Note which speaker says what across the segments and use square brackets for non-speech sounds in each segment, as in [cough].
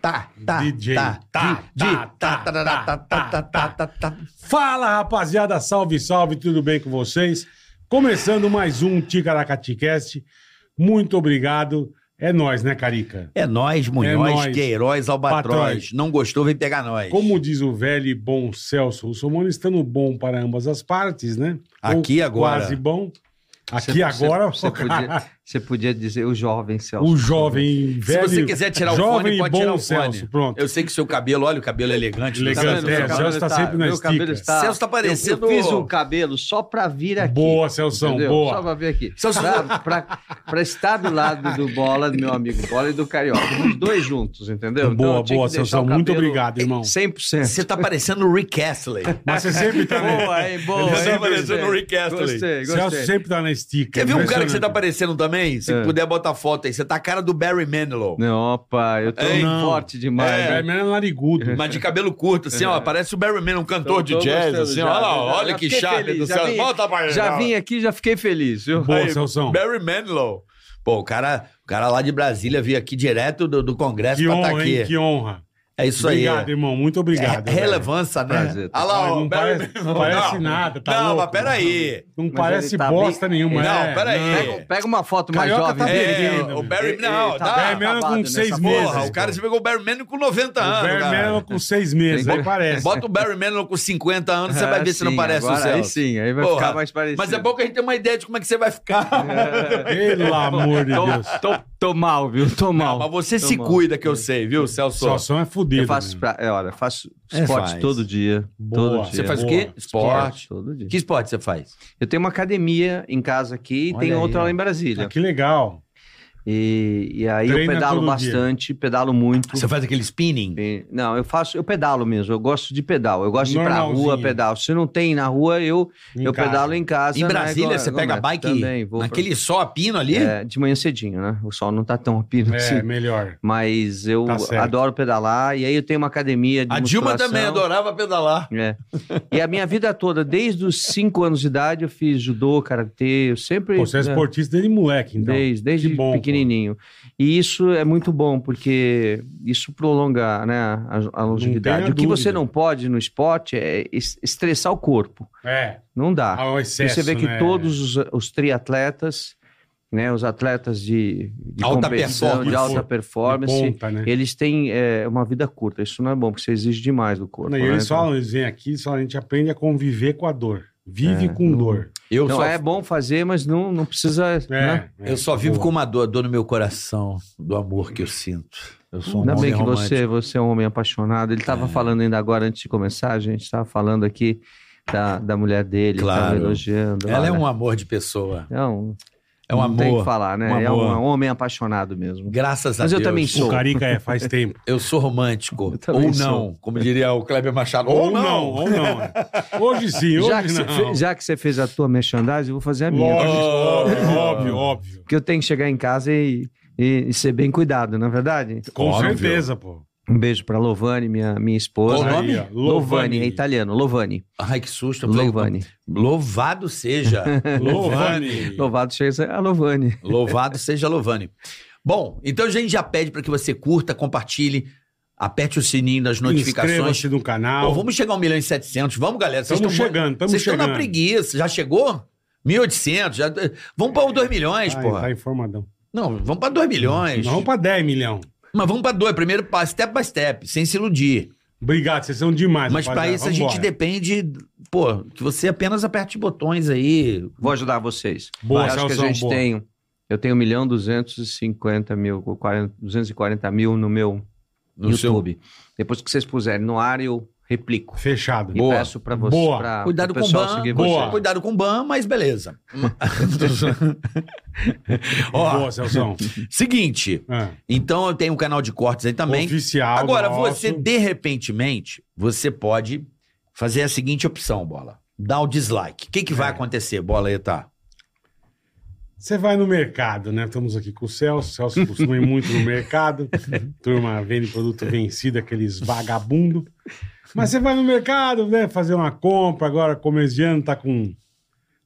Speaker 1: Tá, tá,
Speaker 2: DJ,
Speaker 1: tá,
Speaker 2: tá,
Speaker 1: di-
Speaker 2: tá,
Speaker 1: di-
Speaker 2: tá,
Speaker 1: tá, tá, tá, tá, tá, tá, tá, tá.
Speaker 2: Fala, rapaziada, salve, salve, tudo bem com vocês? Começando mais um Ticaracaticast. Muito obrigado. É nós, né, Carica?
Speaker 1: É nós,
Speaker 2: É
Speaker 1: Munhoz,
Speaker 2: nóis.
Speaker 1: Queiroz, Albatroz.
Speaker 2: Patrões.
Speaker 1: Não gostou, vem pegar nós.
Speaker 2: Como diz o velho e bom Celso Russomano, estando bom para ambas as partes, né?
Speaker 1: Aqui agora.
Speaker 2: Quase bom. Aqui
Speaker 3: Você-
Speaker 2: agora, [laughs]
Speaker 3: Você, você podia, você podia dizer o jovem Celso.
Speaker 2: o jovem
Speaker 1: Se
Speaker 2: velho.
Speaker 1: você quiser tirar o
Speaker 2: jovem
Speaker 1: fone,
Speaker 2: e
Speaker 1: pode
Speaker 2: bom
Speaker 1: tirar o
Speaker 2: Celso,
Speaker 1: fone.
Speaker 2: Pronto.
Speaker 1: Eu sei que seu cabelo, olha o cabelo elegante. do
Speaker 2: Elegante,
Speaker 1: Celso.
Speaker 2: é,
Speaker 1: Meu
Speaker 2: Celso
Speaker 1: cabelo-
Speaker 2: tá sempre na
Speaker 3: Tá meu
Speaker 2: estica.
Speaker 3: cabelo está-
Speaker 1: Celso tá
Speaker 3: Eu-
Speaker 1: parecendo-
Speaker 3: Eu, fiz o cabelo só pra vir aqui.
Speaker 2: Boa, Celsão,
Speaker 3: entendeu?
Speaker 2: boa.
Speaker 3: Só pra vir aqui.
Speaker 1: Celso-
Speaker 3: Pra, pra- pra estar do lado do Bola, do meu amigo Bola e do Carioca. Os dois juntos, entendeu? Então,
Speaker 2: Boa,
Speaker 3: eu tinha
Speaker 2: boa,
Speaker 3: que deixar
Speaker 2: Celsão.
Speaker 3: o
Speaker 2: Muito
Speaker 3: cabelo
Speaker 1: [laughs]
Speaker 2: obrigado, irmão.
Speaker 3: 100%.
Speaker 1: Você tá parecendo o Rick
Speaker 2: [laughs]
Speaker 1: Astley.
Speaker 2: Mas você
Speaker 1: [laughs]
Speaker 2: sempre tá, né?
Speaker 3: Boa, hein? Boa,
Speaker 1: Ele
Speaker 3: hein?
Speaker 1: tá parecendo
Speaker 3: Gostei.
Speaker 1: o Rick Astley.
Speaker 3: Gostei,
Speaker 2: Celso
Speaker 3: gostei.
Speaker 2: sempre tá na estica.
Speaker 1: Quer ver um cara que você tá
Speaker 2: Impressionante.
Speaker 1: parecendo também? Se
Speaker 3: É.
Speaker 1: puder botar foto aí. Você tá a cara do Barry
Speaker 2: [laughs]
Speaker 1: Manilow.
Speaker 2: É.
Speaker 3: Não, opa, eu tô
Speaker 1: Ei,
Speaker 2: não.
Speaker 3: forte demais.
Speaker 1: É.
Speaker 3: né?
Speaker 2: É, mesmo é narigudo.
Speaker 1: Mas de cabelo curto, assim,
Speaker 2: É.
Speaker 1: ó. Parece o Barry Manilow, um cantor
Speaker 3: Tô-
Speaker 1: de
Speaker 3: tô
Speaker 1: jazz,
Speaker 3: gostando
Speaker 1: assim,
Speaker 3: já,
Speaker 1: ó. Olha lá,
Speaker 3: já- já
Speaker 1: olha que
Speaker 3: fiquei
Speaker 1: chave
Speaker 3: feliz,
Speaker 1: do
Speaker 3: já
Speaker 1: Celso.
Speaker 3: vim-
Speaker 1: Volta pra
Speaker 3: Já vim
Speaker 1: aqui.
Speaker 3: aqui, já fiquei feliz, viu?
Speaker 2: Boa,
Speaker 1: Aí,
Speaker 2: Celso.
Speaker 1: Barry Manilow. Pô, o cara, o cara lá de Brasília veio aqui direto do, do Congresso
Speaker 2: Que
Speaker 1: pra estar
Speaker 2: honra,
Speaker 1: aqui.
Speaker 2: hein? Que honra.
Speaker 1: É isso
Speaker 2: Obrigado,
Speaker 1: aí.
Speaker 2: irmão. Muito obrigado.
Speaker 1: É
Speaker 2: velho.
Speaker 1: relevância, né?
Speaker 3: Prazer. tá
Speaker 1: Olha lá,
Speaker 2: Olha,
Speaker 1: ó,
Speaker 2: não
Speaker 1: Barry
Speaker 2: parece-
Speaker 1: Manilow.
Speaker 2: não parece nada, tá
Speaker 1: Não,
Speaker 2: louco.
Speaker 1: mas peraí.
Speaker 2: Não
Speaker 3: Mas
Speaker 2: parece
Speaker 3: ele tá
Speaker 2: bosta
Speaker 3: bem-
Speaker 2: nenhuma.
Speaker 1: Não,
Speaker 2: é.
Speaker 1: peraí.
Speaker 3: Pega, pega uma foto mais
Speaker 2: Carioca
Speaker 3: jovem.
Speaker 2: tá
Speaker 3: dele.
Speaker 2: bem,
Speaker 1: É,
Speaker 2: né,
Speaker 1: o
Speaker 2: meu?
Speaker 1: Barry...
Speaker 3: Ele-
Speaker 1: Não,
Speaker 3: ele
Speaker 1: tá...
Speaker 3: tá bem
Speaker 2: Barry
Speaker 3: mesmo.
Speaker 2: Manilow com
Speaker 3: acabado
Speaker 2: seis
Speaker 3: nessa
Speaker 2: meses.
Speaker 1: Porra, o cara se pegou o Barry Manilow com 90
Speaker 2: O
Speaker 1: anos,
Speaker 2: Barry
Speaker 1: tá cara.
Speaker 2: Manilow com seis meses,
Speaker 3: Tem-
Speaker 2: aí parece.
Speaker 1: Bota o Barry Manilow com 50 anos, você vai ver
Speaker 3: Ah,
Speaker 1: se não
Speaker 3: sim,
Speaker 1: parece o
Speaker 3: agora
Speaker 1: Celso.
Speaker 3: Aí sim, aí vai
Speaker 1: Porra,
Speaker 3: ficar mais parecido.
Speaker 1: Mas é
Speaker 3: [laughs]
Speaker 1: bom que a gente tem uma ideia de como é que você vai ficar. [laughs]
Speaker 2: Pelo amor de
Speaker 1: Então,
Speaker 3: Tô-
Speaker 2: Deus.
Speaker 3: Tô, tô mal, viu? Tô mal.
Speaker 1: Mas você
Speaker 3: Tô
Speaker 1: se
Speaker 3: mal.
Speaker 1: cuida que eu sei, viu, Celso?
Speaker 2: Salsão é fudido.
Speaker 3: Eu faço, pra, é, olha, faço
Speaker 1: É,
Speaker 3: esporte
Speaker 1: faz.
Speaker 3: todo dia.
Speaker 2: Boa.
Speaker 3: Todo dia.
Speaker 1: Você faz o
Speaker 2: é Boa.
Speaker 1: quê? Esporte.
Speaker 3: Todo dia.
Speaker 1: Que esporte você faz?
Speaker 3: Eu tenho uma academia em casa aqui
Speaker 1: Olha
Speaker 3: e tem
Speaker 1: aí,
Speaker 3: outra lá
Speaker 1: ó.
Speaker 3: em Brasília.
Speaker 2: Ah, que legal.
Speaker 3: E, e aí
Speaker 2: Treina
Speaker 3: eu pedalo
Speaker 2: todo
Speaker 3: bastante, pedalo muito.
Speaker 1: Você faz aquele spinning?
Speaker 3: E- Não, eu faço, eu pedalo mesmo, eu gosto de pedal. Eu gosto de ir pra
Speaker 2: Normalzinho.
Speaker 3: rua, pedal. Se não tem na rua, eu,
Speaker 2: Em
Speaker 3: eu
Speaker 2: casa.
Speaker 3: pedalo em casa.
Speaker 1: Em
Speaker 3: né,
Speaker 1: Brasília,
Speaker 3: go-
Speaker 1: você pega a
Speaker 3: gosto
Speaker 1: bike
Speaker 3: também, vou pra-
Speaker 1: naquele só a pino ali?
Speaker 3: É, de manhã cedinho, né? O sol não tá tão [laughs] apino
Speaker 2: É,
Speaker 3: assim.
Speaker 2: melhor.
Speaker 3: Mas eu
Speaker 2: Tá certo.
Speaker 3: adoro pedalar e aí eu tenho uma academia de
Speaker 1: a Dilma
Speaker 3: musculação.
Speaker 1: também adorava pedalar.
Speaker 3: É. E a minha vida toda, desde os 5 anos de idade, eu fiz judô, karatê, eu sempre
Speaker 2: Pô, você é
Speaker 3: né,
Speaker 2: esportista desde moleque, então.
Speaker 3: desde, desde
Speaker 2: Que bom,
Speaker 3: pequenininho. E isso é muito bom porque isso prolonga, né, a, a longevidade.
Speaker 2: tenha
Speaker 3: O que você
Speaker 2: dúvida.
Speaker 3: não pode no esporte é es- estressar o corpo.
Speaker 2: É,
Speaker 3: Não dá.
Speaker 2: ao
Speaker 3: Ah, E
Speaker 2: excesso,
Speaker 3: você vê que
Speaker 2: né?
Speaker 3: todos os, os triatletas, né, os atletas de, de
Speaker 1: Alta
Speaker 3: competição,
Speaker 1: performance.
Speaker 3: de alta
Speaker 2: De
Speaker 3: performance,
Speaker 2: ponta, né?
Speaker 3: eles têm é, uma vida curta. Isso não é bom, porque você exige demais do corpo.
Speaker 2: Não, e
Speaker 3: né?
Speaker 2: eles falam, eles vêm aqui, eles falam, a gente aprende a conviver com a dor. Vive
Speaker 3: É.
Speaker 2: com dor.
Speaker 1: Eu,
Speaker 3: Então,
Speaker 1: só,
Speaker 3: é bom fazer, mas não, não precisa. né?
Speaker 2: É, é.
Speaker 1: eu só vivo
Speaker 2: Boa.
Speaker 1: com uma dor, dor no meu coração, do amor que eu sinto. Eu sou um
Speaker 3: Ainda
Speaker 1: homem
Speaker 3: bem que
Speaker 1: romântico.
Speaker 3: você, você é um homem apaixonado. Ele estava falando ainda agora, antes de começar, a gente estava falando aqui da, da mulher dele,
Speaker 1: Claro.
Speaker 3: tava elogiando.
Speaker 1: Ela é
Speaker 3: Olha,
Speaker 1: um amor de pessoa.
Speaker 3: é um.
Speaker 1: É um
Speaker 3: não Tem que
Speaker 1: amor.
Speaker 3: falar, né?
Speaker 1: um
Speaker 3: é
Speaker 1: amor.
Speaker 3: um homem apaixonado mesmo.
Speaker 1: Graças a
Speaker 3: Mas eu
Speaker 1: Deus.
Speaker 3: também
Speaker 2: O
Speaker 3: sou.
Speaker 2: Carica é, faz tempo.
Speaker 1: Eu sou romântico.
Speaker 3: Eu
Speaker 1: ou
Speaker 3: também
Speaker 1: não,
Speaker 3: sou.
Speaker 1: como diria o Kleber Machado.
Speaker 2: Ou não, ou não. é. Hoje sim, hoje
Speaker 3: Já que, você
Speaker 2: não.
Speaker 3: fez, já que você fez a tua merchandising, eu vou
Speaker 1: é
Speaker 3: fazer a minha.
Speaker 2: Lógico, óbvio, óbvio.
Speaker 3: Porque eu tenho que chegar em casa e, e- e ser bem cuidado, não é verdade?
Speaker 2: Com
Speaker 1: Óbvio.
Speaker 2: certeza, pô.
Speaker 3: Um beijo pra Lovane, minha, minha esposa.
Speaker 1: Qual o nome?
Speaker 2: ó,
Speaker 3: Lovane, é
Speaker 2: Lovani. Então tá
Speaker 3: italiano. Lovane.
Speaker 1: Ai, que susto. eu falei,
Speaker 3: Lovane.
Speaker 1: Louvado
Speaker 3: [laughs]
Speaker 1: seja.
Speaker 2: Lovani.
Speaker 3: Louvado seja a Lovane.
Speaker 1: Louvado [laughs] seja Lovani. Bom, então a gente já pede para que você curta, compartilhe, aperte o sininho das notificações.
Speaker 2: Inscreva-se no canal.
Speaker 1: Pô, vamos chegar a 1 milhão e 700. Vamos, galera. Vocês
Speaker 2: Estamos
Speaker 1: tão-
Speaker 2: chegando, estamos
Speaker 1: Vocês
Speaker 2: chegando.
Speaker 1: estão na preguiça. Já chegou? 1.800. Já... eh, Vamos para 2 milhões,
Speaker 2: Tá,
Speaker 1: porra.
Speaker 2: tá informadão.
Speaker 1: Não, vamos para 2 milhões.
Speaker 2: Nós vamos pra 10 milhão.
Speaker 1: Mas vamos para 2. Primeiro, pa- step by step, sem se iludir.
Speaker 2: Obrigado, vocês são demais.
Speaker 1: Mas para
Speaker 2: rapaziada.
Speaker 1: isso a gente
Speaker 2: Vambora.
Speaker 1: depende, pô, que você apenas aperte botões aí.
Speaker 3: Vou ajudar vocês.
Speaker 2: Boa,
Speaker 3: acho que a
Speaker 2: Celso,
Speaker 3: gente
Speaker 2: boa.
Speaker 3: tem Eu tenho 1 milhão 250 mil, 40, 240 mil no meu
Speaker 1: No seu-
Speaker 3: YouTube. Depois que vocês puserem no ar, eu replico.
Speaker 2: Fechado.
Speaker 3: E peço pra você,
Speaker 2: Boa.
Speaker 3: pra
Speaker 1: Cuidado
Speaker 3: pro
Speaker 1: com o
Speaker 3: Ah, pessoal
Speaker 1: ban,
Speaker 3: seguir
Speaker 2: boa.
Speaker 3: você.
Speaker 1: Cuidado com o ban, mas beleza. Ó,
Speaker 2: Boa, Celso. É.
Speaker 1: seguinte. Então eu tenho um canal de cortes aí também.
Speaker 2: Oficial.
Speaker 1: Agora,
Speaker 2: nosso.
Speaker 1: você, de repentemente, você pode fazer a seguinte opção, bola. Dá o dislike. O que, que vai
Speaker 2: É.
Speaker 1: acontecer, bola aí, tá?
Speaker 2: Você vai no mercado, né? Estamos aqui com o Celso. O Celso costuma ir muito no
Speaker 3: [laughs]
Speaker 2: mercado. Turma vende produto vencido, aqueles vagabundo. Mas você vai no mercado, né? Fazer uma compra agora, começo de ano, tá com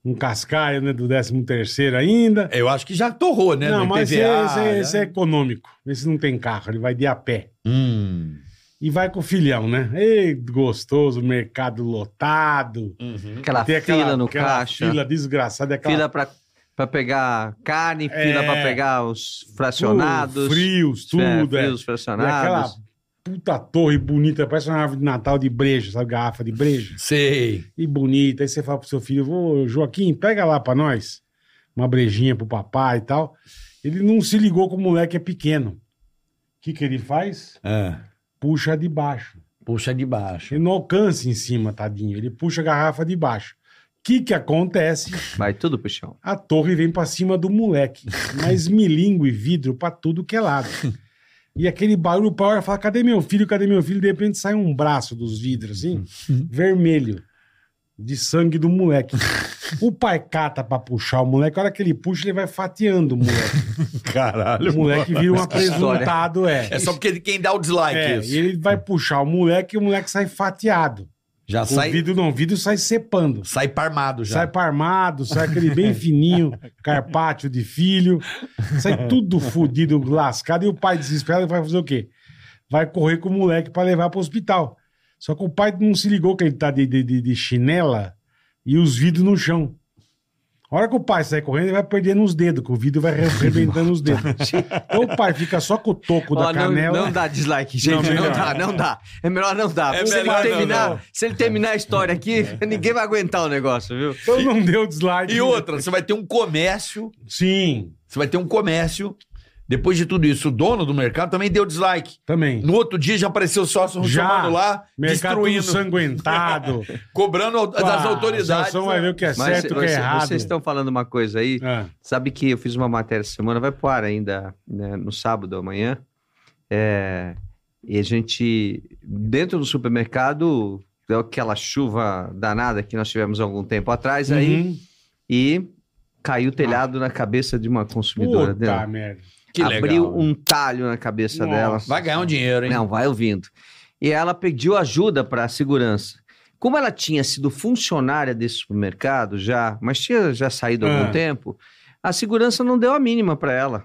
Speaker 2: um cascaio, né? Do 13 terceiro ainda.
Speaker 1: Eu acho que já torrou, né?
Speaker 2: não,
Speaker 1: no
Speaker 2: mas
Speaker 1: IPVA,
Speaker 2: esse, é-
Speaker 1: né?
Speaker 2: esse é econômico. Esse não tem carro, ele vai de a pé.
Speaker 1: Hum.
Speaker 2: E vai com o filhão, né? Ei, gostoso, mercado lotado.
Speaker 3: Aquela
Speaker 2: Tem
Speaker 3: fila
Speaker 2: aquela-
Speaker 3: no
Speaker 2: aquela
Speaker 3: caixa, fila,
Speaker 2: Fila desgraçada, aquela
Speaker 3: pra, pra pegar carne,
Speaker 2: É.
Speaker 3: fila pra pegar os fracionados.
Speaker 2: Uh, frios, tudo,
Speaker 3: é,
Speaker 2: é.
Speaker 3: frios,
Speaker 2: E aquela
Speaker 3: fracionados.
Speaker 2: puta torre bonita, parece uma árvore de Natal de brejo, sabe? Garrafa de brejo.
Speaker 1: Sei.
Speaker 2: E bonita. Aí você fala pro seu filho, ô Joaquim, pega lá pra nós uma brejinha pro papai e tal. Ele não se ligou que o moleque é pequeno. O que, que ele faz?
Speaker 1: Ah,
Speaker 2: Puxa de baixo.
Speaker 1: Puxa de baixo.
Speaker 2: Ele não alcança em cima, tadinho. Ele puxa a garrafa de baixo. O que, que acontece?
Speaker 3: Vai tudo pro chão.
Speaker 2: A torre vem pra cima do moleque. Mas milingo e vidro pra tudo que é lado. E aquele barulho, o Power fala: cadê meu filho? Cadê meu filho? De repente sai um braço dos vidros, assim, vermelho, de sangue do moleque. O pai cata pra puxar o moleque, a hora que ele puxa, ele vai fatiando o moleque.
Speaker 1: Caralho.
Speaker 2: O moleque vira um
Speaker 3: Que história.
Speaker 2: apresentado, é.
Speaker 1: É só porque quem dá o dislike
Speaker 2: É,
Speaker 1: isso.
Speaker 2: e ele vai puxar o moleque e o moleque sai fatiado.
Speaker 1: Já sai,
Speaker 2: O vidro não, o vidro sai cepando.
Speaker 1: sai parmado já.
Speaker 2: Sai parmado, sai aquele bem fininho, carpaccio de filho, sai tudo fudido, lascado, e o pai desesperado vai fazer o quê? Vai correr com o moleque pra levar pro hospital. Só que o pai não se ligou que ele tá de, de, de- de chinela e os vidros no chão. A hora que o pai sai correndo, ele vai perdendo os dedos, que o vidro vai arrebentando os dedos. Então o pai fica só com o toco da
Speaker 3: Ó, não,
Speaker 2: canela.
Speaker 3: não dá dislike, gente.
Speaker 2: Não,
Speaker 3: Não,
Speaker 2: melhor.
Speaker 3: dá, não dá. É melhor não dar.
Speaker 1: É
Speaker 3: porque se, ele
Speaker 1: melhor não
Speaker 3: terminar,
Speaker 1: dar.
Speaker 3: se ele terminar a história aqui, [laughs] ninguém vai aguentar o negócio, viu?
Speaker 2: Então não deu dislike.
Speaker 1: E outra, você vai ter um comércio
Speaker 2: Sim,
Speaker 1: Você vai ter um comércio. Depois de tudo isso, o dono do mercado também deu dislike.
Speaker 2: também.
Speaker 1: No outro dia já apareceu sócio
Speaker 2: Já.
Speaker 1: chamando tá lá,
Speaker 2: Mercado tudo
Speaker 1: destruindo,
Speaker 2: sanguentado.
Speaker 1: [laughs] cobrando au- das
Speaker 2: Ah,
Speaker 1: autoridades.
Speaker 2: O Celso vai ver o que é certo e o que é
Speaker 3: vocês-
Speaker 2: errado.
Speaker 3: vocês estão falando uma coisa aí.
Speaker 2: Ah,
Speaker 3: Sabe que eu fiz uma matéria essa semana, vai pro ar ainda né, no sábado amanhã. É, e a gente, dentro do supermercado, deu aquela chuva danada que nós tivemos há algum tempo atrás aí,
Speaker 2: uhum.
Speaker 3: e caiu o telhado na cabeça de uma consumidora
Speaker 2: Puta
Speaker 3: dela.
Speaker 2: merda.
Speaker 1: Que legal.
Speaker 3: Abriu um talho na cabeça
Speaker 2: Nossa.
Speaker 3: dela.
Speaker 1: Vai ganhar um dinheiro, hein?
Speaker 3: Não, vai ouvindo. E ela pediu ajuda para a segurança. Como ela tinha sido funcionária desse supermercado já, mas tinha já saído há algum
Speaker 2: Ah.
Speaker 3: tempo, a segurança não deu a mínima para ela.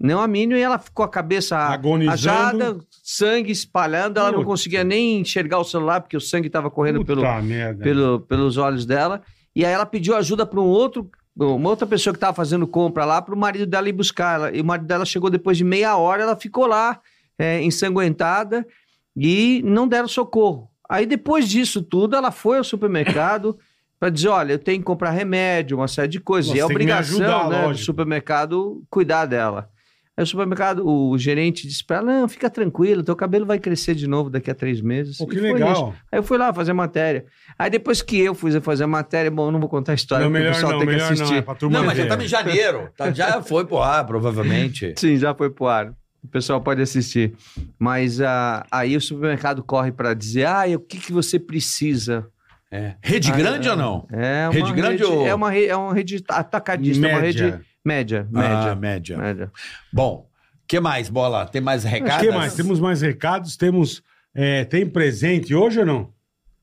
Speaker 3: Não a mínima e ela ficou Ah, a cabeça
Speaker 2: Agonizando.
Speaker 3: ajada, sangue espalhando, ela não
Speaker 2: Puta.
Speaker 3: conseguia nem enxergar o celular porque o sangue estava correndo
Speaker 2: Puta
Speaker 3: pelo,
Speaker 2: merda.
Speaker 3: pelo- pelos olhos dela. E aí ela pediu ajuda para um outro, uma outra pessoa que estava fazendo compra lá, para o marido dela ir buscar ela. E o marido dela chegou depois de meia hora, ela ficou lá, é, ensanguentada, e não deram socorro. Aí depois disso tudo, ela foi ao supermercado [laughs] para dizer: olha, eu tenho que comprar remédio, uma série de coisas.
Speaker 2: Nossa,
Speaker 3: e é
Speaker 2: tem que me
Speaker 3: obrigação
Speaker 2: ajudar,
Speaker 3: né, do
Speaker 2: lógico.
Speaker 3: supermercado cuidar dela. Aí o supermercado, o gerente disse para ela: não, fica tranquila, teu cabelo vai crescer de novo daqui a três meses.
Speaker 2: Pô, que
Speaker 3: E foi isso.
Speaker 2: legal.
Speaker 3: Aí eu fui lá fazer matéria. Aí depois que eu fui fazer a matéria, bom, eu não vou contar a história,
Speaker 2: Não,
Speaker 3: porque o
Speaker 2: melhor
Speaker 3: pessoal
Speaker 2: não,
Speaker 3: tem que
Speaker 2: melhor não.
Speaker 3: assistir.
Speaker 2: É pra turma
Speaker 1: Não, mas já
Speaker 2: ver.
Speaker 1: estamos em janeiro. Tá- já foi pro ar, provavelmente.
Speaker 3: Sim, já foi pro ar. O pessoal pode assistir. Mas ah, aí o supermercado corre para dizer, ah, e o que, que você precisa?
Speaker 1: É. Rede
Speaker 3: Ah,
Speaker 1: grande
Speaker 3: é.
Speaker 1: ou não?
Speaker 3: É uma
Speaker 1: Rede grande ou-
Speaker 3: É uma, re- é uma rede atacadista, é uma
Speaker 2: Média.
Speaker 3: rede média.
Speaker 1: Ah,
Speaker 3: Média.
Speaker 1: média.
Speaker 3: média.
Speaker 1: Bom, o que mais, Bola? Tem mais
Speaker 2: O
Speaker 1: recados?
Speaker 2: que mais? Temos mais recados, temos... é, tem presente hoje ou não?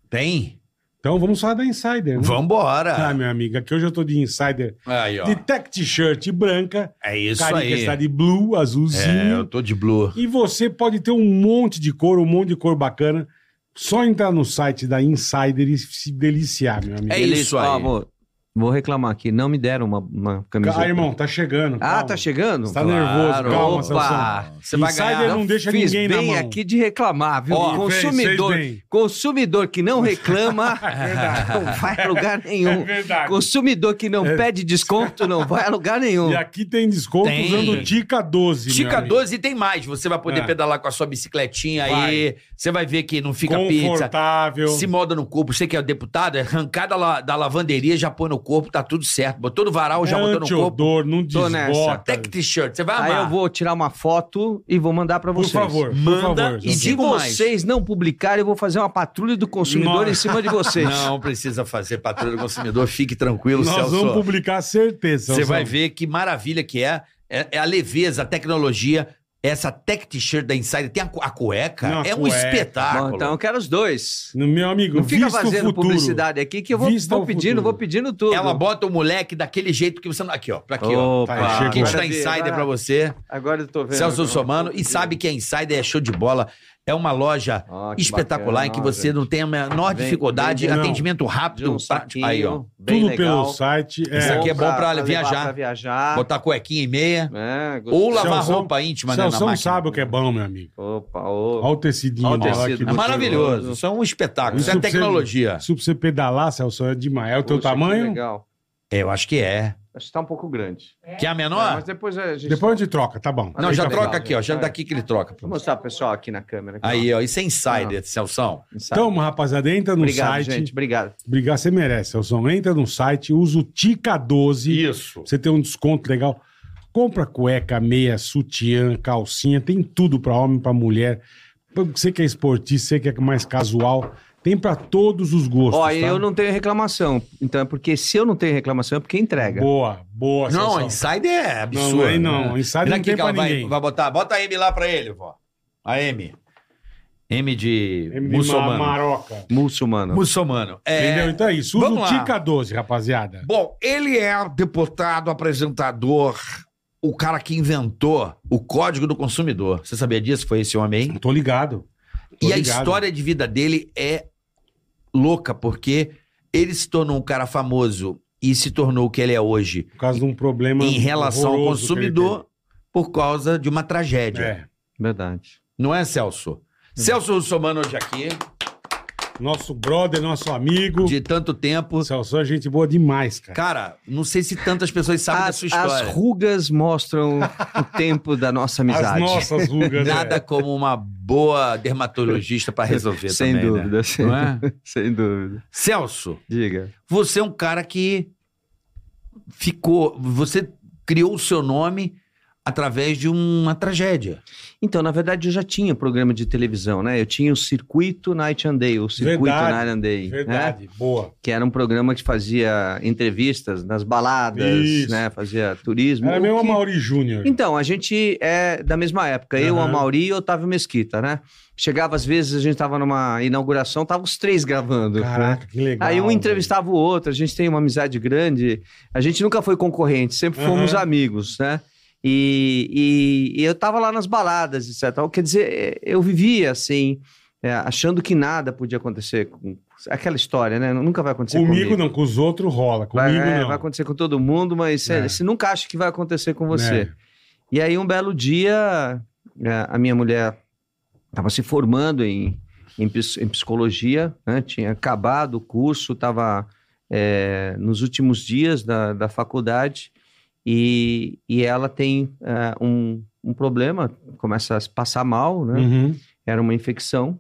Speaker 1: Tem?
Speaker 2: Então vamos falar da Insider. Né?
Speaker 1: Vambora.
Speaker 2: Ah, minha amiga, que hoje eu tô de Insider.
Speaker 1: Aí, ó.
Speaker 2: De tech t-shirt branca,
Speaker 1: É isso
Speaker 2: Carica
Speaker 1: aí.
Speaker 2: está de blue,
Speaker 1: É, eu
Speaker 2: azulzinho.
Speaker 1: tô de blue.
Speaker 2: E você pode ter um monte de cor, um monte de cor bacana. Só entrar no site da Insider e se deliciar, meu amigo.
Speaker 1: É isso aí.
Speaker 3: Amor, Vou reclamar aqui. Não me deram uma, uma camiseta.
Speaker 2: Ah, irmão, tá chegando.
Speaker 3: Ah,
Speaker 2: calma.
Speaker 3: tá chegando?
Speaker 2: Você tá nervoso, calma,
Speaker 3: Opa,
Speaker 2: Sansão.
Speaker 3: você vai
Speaker 2: Insider
Speaker 3: ganhar.
Speaker 2: não deixa
Speaker 3: Fiz
Speaker 2: ninguém na
Speaker 3: bem
Speaker 2: mão.
Speaker 3: aqui de reclamar, viu?
Speaker 2: Ó, fez,
Speaker 3: consumidor,
Speaker 2: fez bem.
Speaker 3: consumidor que não
Speaker 2: [laughs]
Speaker 3: reclama
Speaker 2: É verdade.
Speaker 3: não vai a lugar
Speaker 2: É
Speaker 1: um
Speaker 3: nenhum.
Speaker 2: verdade.
Speaker 3: consumidor que não
Speaker 2: É.
Speaker 3: pede desconto não vai a lugar nenhum.
Speaker 2: E aqui tem desconto
Speaker 1: Tem.
Speaker 2: usando o Tica 12. meu
Speaker 1: Tica
Speaker 2: amigo.
Speaker 1: 12 e tem mais. Você vai poder
Speaker 2: É.
Speaker 1: pedalar com a sua bicicletinha
Speaker 2: Vai.
Speaker 1: aí. Você vai ver que não fica pizza.
Speaker 2: Confortável.
Speaker 1: Se moda no corpo. Você que é deputado, é arrancar da, la- da lavanderia, já põe no corpo, tá tudo certo. Botou no varal, já
Speaker 2: é
Speaker 1: botou no corpo.
Speaker 2: antiodor, não
Speaker 3: Tô nessa.
Speaker 2: desbota.
Speaker 1: Tech t-shirt, você vai amar.
Speaker 3: Aí eu vou tirar uma foto e vou mandar pra
Speaker 2: Por
Speaker 3: vocês.
Speaker 2: favor, por
Speaker 1: Manda
Speaker 2: favor.
Speaker 1: e
Speaker 3: E
Speaker 2: Zé.
Speaker 3: se
Speaker 1: Digo mais.
Speaker 3: vocês não publicarem, eu vou fazer uma patrulha do consumidor
Speaker 2: Nossa.
Speaker 3: em cima de vocês.
Speaker 1: Não precisa fazer patrulha do consumidor, fique tranquilo,
Speaker 2: Nós
Speaker 1: Celso.
Speaker 2: vamos publicar certeza.
Speaker 1: Você
Speaker 2: Sansão.
Speaker 1: vai ver que maravilha que é. é. é a leveza, a tecnologia. Essa tech t-shirt da Insider tem a, cu- a cueca.
Speaker 2: Não, a
Speaker 1: é um
Speaker 2: cueca.
Speaker 1: espetáculo.
Speaker 3: Bom, então eu quero os dois.
Speaker 2: No meu amigo,
Speaker 3: Não fica
Speaker 2: vista o
Speaker 3: fazendo
Speaker 2: futuro.
Speaker 3: publicidade aqui que eu vou,
Speaker 2: Vista
Speaker 3: vou
Speaker 2: o
Speaker 3: pedindo,
Speaker 2: futuro.
Speaker 3: vou pedindo tudo.
Speaker 1: Ela bota o moleque daquele jeito que você não. Aqui, ó. Pra É aqui, ó.
Speaker 3: Opa,
Speaker 2: Tá,
Speaker 1: Aqui a
Speaker 2: chega.
Speaker 1: gente
Speaker 3: agora
Speaker 1: tá
Speaker 3: vi,
Speaker 1: insider
Speaker 3: agora-
Speaker 1: pra você.
Speaker 2: É,
Speaker 3: Agora eu tô vendo.
Speaker 1: Celso Somano. E sabe que a Insider é show de bola. É uma loja
Speaker 2: Ah,
Speaker 3: Ó, que
Speaker 1: espetacular
Speaker 3: bacana,
Speaker 1: em que você
Speaker 3: gente.
Speaker 1: não tem a menor
Speaker 3: Vem-
Speaker 1: dificuldade,
Speaker 2: vem de-
Speaker 1: atendimento
Speaker 3: De
Speaker 1: rápido.
Speaker 3: um
Speaker 1: prático.
Speaker 3: saquinho,
Speaker 1: aí, ó.
Speaker 3: bem
Speaker 2: Tudo
Speaker 3: legal.
Speaker 2: pelo site. É,
Speaker 1: Isso aqui é bom pra
Speaker 3: levar,
Speaker 1: viajar.
Speaker 3: Pra viajar.
Speaker 1: Botar cuequinha e meia.
Speaker 3: É, gostei.
Speaker 1: Ou lavar
Speaker 2: Celso-
Speaker 1: roupa íntima, né? Na
Speaker 2: Celso
Speaker 1: máquina.
Speaker 2: sabe o que é bom, meu amigo.
Speaker 3: Opa, ô.
Speaker 2: Olha o tecidinho
Speaker 3: Olha o
Speaker 2: dela
Speaker 3: tecido.
Speaker 2: aqui
Speaker 1: É
Speaker 2: do-
Speaker 1: maravilhoso. Isso é um espetáculo. Isso,
Speaker 2: Isso
Speaker 1: é
Speaker 2: pra você-
Speaker 1: tecnologia.
Speaker 2: Se você pedalar, Celso, é demais. É o teu
Speaker 3: Poxa, que
Speaker 2: tamanho?
Speaker 3: Legal.
Speaker 1: É, eu acho que é.
Speaker 3: Acho que tá um pouco grande.
Speaker 1: Que é a
Speaker 3: É,
Speaker 1: menor?
Speaker 3: mas depois a gente.
Speaker 2: Depois a gente troca, tá bom.
Speaker 1: Não,
Speaker 3: Aí
Speaker 1: já
Speaker 3: tá
Speaker 1: troca
Speaker 3: legal.
Speaker 1: aqui, ó. Já
Speaker 3: Vai.
Speaker 1: daqui que ele troca.
Speaker 3: Vou mostrar pro pessoal aqui na câmera. aqui,
Speaker 1: Aí, ó. Isso é insider,
Speaker 2: Ah.
Speaker 1: Celso.
Speaker 3: Sabe?
Speaker 2: Então, rapaziada, entra no
Speaker 3: obrigado,
Speaker 2: site.
Speaker 3: gente. Obrigado.
Speaker 2: Obrigado, você merece, Celso. Entra no site, usa o Tica 12.
Speaker 1: Isso.
Speaker 2: Você tem um desconto legal. Compra cueca, meia, sutiã, calcinha, tem tudo pra homem, pra mulher. Pra Você que é esportista, você que é mais casual, tem pra todos os gostos.
Speaker 3: Ó,
Speaker 2: tá?
Speaker 3: eu não tenho reclamação. Então, é porque se eu não tenho reclamação, é porque entrega.
Speaker 2: Boa, boa.
Speaker 1: Não,
Speaker 2: Celso.
Speaker 1: insider é absurdo.
Speaker 2: Não, aí não.
Speaker 1: né?
Speaker 2: Insider
Speaker 1: Vira
Speaker 2: não tem
Speaker 1: Cal,
Speaker 2: pra
Speaker 1: vai,
Speaker 2: ninguém.
Speaker 1: Vai botar, bota a M lá pra ele, vó. A M. M de,
Speaker 2: M de ma-
Speaker 1: muçulmano.
Speaker 2: É maroca.
Speaker 3: Muçulmano.
Speaker 1: Muçulmano. É,
Speaker 2: Entendeu? Então é isso. Usa
Speaker 1: vamos
Speaker 2: o
Speaker 1: lá.
Speaker 2: Tica 12, rapaziada.
Speaker 1: Bom, ele é deputado, apresentador, o cara que inventou o Código do Consumidor. Você sabia disso? Foi esse homem aí?
Speaker 2: Tô ligado. Tô
Speaker 1: E a
Speaker 2: ligado.
Speaker 1: história de vida dele é louca, porque ele se tornou um cara famoso e se tornou o que ele é hoje
Speaker 2: Por causa de um problema.
Speaker 1: em relação ao
Speaker 2: horroroso que ele
Speaker 1: consumidor por causa de uma
Speaker 2: teve.
Speaker 1: tragédia.
Speaker 2: É.
Speaker 3: Verdade.
Speaker 1: Não é, Celso?
Speaker 3: Uhum.
Speaker 1: Celso Russomano hoje aqui,
Speaker 2: Nosso brother, nosso amigo.
Speaker 1: de tanto tempo.
Speaker 2: Celso é gente boa demais, cara.
Speaker 1: Cara, não sei se tantas pessoas sabem da
Speaker 3: As,
Speaker 1: sua
Speaker 3: as
Speaker 1: história.
Speaker 3: rugas mostram
Speaker 2: [laughs]
Speaker 3: o tempo da nossa amizade.
Speaker 2: As nossas
Speaker 3: [laughs]
Speaker 2: rugas. né?
Speaker 1: Nada como uma boa dermatologista para resolver
Speaker 3: sem
Speaker 1: também, né?
Speaker 3: dúvida, sem,
Speaker 1: Não é?
Speaker 3: [laughs] sem dúvida.
Speaker 1: Celso,
Speaker 3: Diga.
Speaker 1: você é um cara que ficou. Você criou o seu nome através de uma tragédia.
Speaker 3: Então, na verdade, eu já tinha programa de televisão, né? Eu tinha o Circuito Night and Day, o Circuito
Speaker 2: Verdade,
Speaker 3: Night and Day, né?
Speaker 2: Verdade, boa.
Speaker 3: Que era um programa que fazia entrevistas nas baladas,
Speaker 2: Isso.
Speaker 3: né? Fazia turismo.
Speaker 2: Era meio
Speaker 3: O que-
Speaker 2: Amaury Júnior.
Speaker 3: Então, a gente é da mesma época. Eu,
Speaker 2: Aham.
Speaker 3: a Mauri e o Otávio Mesquita, né? Chegava às vezes, a gente tava numa inauguração, tava os três gravando. né?
Speaker 2: Caraca, que legal.
Speaker 3: Aí um entrevistava o outro, a gente tem uma amizade grande. A gente nunca foi concorrente, sempre fomos
Speaker 2: Aham.
Speaker 3: amigos, né? E, e- e eu tava lá nas baladas, etc. Quer dizer, é, eu vivia assim, é, achando que nada podia acontecer. com- Aquela história, né? Nunca vai acontecer
Speaker 2: Comigo,
Speaker 3: comigo.
Speaker 2: não, com os outros rola.
Speaker 3: Vai,
Speaker 2: Comigo
Speaker 3: é,
Speaker 2: não.
Speaker 3: vai acontecer com todo mundo, mas
Speaker 2: É.
Speaker 3: é, você nunca acha que vai acontecer com você.
Speaker 2: É.
Speaker 3: E aí, um belo dia, é, a minha mulher estava se formando em, em, pis- em psicologia, né? tinha acabado o curso, estava nos últimos dias da, da faculdade, e, e ela tem é, um, um problema, começa a se passar mal, né?
Speaker 2: Uhum.
Speaker 3: era uma infecção.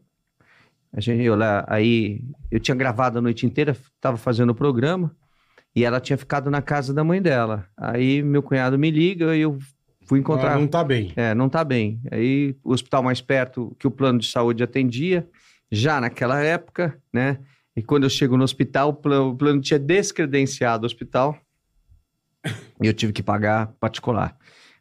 Speaker 3: A gente, eu lá, aí eu tinha gravado a noite inteira, estava fazendo o programa e ela tinha ficado na casa da mãe dela. Aí meu cunhado me liga e eu fui encontrar.
Speaker 2: Ela não tá bem.
Speaker 3: É, não tá bem. Aí o hospital mais perto que o plano de saúde atendia, já naquela época, né? E quando eu chego no hospital, o plano, o plano tinha descredenciado o hospital e eu tive que pagar particular.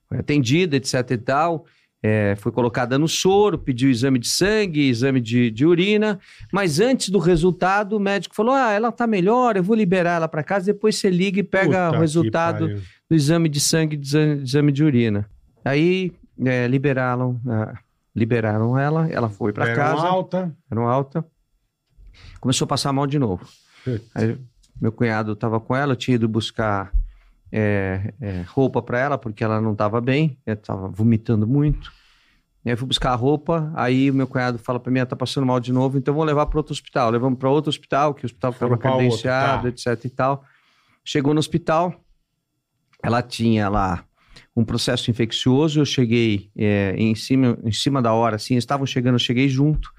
Speaker 3: Foi atendida, etc e tal. É, foi colocada no soro, pediu exame de sangue, exame de, de urina, mas antes do resultado, o médico falou: Ah, ela tá melhor, eu vou liberar ela para casa, depois você liga e pega
Speaker 2: Puta
Speaker 3: o
Speaker 2: que
Speaker 3: resultado
Speaker 2: pariu.
Speaker 3: do exame de sangue e do exa- exame de urina. Aí é, liberaram, ah, liberaram ela, ela foi para
Speaker 2: Era uma
Speaker 3: casa,
Speaker 2: alta.
Speaker 3: era uma alta, começou a passar mal de novo.
Speaker 2: Putz.
Speaker 3: Aí, Meu cunhado estava com ela, eu tinha ido buscar é, é, roupa para ela, porque ela não estava bem, estava vomitando muito. E aí eu fui buscar a roupa, aí o meu cunhado fala para mim, ela tá passando mal de novo, então vou levar para outro hospital. Levamos para outro hospital, que o hospital estava
Speaker 2: Foram pra outro,
Speaker 3: credenciado,
Speaker 2: tá.
Speaker 3: etc e tal. Chegou no hospital, ela tinha lá um processo infeccioso, eu cheguei é, em, cima, em cima da hora, assim, eles estavam chegando, eu cheguei junto.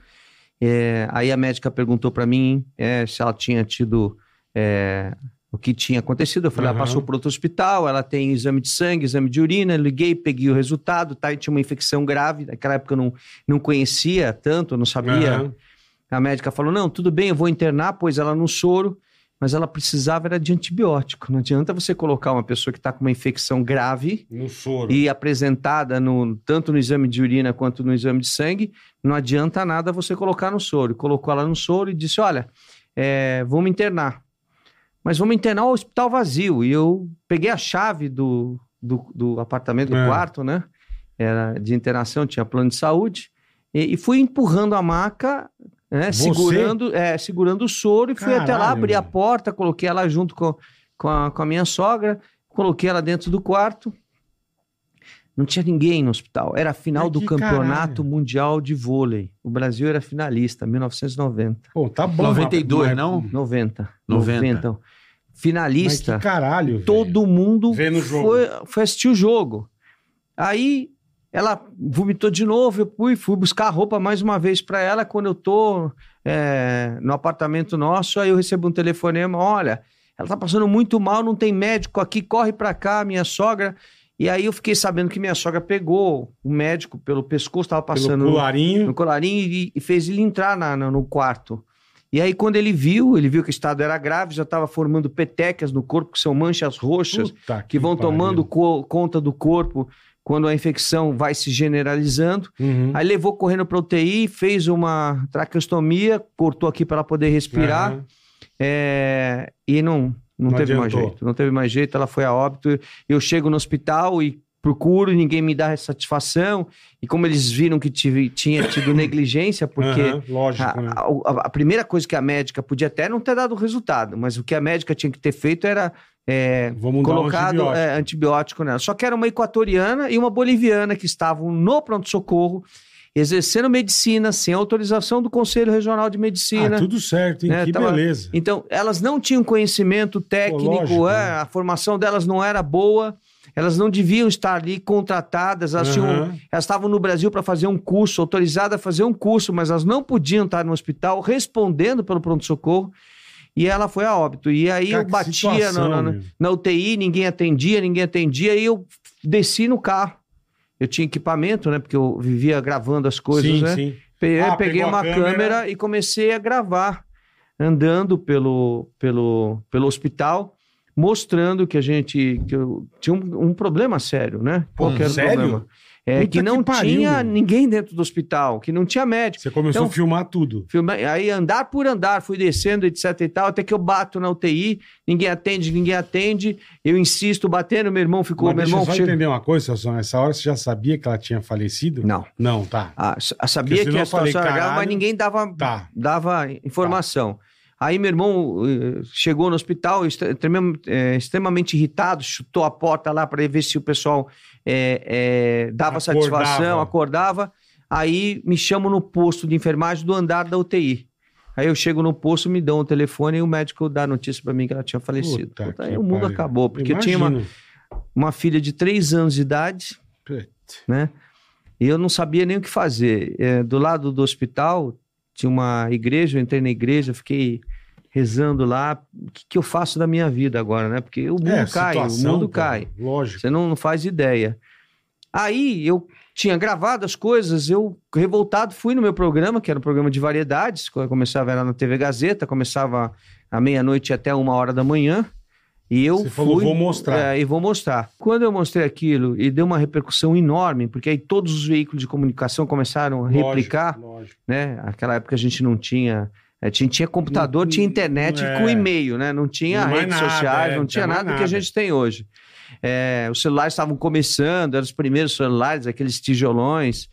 Speaker 3: É, aí a médica perguntou para mim é, se ela tinha tido é, o que tinha acontecido. Eu falei,
Speaker 2: Aham.
Speaker 3: ela passou para outro hospital, ela tem exame de sangue, exame de urina. Liguei, peguei o resultado, tá? E tinha uma infecção grave. Naquela época eu não, não conhecia tanto, eu não sabia.
Speaker 2: Aham.
Speaker 3: A médica falou: não, tudo bem, eu vou internar, pois ela no soro, mas ela precisava era de antibiótico. Não adianta você colocar uma pessoa que está com uma infecção grave
Speaker 2: No soro.
Speaker 3: e apresentada no, tanto no exame de urina quanto no exame de sangue, não adianta nada você colocar no soro. Colocou ela no soro e disse: Olha, é, vamos internar. Mas vamos internar o hospital vazio. E eu peguei a chave do, do, do apartamento, do
Speaker 2: É.
Speaker 3: quarto, né? Era de internação, tinha plano de saúde. E, e fui empurrando a maca, né?
Speaker 2: Você?
Speaker 3: segurando, é, segurando o soro e fui até lá,
Speaker 2: Caralho,
Speaker 3: abri a
Speaker 2: meu.
Speaker 3: porta, coloquei ela junto com, com, a, com a minha sogra, coloquei ela dentro do quarto. Não tinha ninguém no hospital. Era a final
Speaker 2: Mas
Speaker 3: do
Speaker 2: que caralho.
Speaker 3: Campeonato Mundial de Vôlei. O Brasil era finalista, 1990.
Speaker 2: Pô, tá bom.
Speaker 1: 92,
Speaker 2: rapaz,
Speaker 1: não?
Speaker 2: mas-
Speaker 3: 90.
Speaker 1: 90.
Speaker 2: Mas que
Speaker 3: Finalista.
Speaker 2: caralho. velho.
Speaker 3: Todo mundo
Speaker 2: Vendo o jogo.
Speaker 3: foi, foi assistir o jogo. Aí ela vomitou de novo, eu fui, fui buscar a roupa mais uma vez para ela. Quando eu tô é, no apartamento nosso, aí eu recebo um telefonema, olha, ela tá passando muito mal, não tem médico aqui, corre para cá, minha sogra. E aí eu fiquei sabendo que minha sogra pegou o médico pelo pescoço, tava
Speaker 2: Pelo
Speaker 3: passando no
Speaker 2: colarinho.
Speaker 3: colarinho e, e fez ele entrar na- na- no quarto. E aí, quando ele viu, ele viu que o estado era grave, já estava formando petequias no corpo, que são manchas roxas,
Speaker 2: Puta
Speaker 3: que vão
Speaker 2: tá pariu.
Speaker 3: tomando co- conta do corpo quando a infecção vai se generalizando.
Speaker 2: Uhum.
Speaker 3: Aí levou correndo para UTI, fez uma traqueostomia, cortou aqui para ela poder respirar.
Speaker 2: Aham.
Speaker 3: É, e não,
Speaker 2: Não
Speaker 3: não, teve mais
Speaker 2: adiantou.
Speaker 3: jeito. Não teve mais jeito, ela foi a óbito. Eu chego no hospital e procuro, ninguém me dá satisfação. E como eles viram que tive- tinha
Speaker 2: [coughs]
Speaker 3: tido negligência, porque.
Speaker 2: Aham, Lógico, né?
Speaker 3: A, a- a primeira coisa que a médica podia até não ter dado resultado, mas o que a médica tinha que ter feito era é,
Speaker 2: Vamos
Speaker 3: colocado
Speaker 2: dar um antibiótico.
Speaker 3: é, antibiótico nela. Só que era uma equatoriana e uma boliviana que estavam no pronto-socorro, exercendo medicina sem autorização do Conselho Regional de Medicina.
Speaker 2: Ah, tudo certo, hein?
Speaker 3: É,
Speaker 2: que
Speaker 3: tava-
Speaker 2: beleza.
Speaker 3: Então, elas não tinham conhecimento técnico,
Speaker 2: lógico,
Speaker 3: é,
Speaker 2: né?
Speaker 3: a formação delas não era boa, elas não deviam estar ali contratadas, elas tinham
Speaker 2: Aham.
Speaker 3: elas estavam no Brasil para fazer um curso, autorizadas a fazer um curso, mas elas não podiam estar no hospital respondendo pelo pronto-socorro. E ela foi a óbito. E aí
Speaker 2: Cara,
Speaker 3: eu
Speaker 2: que
Speaker 3: batia
Speaker 2: situação,
Speaker 3: na, na-
Speaker 2: meu.
Speaker 3: na UTI, ninguém atendia, ninguém atendia, e eu desci no carro. Eu tinha equipamento, né? Porque eu vivia gravando as coisas,
Speaker 2: sim,
Speaker 3: né?
Speaker 2: sim.
Speaker 3: Pe-
Speaker 2: Ah,
Speaker 3: peguei
Speaker 2: pegou a
Speaker 3: uma câmera.
Speaker 2: câmera
Speaker 3: e comecei a gravar, andando pelo, pelo, pelo hospital, mostrando que a gente que eu tinha um, um problema sério, né?
Speaker 2: Pô,
Speaker 3: Qual que era o
Speaker 2: sério?
Speaker 3: problema? É,
Speaker 2: Puta
Speaker 3: que não
Speaker 2: que pariu,
Speaker 3: tinha
Speaker 2: meu.
Speaker 3: ninguém dentro do hospital, que não tinha médico.
Speaker 2: Você começou a
Speaker 3: Então-
Speaker 2: filmar tudo.
Speaker 3: Filmei- aí andar por andar, fui descendo, etc e tal, até que eu bato na UTI, ninguém atende, ninguém atende, eu insisto, batendo, meu irmão ficou,
Speaker 2: Mas
Speaker 3: meu
Speaker 2: deixa eu
Speaker 3: irmão...
Speaker 2: só
Speaker 3: chega-
Speaker 2: entender uma coisa, Celso. Nessa hora você já sabia que ela tinha falecido?
Speaker 3: Não,
Speaker 2: Não, tá.
Speaker 3: Ah, s- ah, sabia
Speaker 2: Porque
Speaker 3: que
Speaker 2: senão
Speaker 3: a
Speaker 2: eu falei,
Speaker 3: situação era grave, mas
Speaker 2: "Caralho".
Speaker 3: ninguém dava
Speaker 2: Tá.
Speaker 3: dava informação. Aí meu irmão eh, chegou no hospital est- tremem- eh, extremamente irritado, chutou a porta lá para ver se o pessoal eh, eh, dava
Speaker 2: Acordava.
Speaker 3: satisfação, acordava. Aí me chamam no posto de enfermagem do andar da UTI. Aí eu chego no posto, me dão o telefone e o médico dá a notícia para mim que ela tinha falecido.
Speaker 2: Puta
Speaker 3: Puta,
Speaker 2: que
Speaker 3: aí o mundo
Speaker 2: pariu.
Speaker 3: acabou, porque eu tinha uma,
Speaker 2: Imagino.
Speaker 3: uma filha de três anos de idade,
Speaker 2: Putz.
Speaker 3: né? E eu não sabia nem o que fazer. É, do lado do hospital tinha uma igreja, eu entrei na igreja, fiquei rezando lá. O que, que eu faço da minha vida agora, né? Porque o mundo
Speaker 2: É,
Speaker 3: cai,
Speaker 2: situação,
Speaker 3: o mundo
Speaker 2: cara.
Speaker 3: cai.
Speaker 2: Lógico.
Speaker 3: Você não, não faz ideia. Aí eu tinha gravado as coisas, eu revoltado fui no meu programa, que era um programa de variedades, quando eu começava era na TV Gazeta, começava à meia-noite até uma hora da manhã. E eu
Speaker 2: Você falou,
Speaker 3: fui,
Speaker 2: "Vou mostrar."
Speaker 3: é, e vou mostrar. Quando eu mostrei aquilo e deu uma repercussão enorme, porque aí todos os veículos de comunicação começaram a
Speaker 2: lógico,
Speaker 3: replicar,
Speaker 2: Lógico.
Speaker 3: né? Aquela época a gente não tinha, é, tinha, tinha computador,
Speaker 2: Não-
Speaker 3: tinha internet
Speaker 2: é.
Speaker 3: com e-mail, né? Não tinha
Speaker 2: Não mais
Speaker 3: redes
Speaker 2: nada,
Speaker 3: sociais,
Speaker 2: é,
Speaker 3: não
Speaker 2: não
Speaker 3: tinha
Speaker 2: tinha mais
Speaker 3: nada, que a
Speaker 2: nada.
Speaker 3: gente tem hoje. É, os celulares estavam começando, eram os primeiros celulares, aqueles tijolões.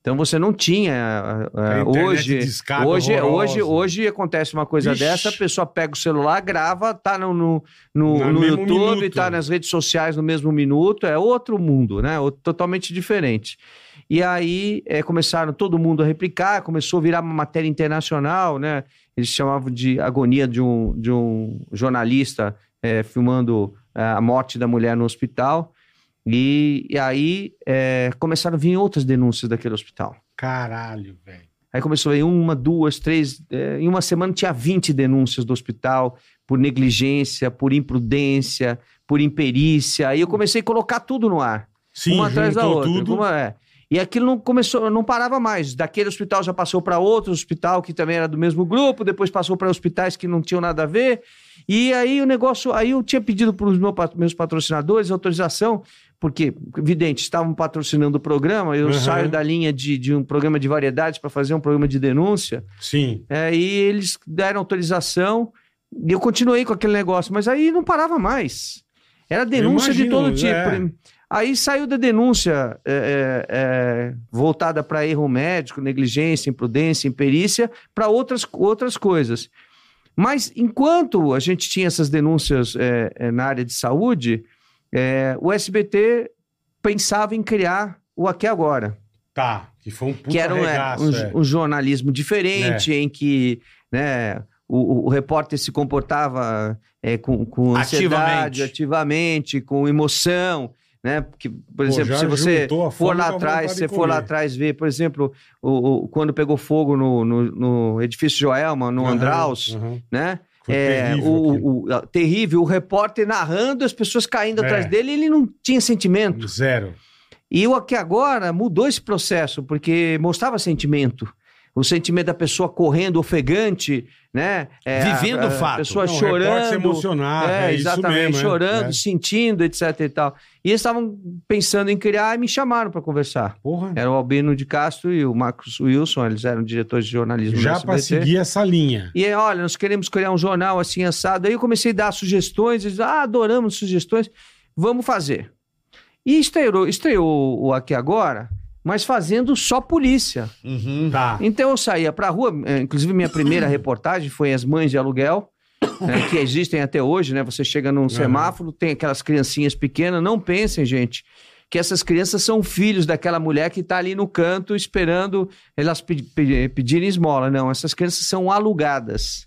Speaker 3: Então você não tinha. ah,
Speaker 2: A
Speaker 3: ah,
Speaker 2: internet
Speaker 3: hoje,
Speaker 2: discada
Speaker 3: hoje, é,
Speaker 2: horrorosa.
Speaker 3: hoje, hoje acontece uma coisa
Speaker 2: Ixi.
Speaker 3: dessa, a pessoa pega o celular, grava, tá no, no, no-
Speaker 2: No
Speaker 3: no
Speaker 2: mesmo
Speaker 3: YouTube,
Speaker 2: minuto.
Speaker 3: tá nas redes sociais no mesmo minuto. É outro mundo, né? Outro- totalmente diferente. E aí eh, começaram todo mundo a replicar, começou a virar uma matéria internacional, né? Eles chamavam de agonia de um, de um jornalista eh, filmando ah, a morte da mulher no hospital. E, e aí eh, começaram a vir outras denúncias daquele hospital.
Speaker 2: Caralho, velho.
Speaker 3: Aí começou a vir uma, duas, três. eh, em uma semana tinha 20 denúncias do hospital por negligência, por imprudência, por imperícia. Aí eu comecei a colocar tudo no ar
Speaker 2: Sim,
Speaker 3: uma Um atrás da
Speaker 2: juntou
Speaker 3: outra.
Speaker 2: tudo.
Speaker 3: Uma- é. E aquilo não começou, não parava mais. Daquele hospital já passou para outro hospital que também era do mesmo grupo, depois passou para hospitais que não tinham nada a ver. E aí o negócio, aí eu tinha pedido para os meus patrocinadores autorização, porque, evidente, estavam patrocinando o programa, eu
Speaker 2: Uhum.
Speaker 3: saio da linha de, de um programa de variedades para fazer um programa de denúncia.
Speaker 2: Sim.
Speaker 3: É, e eles deram autorização e eu continuei com aquele negócio, mas aí não parava mais. Era denúncia de
Speaker 2: imagino,
Speaker 3: todo tipo.
Speaker 2: é.
Speaker 3: Aí saiu da denúncia é, é, é, voltada para erro médico, negligência, imprudência, imperícia, para outras, outras coisas. Mas enquanto a gente tinha essas denúncias é, é, na área de saúde, é, o SBT pensava em criar o Aqui Agora
Speaker 2: Tá. Que foi um puta
Speaker 3: que era um, é,
Speaker 2: regaço,
Speaker 3: um-
Speaker 2: é.
Speaker 3: um jornalismo diferente, em que né, o, o- o repórter se comportava é, com, com ansiedade,
Speaker 1: Ativamente.
Speaker 3: ativamente, com emoção. Né? Porque, por
Speaker 2: Pô,
Speaker 3: exemplo,
Speaker 2: já
Speaker 3: se você
Speaker 2: juntou a
Speaker 3: for
Speaker 2: fome
Speaker 3: lá
Speaker 2: com a
Speaker 3: atrás,
Speaker 2: vontade
Speaker 3: você
Speaker 2: de
Speaker 3: for lá
Speaker 2: comer.
Speaker 3: atrás ver, por exemplo, o, o- quando pegou fogo no, no- no edifício Joelma, no
Speaker 2: Aham,
Speaker 3: Andraus,
Speaker 2: aham.
Speaker 3: né?
Speaker 2: Foi
Speaker 3: é,
Speaker 2: terrível aquilo.
Speaker 3: o, o- a- terrível, o repórter narrando, as pessoas caindo
Speaker 2: É.
Speaker 3: atrás dele, ele não tinha sentimento.
Speaker 2: Zero.
Speaker 3: E o aqui agora mudou esse processo, porque mostrava sentimento. O sentimento da pessoa correndo, ofegante, né? É,
Speaker 1: Vivendo
Speaker 3: a,
Speaker 1: o fato.
Speaker 3: A pessoa
Speaker 2: Não, o repórter se
Speaker 3: chorando.
Speaker 2: emocionar, é, isso mesmo, é.
Speaker 3: chorando,
Speaker 2: É.
Speaker 3: sentindo, etc e tal. E eles estavam pensando em criar e me chamaram para conversar.
Speaker 2: Porra.
Speaker 3: Era o Albino de Castro e o Marcos Wilson, eles eram diretores de jornalismo
Speaker 2: Já
Speaker 3: do
Speaker 2: pra
Speaker 3: SBT.
Speaker 2: seguir essa linha.
Speaker 3: E aí, olha, nós queremos criar um jornal assim assado. Aí eu comecei a dar sugestões, eles, ah, adoramos sugestões, vamos fazer. E estreou, estreou o Aqui Agora, mas fazendo só polícia.
Speaker 1: Uhum.
Speaker 2: Tá.
Speaker 3: Então eu saía pra rua, eh, inclusive
Speaker 2: [clears throat]
Speaker 3: minha primeira reportagem foi As Mães de Aluguel, eh, que existem até hoje, né? Você chega num semáforo, tem aquelas criancinhas pequenas, não pensem, gente, que essas crianças são filhos daquela mulher que tá ali no canto esperando elas pe- pe- pedirem esmola. Não, essas crianças são alugadas.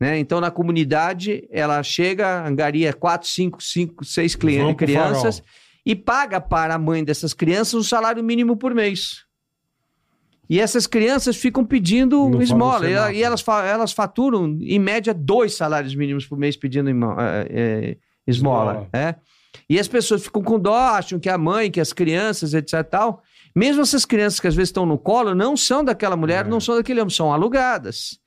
Speaker 3: Né? Então, na comunidade, ela chega, angaria quatro, cinco, cinco, seis cli-
Speaker 2: Vamos pro
Speaker 3: crianças
Speaker 2: farol.
Speaker 3: e paga para a mãe dessas crianças um salário mínimo por mês. E essas crianças ficam pedindo
Speaker 2: Não fala
Speaker 3: esmola. E, ela-
Speaker 2: semáforo.
Speaker 3: e elas, fa- elas faturam, em média, dois salários mínimos por mês pedindo imo- eh, eh, esmola.
Speaker 2: Esmola.
Speaker 3: é. E as pessoas ficam com dó, acham que a mãe, que as crianças, etc. Tal. Mesmo essas crianças que às vezes estão no colo, não são daquela mulher,
Speaker 2: É.
Speaker 3: não são daquele homem, são alugadas.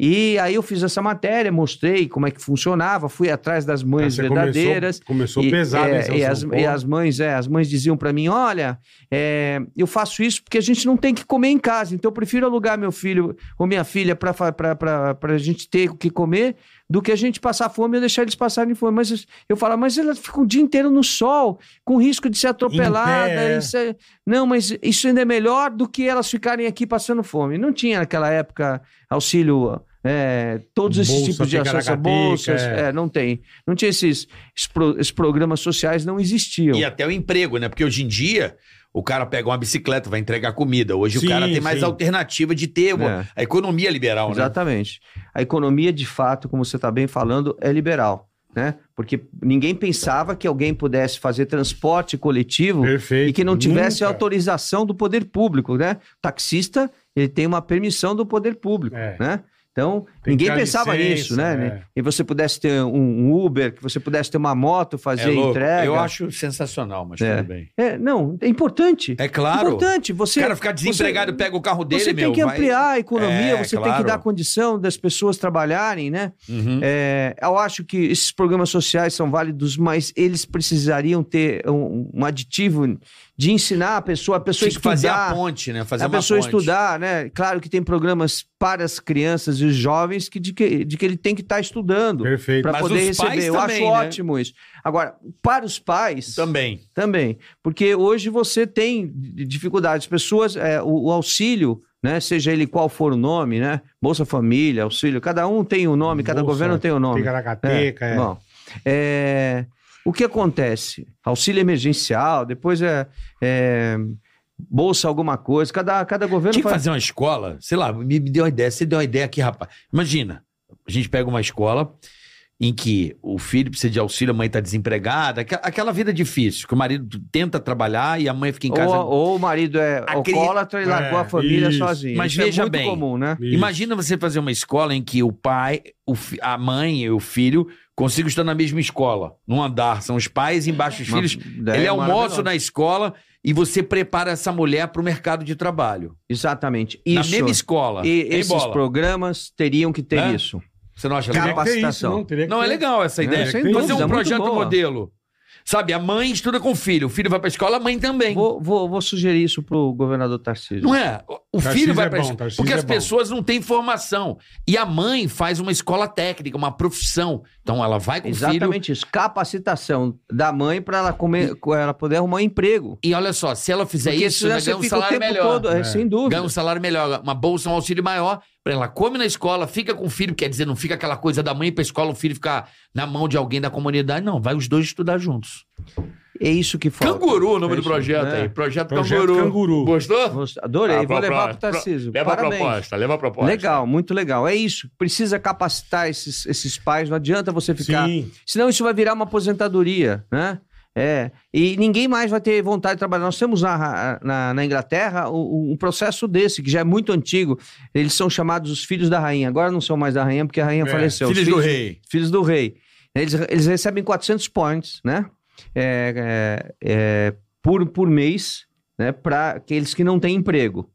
Speaker 3: E aí eu fiz essa matéria, mostrei como é que funcionava, fui atrás das
Speaker 2: Tá,
Speaker 3: mães
Speaker 2: você
Speaker 3: verdadeiras.
Speaker 2: Começou, começou
Speaker 3: E-
Speaker 2: pesado,
Speaker 3: é,
Speaker 2: hein, seu
Speaker 3: e,
Speaker 2: São
Speaker 3: as,
Speaker 2: Paulo?
Speaker 3: e as mães, é, as mães diziam pra mim: olha, é, eu faço isso porque a gente não tem que comer em casa, então eu prefiro alugar meu filho ou minha filha pra fa- pra- pra pra gente ter o que comer do que a gente passar fome ou deixar eles passarem fome. Mas eu falo, mas elas ficam o dia inteiro no sol, com risco de ser atropelada.
Speaker 2: Em pé, é.
Speaker 3: isso é- Não, mas isso ainda é melhor do que elas ficarem aqui passando fome. Não tinha naquela época auxílio. é, todos esses
Speaker 2: Bolsa
Speaker 3: tipos de acesso a
Speaker 2: Picaracateca,
Speaker 3: bolsas,
Speaker 2: é.
Speaker 3: é, não tem. Não tinha esses, esses pro- esses programas sociais, não existiam.
Speaker 1: E até o emprego, né? Porque hoje em dia o cara pega uma bicicleta, vai entregar comida. Hoje
Speaker 2: Sim,
Speaker 1: o cara tem mais
Speaker 2: sim.
Speaker 1: alternativa de ter uma-
Speaker 3: É.
Speaker 1: a economia liberal, né?
Speaker 3: Exatamente. A economia, de fato, como você está bem falando, é liberal. Né? Porque ninguém pensava que alguém pudesse fazer transporte coletivo
Speaker 2: Perfeito.
Speaker 3: e que não tivesse
Speaker 2: Nunca.
Speaker 3: autorização do poder público, né? O taxista, ele tem uma permissão do poder público,
Speaker 2: É.
Speaker 3: né? Então,
Speaker 2: Tem que
Speaker 3: ninguém
Speaker 2: dar
Speaker 3: pensava
Speaker 2: licença,
Speaker 3: nisso, né?
Speaker 2: é.
Speaker 3: E você pudesse ter um- um Uber, que você pudesse ter uma moto,
Speaker 1: É
Speaker 3: fazer
Speaker 1: louco.
Speaker 3: entrega.
Speaker 1: Eu acho sensacional, mas
Speaker 3: É.
Speaker 1: tudo bem.
Speaker 3: É, não, é importante.
Speaker 1: É claro.
Speaker 3: importante.
Speaker 1: O
Speaker 3: Você,
Speaker 1: cara ficar desempregado,
Speaker 3: você-
Speaker 1: pega o carro dele,
Speaker 3: você
Speaker 1: meu.
Speaker 3: tem que
Speaker 1: vai-
Speaker 3: ampliar a economia,
Speaker 1: É,
Speaker 3: você tem
Speaker 1: claro.
Speaker 3: que dar condição das pessoas trabalharem, né?
Speaker 1: Uhum.
Speaker 3: É, eu acho que esses programas sociais são válidos, mas eles precisariam ter um, um aditivo de ensinar a pessoa, a pessoa
Speaker 1: Tinha que fazer
Speaker 3: estudar.
Speaker 1: a ponte, né? Fazer
Speaker 3: a
Speaker 1: uma
Speaker 3: pessoa
Speaker 1: ponte.
Speaker 3: estudar, né? Claro que tem programas para as crianças e os jovens que de que, de que ele tem que estar estudando
Speaker 2: Perfeito.
Speaker 3: para
Speaker 1: Mas
Speaker 3: poder
Speaker 1: os pais
Speaker 3: receber. Eu
Speaker 1: também,
Speaker 3: acho
Speaker 1: né?
Speaker 3: ótimo isso. Agora, para os pais
Speaker 1: Também.
Speaker 3: também, porque hoje você tem di- dificuldades. Pessoas, é, o, o auxílio, né? Seja ele qual for o nome, né? Bolsa Família, auxílio, cada um tem um nome, cada
Speaker 2: Bolsa,
Speaker 3: governo tem um nome.
Speaker 2: Ticaracateca, é.
Speaker 3: Bom, é, o que acontece? Auxílio emergencial, depois é, é, bolsa alguma coisa, cada, cada governo
Speaker 1: Tinha que
Speaker 3: faz-
Speaker 1: fazer uma escola, sei lá, me me deu uma ideia, você deu uma ideia aqui, rapaz. Imagina, a gente pega uma escola em que o filho precisa de auxílio, a mãe tá desempregada, aqua- aquela vida difícil, que o marido tenta trabalhar e a mãe fica em casa.
Speaker 3: Ou, ou o marido é
Speaker 1: A cri-
Speaker 3: alcoólatra e largou
Speaker 2: É,
Speaker 3: a família
Speaker 2: isso.
Speaker 3: sozinho.
Speaker 1: Mas
Speaker 3: Isso é
Speaker 1: veja
Speaker 3: muito
Speaker 1: bem.
Speaker 3: comum, né?
Speaker 2: Isso.
Speaker 1: Imagina você fazer uma escola em que o pai, o fi- a mãe e o filho consigam estar na mesma escola, num andar, são os pais embaixo os filhos.
Speaker 3: Uma-
Speaker 1: Ele
Speaker 3: é
Speaker 1: almoça
Speaker 3: maravilhoso.
Speaker 1: na escola e você prepara essa mulher para o mercado de trabalho.
Speaker 3: Exatamente.
Speaker 1: Na
Speaker 3: Isso.
Speaker 1: mesma escola.
Speaker 3: E
Speaker 1: Ei,
Speaker 3: esses
Speaker 1: bola,
Speaker 3: programas teriam que ter
Speaker 1: Né?
Speaker 3: isso.
Speaker 1: Você não acha
Speaker 2: Teria
Speaker 1: legal?
Speaker 2: é que ter isso,
Speaker 3: capacitação.
Speaker 2: não, teria que
Speaker 1: Não, é
Speaker 2: ter.
Speaker 1: legal essa
Speaker 3: É,
Speaker 1: ideia.
Speaker 2: sem
Speaker 1: Fazer
Speaker 2: dúvida,
Speaker 1: um
Speaker 2: muito
Speaker 1: projeto
Speaker 3: boa.
Speaker 1: modelo. Sabe, a mãe estuda com o filho, o filho vai pra escola, a mãe também.
Speaker 3: Vou, vou, vou sugerir isso pro governador Tarcísio.
Speaker 1: Não é? O- O
Speaker 2: Tarcísio
Speaker 1: filho vai
Speaker 2: é
Speaker 1: pra
Speaker 2: bom,
Speaker 1: escola.
Speaker 2: Tarcísio
Speaker 1: Porque
Speaker 2: é
Speaker 1: as
Speaker 2: bom.
Speaker 1: pessoas não têm formação. E a mãe faz uma escola técnica, uma profissão. Então ela vai com o filho.
Speaker 3: Exatamente isso. Capacitação da mãe para ela, comer- ela poder arrumar um emprego.
Speaker 1: E olha só, se ela fizer
Speaker 3: Porque
Speaker 1: isso,
Speaker 3: senão
Speaker 1: ela
Speaker 3: você
Speaker 1: ganha um
Speaker 3: fica
Speaker 1: salário melhor.
Speaker 3: é,
Speaker 2: É.
Speaker 3: sem dúvida.
Speaker 1: Ganha um salário melhor, uma bolsa, um auxílio maior. Pra ela come na escola, fica com o filho, quer dizer, não fica aquela coisa da mãe ir pra escola, o filho ficar na mão de alguém da comunidade. Não, vai os dois estudar juntos.
Speaker 3: É isso que falta.
Speaker 1: Canguru o nome
Speaker 3: É
Speaker 1: do
Speaker 3: isso,
Speaker 1: projeto
Speaker 3: né?
Speaker 1: aí. Projeto,
Speaker 2: Projeto
Speaker 1: Canguru.
Speaker 2: Canguru.
Speaker 1: Gostou?
Speaker 3: Gostei, Adorei,
Speaker 1: Ah,
Speaker 3: vou
Speaker 1: pro-
Speaker 3: levar
Speaker 1: pro-
Speaker 3: pro Tarcísio.
Speaker 1: Leva a
Speaker 3: Parabéns.
Speaker 1: proposta, leva a proposta.
Speaker 3: Legal, muito legal. É isso. Precisa capacitar esses, esses pais. Não adianta você ficar.
Speaker 2: Sim. é.
Speaker 3: Senão isso vai virar uma aposentadoria, né? É. E ninguém mais vai ter vontade de trabalhar. Nós temos na, na, na Inglaterra um, um processo desse, que já é muito antigo. Eles são chamados os filhos da rainha. Agora não são mais da rainha, porque a rainha
Speaker 2: É,
Speaker 3: faleceu. Os
Speaker 1: rei.
Speaker 3: Filhos do rei. Eles, eles recebem 400 points, né? É, é, é, por, por mês, né? Para aqueles que não têm emprego.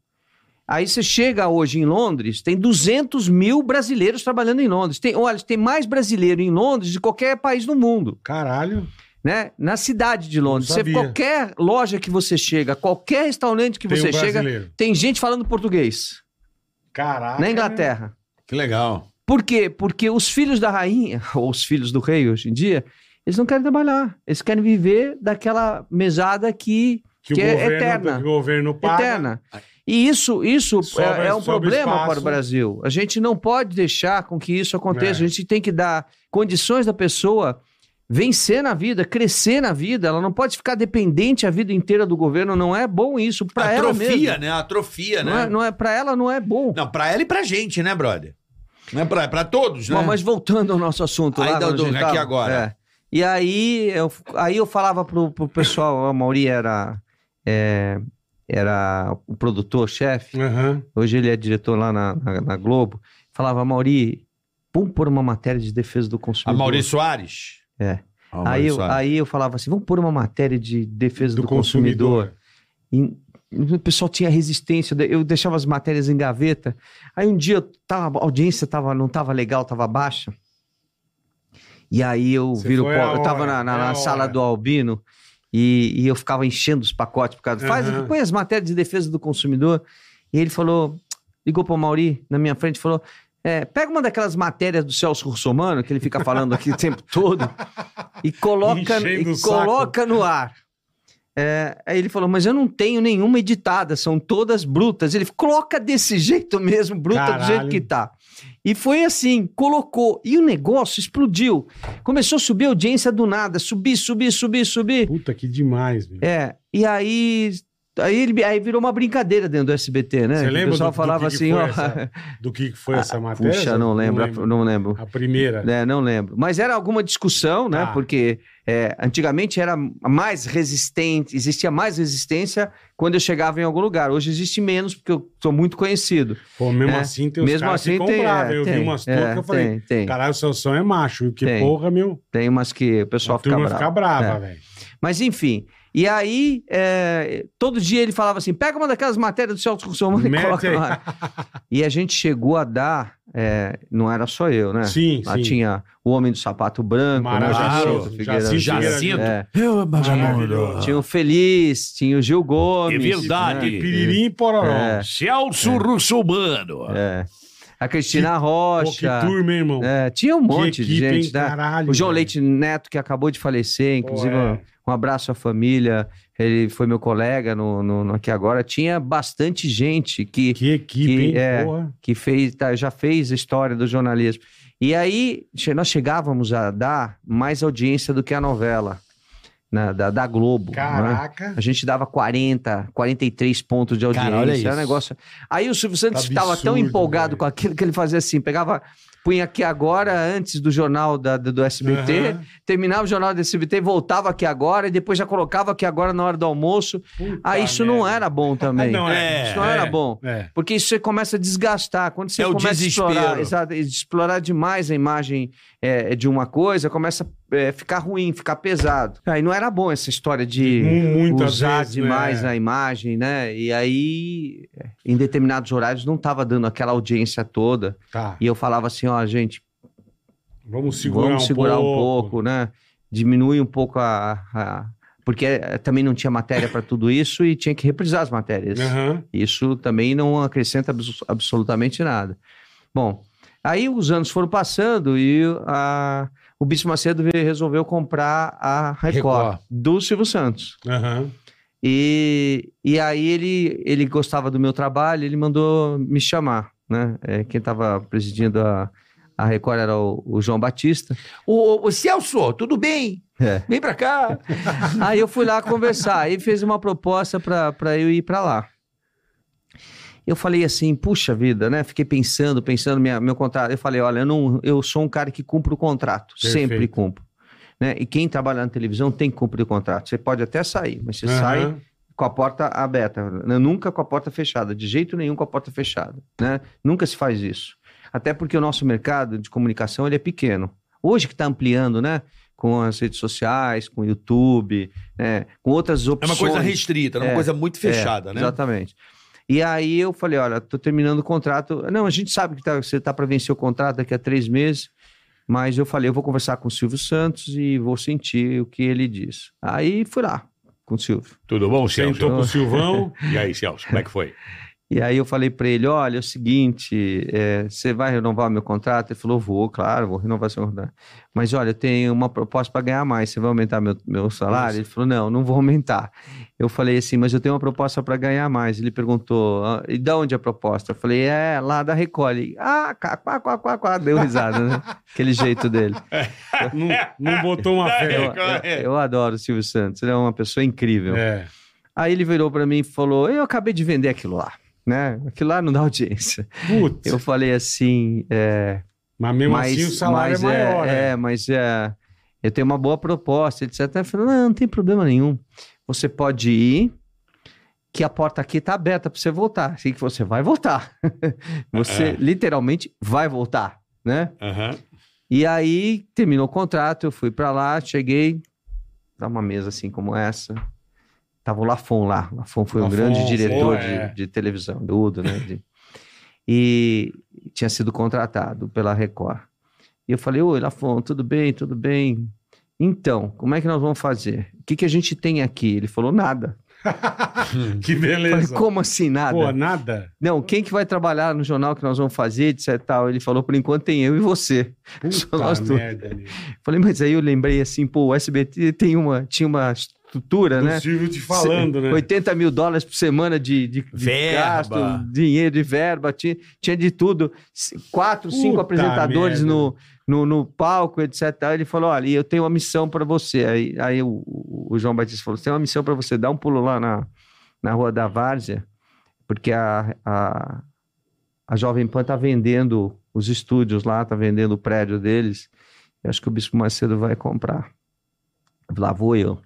Speaker 3: Aí você chega hoje em Londres, tem 200 mil brasileiros trabalhando em Londres. Tem, olha, tem mais brasileiro em Londres de qualquer país do mundo
Speaker 2: Caralho.
Speaker 3: né? Na cidade de Londres.
Speaker 2: Não
Speaker 3: Você-
Speaker 2: sabia.
Speaker 3: qualquer loja que você chega, qualquer restaurante que
Speaker 2: Tem
Speaker 3: você
Speaker 2: um
Speaker 3: chega,
Speaker 2: brasileiro. Ah,
Speaker 3: tem gente falando português.
Speaker 2: Caralho.
Speaker 3: na Inglaterra.
Speaker 1: Que legal.
Speaker 3: Por quê? Porque os filhos da rainha, [laughs] ou os filhos do rei hoje em dia, eles não querem trabalhar. Eles querem viver daquela mesada que,
Speaker 2: Que,
Speaker 3: que
Speaker 2: o
Speaker 3: é
Speaker 2: governo,
Speaker 3: eterna.
Speaker 2: Que o governo paga.
Speaker 3: eterna. E isso, isso
Speaker 2: Sobra-
Speaker 3: é, é um
Speaker 2: sobra
Speaker 3: problema
Speaker 2: espaço.
Speaker 3: para o Brasil. A gente não pode deixar com que isso aconteça.
Speaker 2: É.
Speaker 3: A gente tem que dar condições da pessoa vencer na vida, crescer na vida. Ela não pode ficar dependente a vida inteira do governo. Não é bom isso para ela mesmo.
Speaker 1: Atrofia, né? Atrofia,
Speaker 3: Não
Speaker 1: né?
Speaker 3: é, não é para ela não é bom.
Speaker 1: Não, pra ela e pra gente, né, brother? Não é pra, é pra todos, né?
Speaker 3: Bom, mas voltando ao nosso assunto
Speaker 1: Aí,
Speaker 3: lá,
Speaker 1: Dodô,
Speaker 3: onde a gente
Speaker 1: aqui
Speaker 3: tava.
Speaker 1: agora.
Speaker 3: É. E aí eu, aí eu falava pro, pro pessoal, a Mauri era é, era o produtor chefe.
Speaker 2: Aham.
Speaker 3: Hoje ele é diretor lá na, na, na Globo. Falava, Mauri, vamos pôr uma matéria de defesa do
Speaker 1: A
Speaker 3: consumidor.
Speaker 1: Maurício Soares.
Speaker 3: É.
Speaker 1: Ah, o
Speaker 3: aí,
Speaker 1: Maurício
Speaker 3: eu,
Speaker 1: Soares.
Speaker 3: aí eu falava assim, vamos pôr uma matéria de defesa do,
Speaker 2: Do
Speaker 3: consumidor.
Speaker 2: consumidor.
Speaker 3: E o pessoal tinha resistência, eu deixava as matérias em gaveta. Aí um dia eu tava, a audiência tava, não estava legal, estava baixa. E aí eu
Speaker 2: Você
Speaker 3: viro o
Speaker 2: foi
Speaker 3: pau.
Speaker 2: a
Speaker 3: Eu estava
Speaker 2: hora,
Speaker 3: na, na-
Speaker 2: é
Speaker 3: na
Speaker 2: a
Speaker 3: sala
Speaker 2: hora.
Speaker 3: do Albino e, e eu ficava enchendo os pacotes por causa. Faz,
Speaker 2: Aham.
Speaker 3: põe as matérias de defesa do consumidor. E ele falou, ligou para o Mauri na minha frente e falou: é, pega uma daquelas matérias do Celso Russomano, que ele fica falando aqui o tempo todo, e coloca,
Speaker 2: Enchendo o
Speaker 3: e
Speaker 2: saco.
Speaker 3: coloca no ar. É, aí ele falou, mas eu não tenho nenhuma editada, são todas brutas. Ele coloca desse jeito mesmo, bruta, do
Speaker 2: Caralho.
Speaker 3: jeito que tá. E foi assim, colocou. E o negócio explodiu. Começou a subir a audiência do nada, subir, subir, subir, subir.
Speaker 2: Puta que demais, meu.
Speaker 3: É, e aí. Aí, ele, aí virou uma brincadeira dentro do SBT, né?
Speaker 2: Você
Speaker 3: Que
Speaker 2: lembra
Speaker 3: o pessoal
Speaker 2: do- do
Speaker 3: falava
Speaker 2: que que
Speaker 3: assim,
Speaker 2: foi
Speaker 3: ó. Ah,
Speaker 2: essa Do que que foi essa matéria?
Speaker 3: [laughs] Puxa, não lembro, não lembro.
Speaker 2: A primeira.
Speaker 3: É, não lembro. Mas era alguma discussão, né?
Speaker 2: Ah.
Speaker 3: Porque é, antigamente era mais resistente, existia mais resistência quando eu chegava em algum lugar. Hoje existe menos, porque eu sou muito conhecido.
Speaker 2: Pô, mesmo
Speaker 3: É.
Speaker 2: assim tem os
Speaker 3: Mesmo
Speaker 2: caras
Speaker 3: assim,
Speaker 2: que
Speaker 3: tem.
Speaker 2: compravam.
Speaker 3: é,
Speaker 2: Eu
Speaker 3: tem,
Speaker 2: vi umas
Speaker 3: é,
Speaker 2: turcas que eu falei,
Speaker 3: Tem, tem,
Speaker 2: caralho, o seu som é macho. Que
Speaker 3: Tem.
Speaker 2: porra, meu.
Speaker 3: tem umas que o pessoal
Speaker 2: A
Speaker 3: fica
Speaker 2: turma
Speaker 3: bravo. É,
Speaker 2: fica brava, velho.
Speaker 3: Mas enfim. E aí, é, todo dia ele falava assim: pega uma daquelas matérias do Celso Russomano e
Speaker 2: Mete
Speaker 3: coloca
Speaker 2: aí.
Speaker 3: lá. E a gente chegou a dar é, não era só eu, né?
Speaker 2: Sim,
Speaker 3: Lá
Speaker 2: sim.
Speaker 3: tinha o Homem do Sapato Branco, né?
Speaker 2: Maravilhoso.
Speaker 3: Jacinto
Speaker 2: Jacinto
Speaker 3: Figueiredo.
Speaker 1: Jacinto.
Speaker 3: É.
Speaker 1: Eu,
Speaker 2: Maravilhoso.
Speaker 3: Tinha o Feliz, tinha o Gil
Speaker 1: É
Speaker 3: Gomes.
Speaker 1: verdade.
Speaker 3: né?
Speaker 2: Piririm e Pororó.
Speaker 3: É.
Speaker 1: Celso Russomano.
Speaker 3: É. A Cristina
Speaker 2: Pô, que
Speaker 3: Rocha.
Speaker 2: turma, hein, irmão?
Speaker 3: É, tinha um monte de gente, né?
Speaker 2: Caralho,
Speaker 3: O João
Speaker 2: velho.
Speaker 3: Leite Neto, que acabou de falecer, inclusive,
Speaker 2: é.
Speaker 3: um abraço à família. Ele foi meu colega no, no- no aqui agora. Tinha bastante gente que,
Speaker 2: Que equipe,
Speaker 3: que-
Speaker 2: hein?
Speaker 3: é.
Speaker 2: Porra.
Speaker 3: que fez, tá, já fez a história do jornalismo. E aí, che- nós chegávamos a dar mais audiência do que a novela né, da, da Globo. né?
Speaker 2: Caraca.
Speaker 3: A gente dava 40, 43 pontos de audiência.
Speaker 1: Cara, olha
Speaker 3: Era um
Speaker 1: isso. Tá
Speaker 3: negócio. Aí o Silvio Santos
Speaker 2: Absurdo,
Speaker 3: estava tão empolgado
Speaker 2: velho.
Speaker 3: com aquilo que ele fazia assim: pegava, punha aqui agora, antes do jornal da- do, do SBT,
Speaker 2: Aham.
Speaker 3: terminava o jornal do SBT, voltava aqui agora, e depois já colocava aqui agora na hora do almoço.
Speaker 2: Puta
Speaker 1: Tá
Speaker 3: Aí Ah, isso não
Speaker 2: merda.
Speaker 3: era bom também.
Speaker 2: Não,
Speaker 1: é,
Speaker 3: isso não
Speaker 1: é.
Speaker 3: era bom.
Speaker 2: É.
Speaker 3: Porque isso você começa a desgastar. Quando você
Speaker 1: É o
Speaker 3: começa
Speaker 1: desespero.
Speaker 3: a explorar, exato, explorar demais a imagem é, de uma coisa, começa a ficar ruim, ficar pesado. Aí não era bom essa história de
Speaker 2: Mu- muitas
Speaker 3: usar
Speaker 2: vezes,
Speaker 3: demais
Speaker 2: né?
Speaker 3: a imagem, né? E aí, em determinados horários, não estava dando aquela audiência toda.
Speaker 2: Tá.
Speaker 3: né? E eu falava assim, ó, gente,
Speaker 2: Vamos segurar,
Speaker 3: vamos
Speaker 2: um,
Speaker 3: segurar
Speaker 2: pouco.
Speaker 3: um pouco, né? Diminui um pouco a... a- Porque eh, também não tinha matéria para tudo isso e tinha que reprisar as matérias.
Speaker 2: Aham.
Speaker 3: Isso também não acrescenta abs- absolutamente nada. Bom, aí os anos foram passando e a- o Bispo Macedo veio- resolveu comprar a Record,
Speaker 1: Record.
Speaker 3: do Silvio Santos.
Speaker 2: Aham.
Speaker 3: E, e aí ele, ele gostava do meu trabalho, ele mandou me chamar. Né? É, quem estava presidindo a, a Record era o, o João
Speaker 2: [laughs]
Speaker 3: Batista.
Speaker 1: Ô, ô, ô, Celso, tudo bem?
Speaker 3: É.
Speaker 1: Vem pra cá.
Speaker 3: Aí eu fui lá conversar. Ele fez uma proposta pra pra eu ir pra lá. Eu falei assim, puxa vida, né? Fiquei pensando, pensando minha, meu contrato. Eu falei, olha, eu, não, eu sou um cara que cumpre o contrato,
Speaker 2: Perfeito.
Speaker 3: sempre cumpro. Né? E quem trabalha na televisão tem que cumprir o contrato. Você pode até sair, mas você
Speaker 2: Aham.
Speaker 3: sai com a porta aberta, né? nunca com a porta fechada, de jeito nenhum com a porta fechada, né? Nunca se faz isso. Até porque o nosso mercado de comunicação ele é pequeno. Hoje que está ampliando, né? Com as redes sociais, com o YouTube, né? com outras
Speaker 1: É
Speaker 3: opções.
Speaker 1: uma coisa restrita, é uma
Speaker 3: É,
Speaker 1: coisa muito fechada,
Speaker 3: É,
Speaker 1: né?
Speaker 3: Exatamente. E aí eu falei, olha, tô terminando o contrato. Não, a gente sabe que tá- você tá para vencer o contrato daqui a três meses, mas eu falei, eu vou conversar com o Silvio Santos e vou sentir o que ele diz. Aí fui lá com o Silvio.
Speaker 1: Tudo bom,
Speaker 2: Sentou com o
Speaker 3: [laughs]
Speaker 2: Silvão.
Speaker 1: E aí, Celso, como é que foi?
Speaker 3: E aí eu falei para ele, olha, é o seguinte, é, você vai renovar meu contrato? Ele falou, vou, claro, vou renovar seu contrato. Mas olha, eu tenho uma proposta para ganhar mais, você vai aumentar meu, meu salário?
Speaker 1: Nossa.
Speaker 3: Ele falou, não, não vou aumentar. Eu falei assim, mas eu tenho uma proposta para ganhar mais. Ele perguntou, "Ah, e da onde é a proposta? Eu falei, é lá da Record. Ele, ah, cá, quá, quá, quá, quá. Deu risada, né? Aquele jeito dele.
Speaker 2: [laughs] não,
Speaker 3: [laughs]
Speaker 2: não botou uma
Speaker 3: Eu,
Speaker 2: fé.
Speaker 3: eu, eu adoro o Silvio Santos, ele é uma pessoa incrível.
Speaker 2: É.
Speaker 3: Aí ele virou para mim e falou, eu acabei de vender aquilo lá. Né? Aquilo lá não dá audiência.
Speaker 2: Putz.
Speaker 3: Eu falei assim, é,
Speaker 2: Mas mesmo
Speaker 3: mas,
Speaker 2: assim o salário
Speaker 3: mas
Speaker 2: é maior.
Speaker 3: é,
Speaker 2: né?
Speaker 3: mas é, eu tenho uma boa proposta, etc. Ele falou, não, não tem problema nenhum. Você pode ir, que a porta aqui tá aberta para você voltar. Assim que você vai voltar. [laughs] você
Speaker 1: É.
Speaker 3: literalmente vai voltar, né?
Speaker 1: Aham.
Speaker 3: E aí terminou o contrato, eu fui para lá, cheguei, dá uma mesa assim como essa. Tava o Lafon lá. O Lafon foi
Speaker 2: Lafon,
Speaker 3: um grande
Speaker 2: sim,
Speaker 3: diretor de-
Speaker 2: é.
Speaker 3: de, televisão, Dudo, né? de- [laughs] e tinha sido contratado pela Record. E eu falei, oi, Lafon, tudo bem, tudo bem. Então, como é que nós vamos fazer? O que, que a gente tem aqui? Ele falou, nada. Hum.
Speaker 2: que
Speaker 3: Eu falei,
Speaker 2: beleza.
Speaker 3: como assim, nada?
Speaker 2: Pô, nada?
Speaker 3: Não, quem que vai trabalhar no jornal que nós vamos fazer, etc e tal? Ele falou, por enquanto tem eu e você. Só nós
Speaker 2: Puta
Speaker 3: dois.
Speaker 2: merda. amigo.
Speaker 3: Falei, mas aí eu lembrei assim, pô, o SBT tem uma, tinha uma estrutura,
Speaker 2: O
Speaker 3: né?
Speaker 2: Silvio te falando, né?
Speaker 3: 80 mil dólares por semana de, de, de
Speaker 1: Verba.
Speaker 3: gasto, dinheiro de verba, tinha, tinha de tudo. C- Quatro, cinco
Speaker 2: Puta
Speaker 3: apresentadores
Speaker 2: merda.
Speaker 3: no, no, no palco, etc. Aí Ele falou: olha, eu tenho uma missão para você. Aí, aí o, o- o João Batista falou: tem uma missão para você, dá um pulo lá na, na Rua da Várzea, porque a, a, a Jovem Pan tá vendendo os estúdios lá, tá vendendo o prédio deles. Eu acho que o Bispo Macedo vai comprar. Lá vou eu.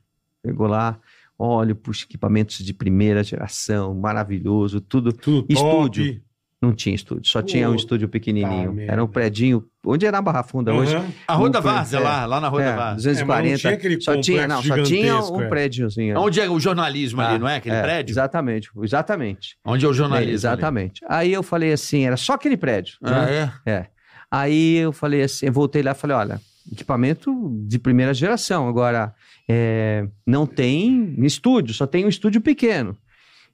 Speaker 3: Chegou lá, olho para os equipamentos de primeira geração, maravilhoso, tudo.
Speaker 2: Tudo top.
Speaker 3: Estúdio. Não tinha estúdio, só tinha um
Speaker 2: Puta
Speaker 3: estúdio pequenininho.
Speaker 2: merda.
Speaker 3: era um predinho, onde era a Barra Funda hoje.
Speaker 2: Aham.
Speaker 1: A Rua da
Speaker 3: Não foi,
Speaker 1: Várzea,
Speaker 3: é.
Speaker 1: lá, lá na Rua da
Speaker 3: É,
Speaker 1: Várzea.
Speaker 3: 240.
Speaker 2: É, mas não tinha aquele
Speaker 3: só tinha, não,
Speaker 2: complexo
Speaker 3: só tinha
Speaker 2: gigantesco,
Speaker 3: um
Speaker 2: é.
Speaker 3: prédiozinho.
Speaker 1: Onde é o jornalismo ali,
Speaker 3: Ah,
Speaker 1: não é? Aquele
Speaker 3: é,
Speaker 1: prédio?
Speaker 3: Exatamente, exatamente.
Speaker 1: Onde é o
Speaker 3: É,
Speaker 1: jornalismo?
Speaker 3: exatamente. Aí eu falei assim, era só aquele prédio.
Speaker 1: ali?
Speaker 3: né?
Speaker 1: Ah, é?
Speaker 3: Aí eu falei assim, eu voltei lá e falei, olha, equipamento de primeira geração, agora é, não tem estúdio, só tem um estúdio pequeno.